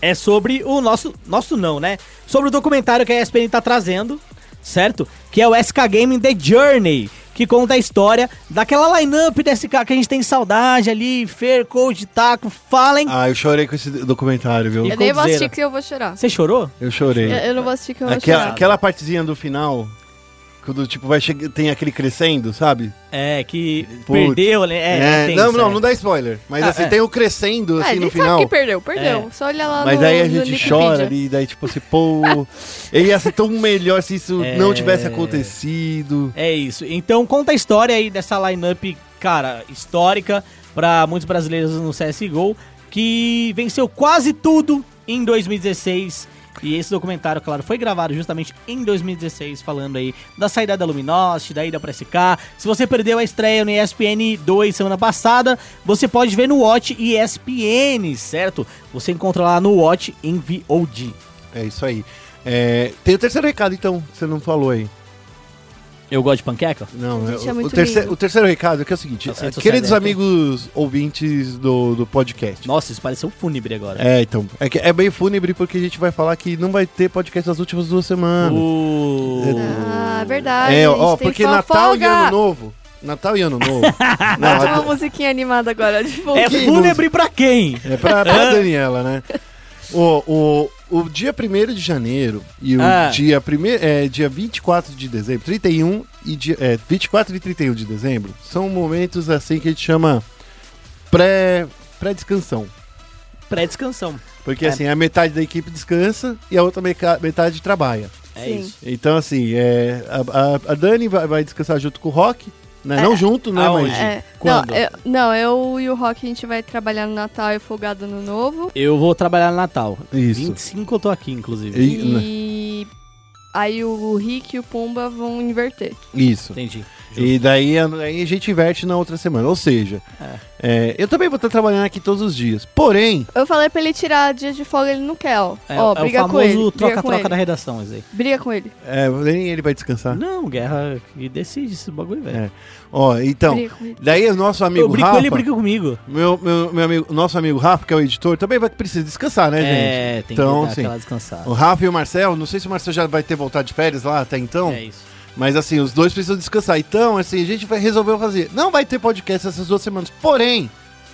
C: é sobre o nosso. Nosso não, né? Sobre o documentário que a ESPN tá trazendo, certo? Que é o SK Gaming The Journey, que conta a história daquela lineup da SK que a gente tem saudade ali, Fer, Cold, Taco, Fallen.
A: Ah, eu chorei com esse documentário, viu?
C: E-
B: Eu nem vou
C: coldzera.
B: assistir que eu vou chorar.
C: Você chorou?
A: Eu chorei.
B: Eu, eu não vou assistir que eu vou
A: Aquela,
B: chorar.
A: aquela partezinha do final, quando tipo vai che- tem aquele crescendo, sabe?
C: É, que
A: Putz.
C: perdeu, né? É,
A: É,
C: intenso,
A: não, não,
C: é.
A: não dá spoiler. Mas
C: Ah,
A: assim,
C: é.
A: tem o crescendo
B: Ah,
A: assim no
B: ele
A: final.
B: sabe que perdeu, perdeu. Só olha lá
A: Mas
B: no
A: aí a
B: no
A: gente
B: Wikipedia.
A: chora ali, daí tipo assim, pô, ele ia ser tão melhor se isso
C: É.
A: não tivesse acontecido.
C: É isso. Então conta a história aí dessa lineup, cara, histórica para muitos brasileiros no CSGO, que venceu quase tudo em 2016. E esse documentário, claro, foi gravado justamente em 2016, falando aí da saída da Luminosity, da ida pra SK. Se você perdeu a estreia no ESPN 2 semana passada, você pode ver no Watch ESPN, certo? Você encontra lá no Watch em VOD.
A: É isso aí. É, tem o terceiro recado, então, que você não falou aí.
C: Eu gosto de panqueca?
A: Não,
B: Gente,
A: é
B: é
A: o,
B: muito
A: terceiro,
B: lindo.
A: o terceiro recado é que é o seguinte:
C: As redes
A: queridos
C: sociais, né?
A: amigos ouvintes do, do podcast.
C: Nossa, isso pareceu um fúnebre agora.
A: É, então. É, que é bem fúnebre porque a gente vai falar que não vai ter podcast nas últimas duas semanas.
C: Uh...
B: Ah, verdade.
A: é,
B: gente,
A: ó,
B: tem
A: porque
B: que falar
A: Natal
B: folga.
A: e Ano Novo. Natal e Ano Novo. não,
B: Bota uma
A: a-
B: musiquinha animada agora. Tipo,
C: É
A: Que
C: fúnebre pra quem?
A: é pra, pra Daniela, né? O, o, o dia 1 de janeiro e o
C: Ah.
A: dia, primeiro, é, dia 24 de dezembro, 31 e dia, é, 24 e 31 de dezembro são momentos assim que a gente chama pré, pré-descansão.
C: Pré-descansão.
B: É.
A: Porque assim, a metade da equipe descansa e a outra meca- metade trabalha.
C: É
B: Sim.
C: isso.
A: Então, assim, é, a, a- a Dani vai, vai descansar junto com o Rock, né? Não junto, né,
C: aonde?
A: mas.
B: É,
C: Quando?
B: Não, eu, não, eu e o Rock a gente vai trabalhar no Natal e folgado no Novo.
C: Eu vou trabalhar no Natal.
A: Isso.
C: 25 eu tô aqui, inclusive.
A: E- né?
B: E aí o Rick e o Pumba vão inverter.
A: Isso.
C: Entendi.
A: E daí a, aí a gente inverte na outra semana. Ou seja, é, eu também vou estar trabalhando aqui todos os dias. Porém,
B: Eu falei pra ele tirar dia de folga, ele não quer, ó.
C: É,
B: ó,
C: é o
B: briga com
C: famoso
B: ele. Briga com
C: troca-troca né? da
B: ele.
C: redação, esse aí.
B: Briga com ele.
A: é, nem ele vai descansar.
C: Não, guerra e decide esse bagulho, velho.
A: É. Ó, então,
B: briga com ele.
A: daí o nosso
C: Eu
A: amigo
C: brigo com
A: Rafa.
C: ele e briga comigo.
A: Meu, meu, meu amigo, nosso amigo Rafa, que é o editor, também vai precisar descansar, né, gente?
C: É, tem
A: Então,
C: que dar
A: assim,
C: aquela descansada.
A: O Rafa e o Marcel, não sei se o Marcel já vai ter voltado de férias lá até então.
C: É isso.
A: Mas assim, os dois precisam descansar. Então, assim, a gente vai resolver fazer. Não vai ter podcast essas duas semanas. Porém,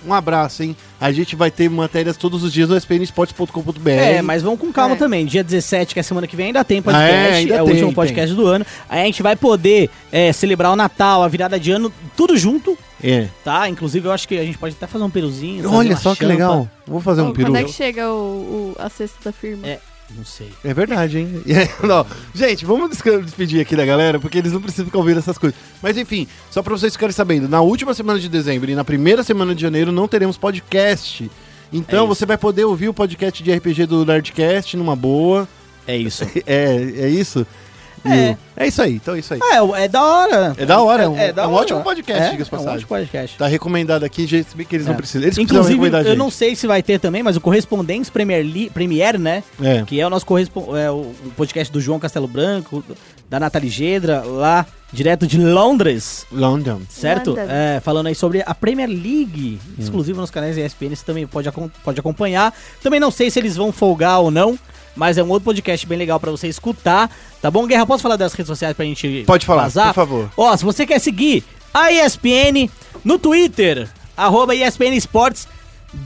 A: um abraço, hein? A gente vai ter matérias todos os dias no spnesports.com.br.
C: É, mas vamos com calma
B: É.
C: também. Dia 17, que é semana que vem, ainda tem
A: Ah,
C: podcast.
A: é,
C: é
A: ainda
C: o
A: tem,
C: último
A: tem.
C: podcast do ano. Aí a gente vai poder é, celebrar o Natal, a virada de ano, tudo junto,
A: É.
C: tá? Inclusive, eu acho que a gente pode até fazer um peruzinho. fazer
A: Olha
C: uma
A: só que
C: champa.
A: legal. Vou fazer um
B: Ô,
A: peru.
B: Quando é que chega o, o- a sexta da firma?
C: É. Não sei.
A: É verdade, hein? É, não. Gente, vamos desca- despedir aqui da galera, porque eles não precisam ficar ouvindo essas coisas. Mas enfim, só pra vocês ficarem sabendo, na última semana de dezembro e na primeira semana de janeiro não teremos podcast.
B: É
A: Então você vai poder ouvir o podcast de RPG do Nerdcast numa boa.
C: É isso.
A: É, é isso?
C: É.
A: É isso aí, então é isso aí.
C: é, é da hora.
A: É da hora, é um,
C: É, da
A: é um
C: hora.
A: ótimo podcast,
C: É,
A: diga-se
C: é um
A: passagem.
C: ótimo podcast.
A: Tá recomendado aqui, gente, se bem que eles não
C: É.
A: precisam. Eles precisam
C: Inclusive,
A: recomendar a
C: eu
A: gente.
C: não sei se vai ter também, mas o Correspondentes Premier, Li- Premier né?
A: É.
C: Que é o nosso correspon- é, o o podcast do João Castelo Branco, da Nathalie Gedra, lá direto de Londres.
A: London.
C: Certo?
B: Londres.
C: É, falando aí sobre a Premier League,
A: Hum.
C: exclusivo nos canais ESPN, você também pode, acom- pode acompanhar. Também não sei se eles vão folgar ou não, mas é um outro podcast bem legal pra você escutar. Tá bom, Guerra? Posso falar das redes sociais pra gente
A: Pode falar,
C: vazar?
A: por favor.
C: Ó, se você quer seguir a ESPN no Twitter, arroba ESPN Esportes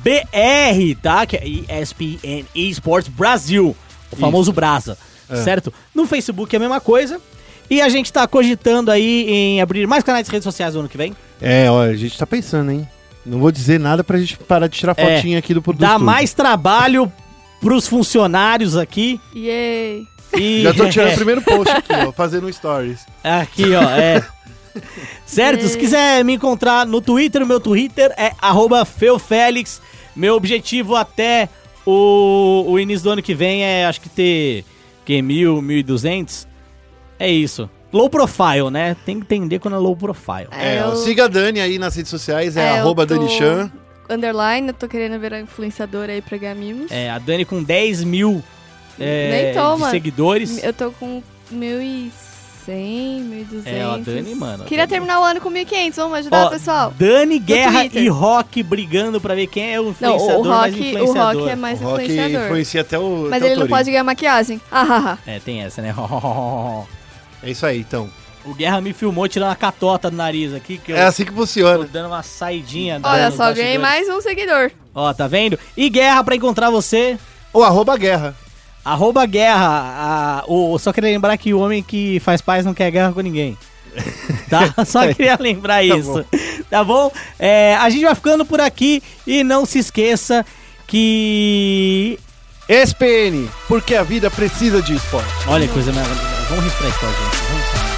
C: BR, tá? Que é ESPN Esportes Brasil, o famoso Brasa,
A: É.
C: certo? No Facebook é a mesma coisa. E a gente tá cogitando aí em abrir mais canais de redes sociais no ano que vem.
A: É, ó, a gente tá pensando, hein? Não vou dizer nada pra gente parar de tirar
C: É,
A: fotinha aqui do produto.
C: Dá mais trabalho pros funcionários aqui.
B: Yay!
C: E...
A: Já tô tirando o primeiro post aqui, ó, fazendo um stories.
C: Aqui, ó, é. certo?
B: É.
C: Se quiser me encontrar no Twitter, meu Twitter é arroba feufelix. Meu objetivo até o, o início do ano que vem é, acho que ter, que, mil, mil e duzentos. É isso. Low profile, né? Tem que entender quando é low profile.
A: É, ó, siga a Dani aí nas redes sociais, é,
B: é, eu
A: arroba
B: tô-
A: Dani Chan.
B: Underline, eu tô querendo virar influenciadora aí pra ganhar mimos.
C: É, a Dani com 10 mil é,
B: Nem tô,
C: de
B: mano.
C: seguidores.
B: Eu tô com 1.100, 1.200.
C: É, ó, a Dani, mano.
B: Queria
C: Dani-
B: terminar o ano com 1.500, vamos ajudar
C: Ó,
B: o pessoal?
C: Dani Guerra
B: Twitter.
C: e Rock brigando pra ver quem é o
B: Não,
C: influenciador
B: o
C: mais
B: rock, o
C: influenciador.
B: rock é mais
A: O Rock
B: influenciador.
A: influencia até o.
B: Mas
A: até o
B: ele não
A: Torinho.
B: pode ganhar maquiagem. Ah, ah, ah.
C: É, tem essa, né?
A: É isso aí, então.
C: O Guerra me filmou tirando a catota do nariz aqui, que eu
A: É assim que
C: tô
A: funciona.
C: dando uma saidinha.
B: Olha
C: dando
B: só, ganhei
C: bastidores.
B: mais um seguidor.
C: Ó, tá vendo? E Guerra, pra encontrar você,
A: O arroba guerra.
C: arroba Guerra. a- o, só queria lembrar que o homem que faz paz não quer guerra com ninguém. Tá? Só queria lembrar isso. Tá bom? É, a gente vai ficando por aqui e não se esqueça que...
A: SPN, porque a vida precisa de esporte.
C: Olha que coisa maravilhosa. Vamos respirar isso, gente. Vamos sair.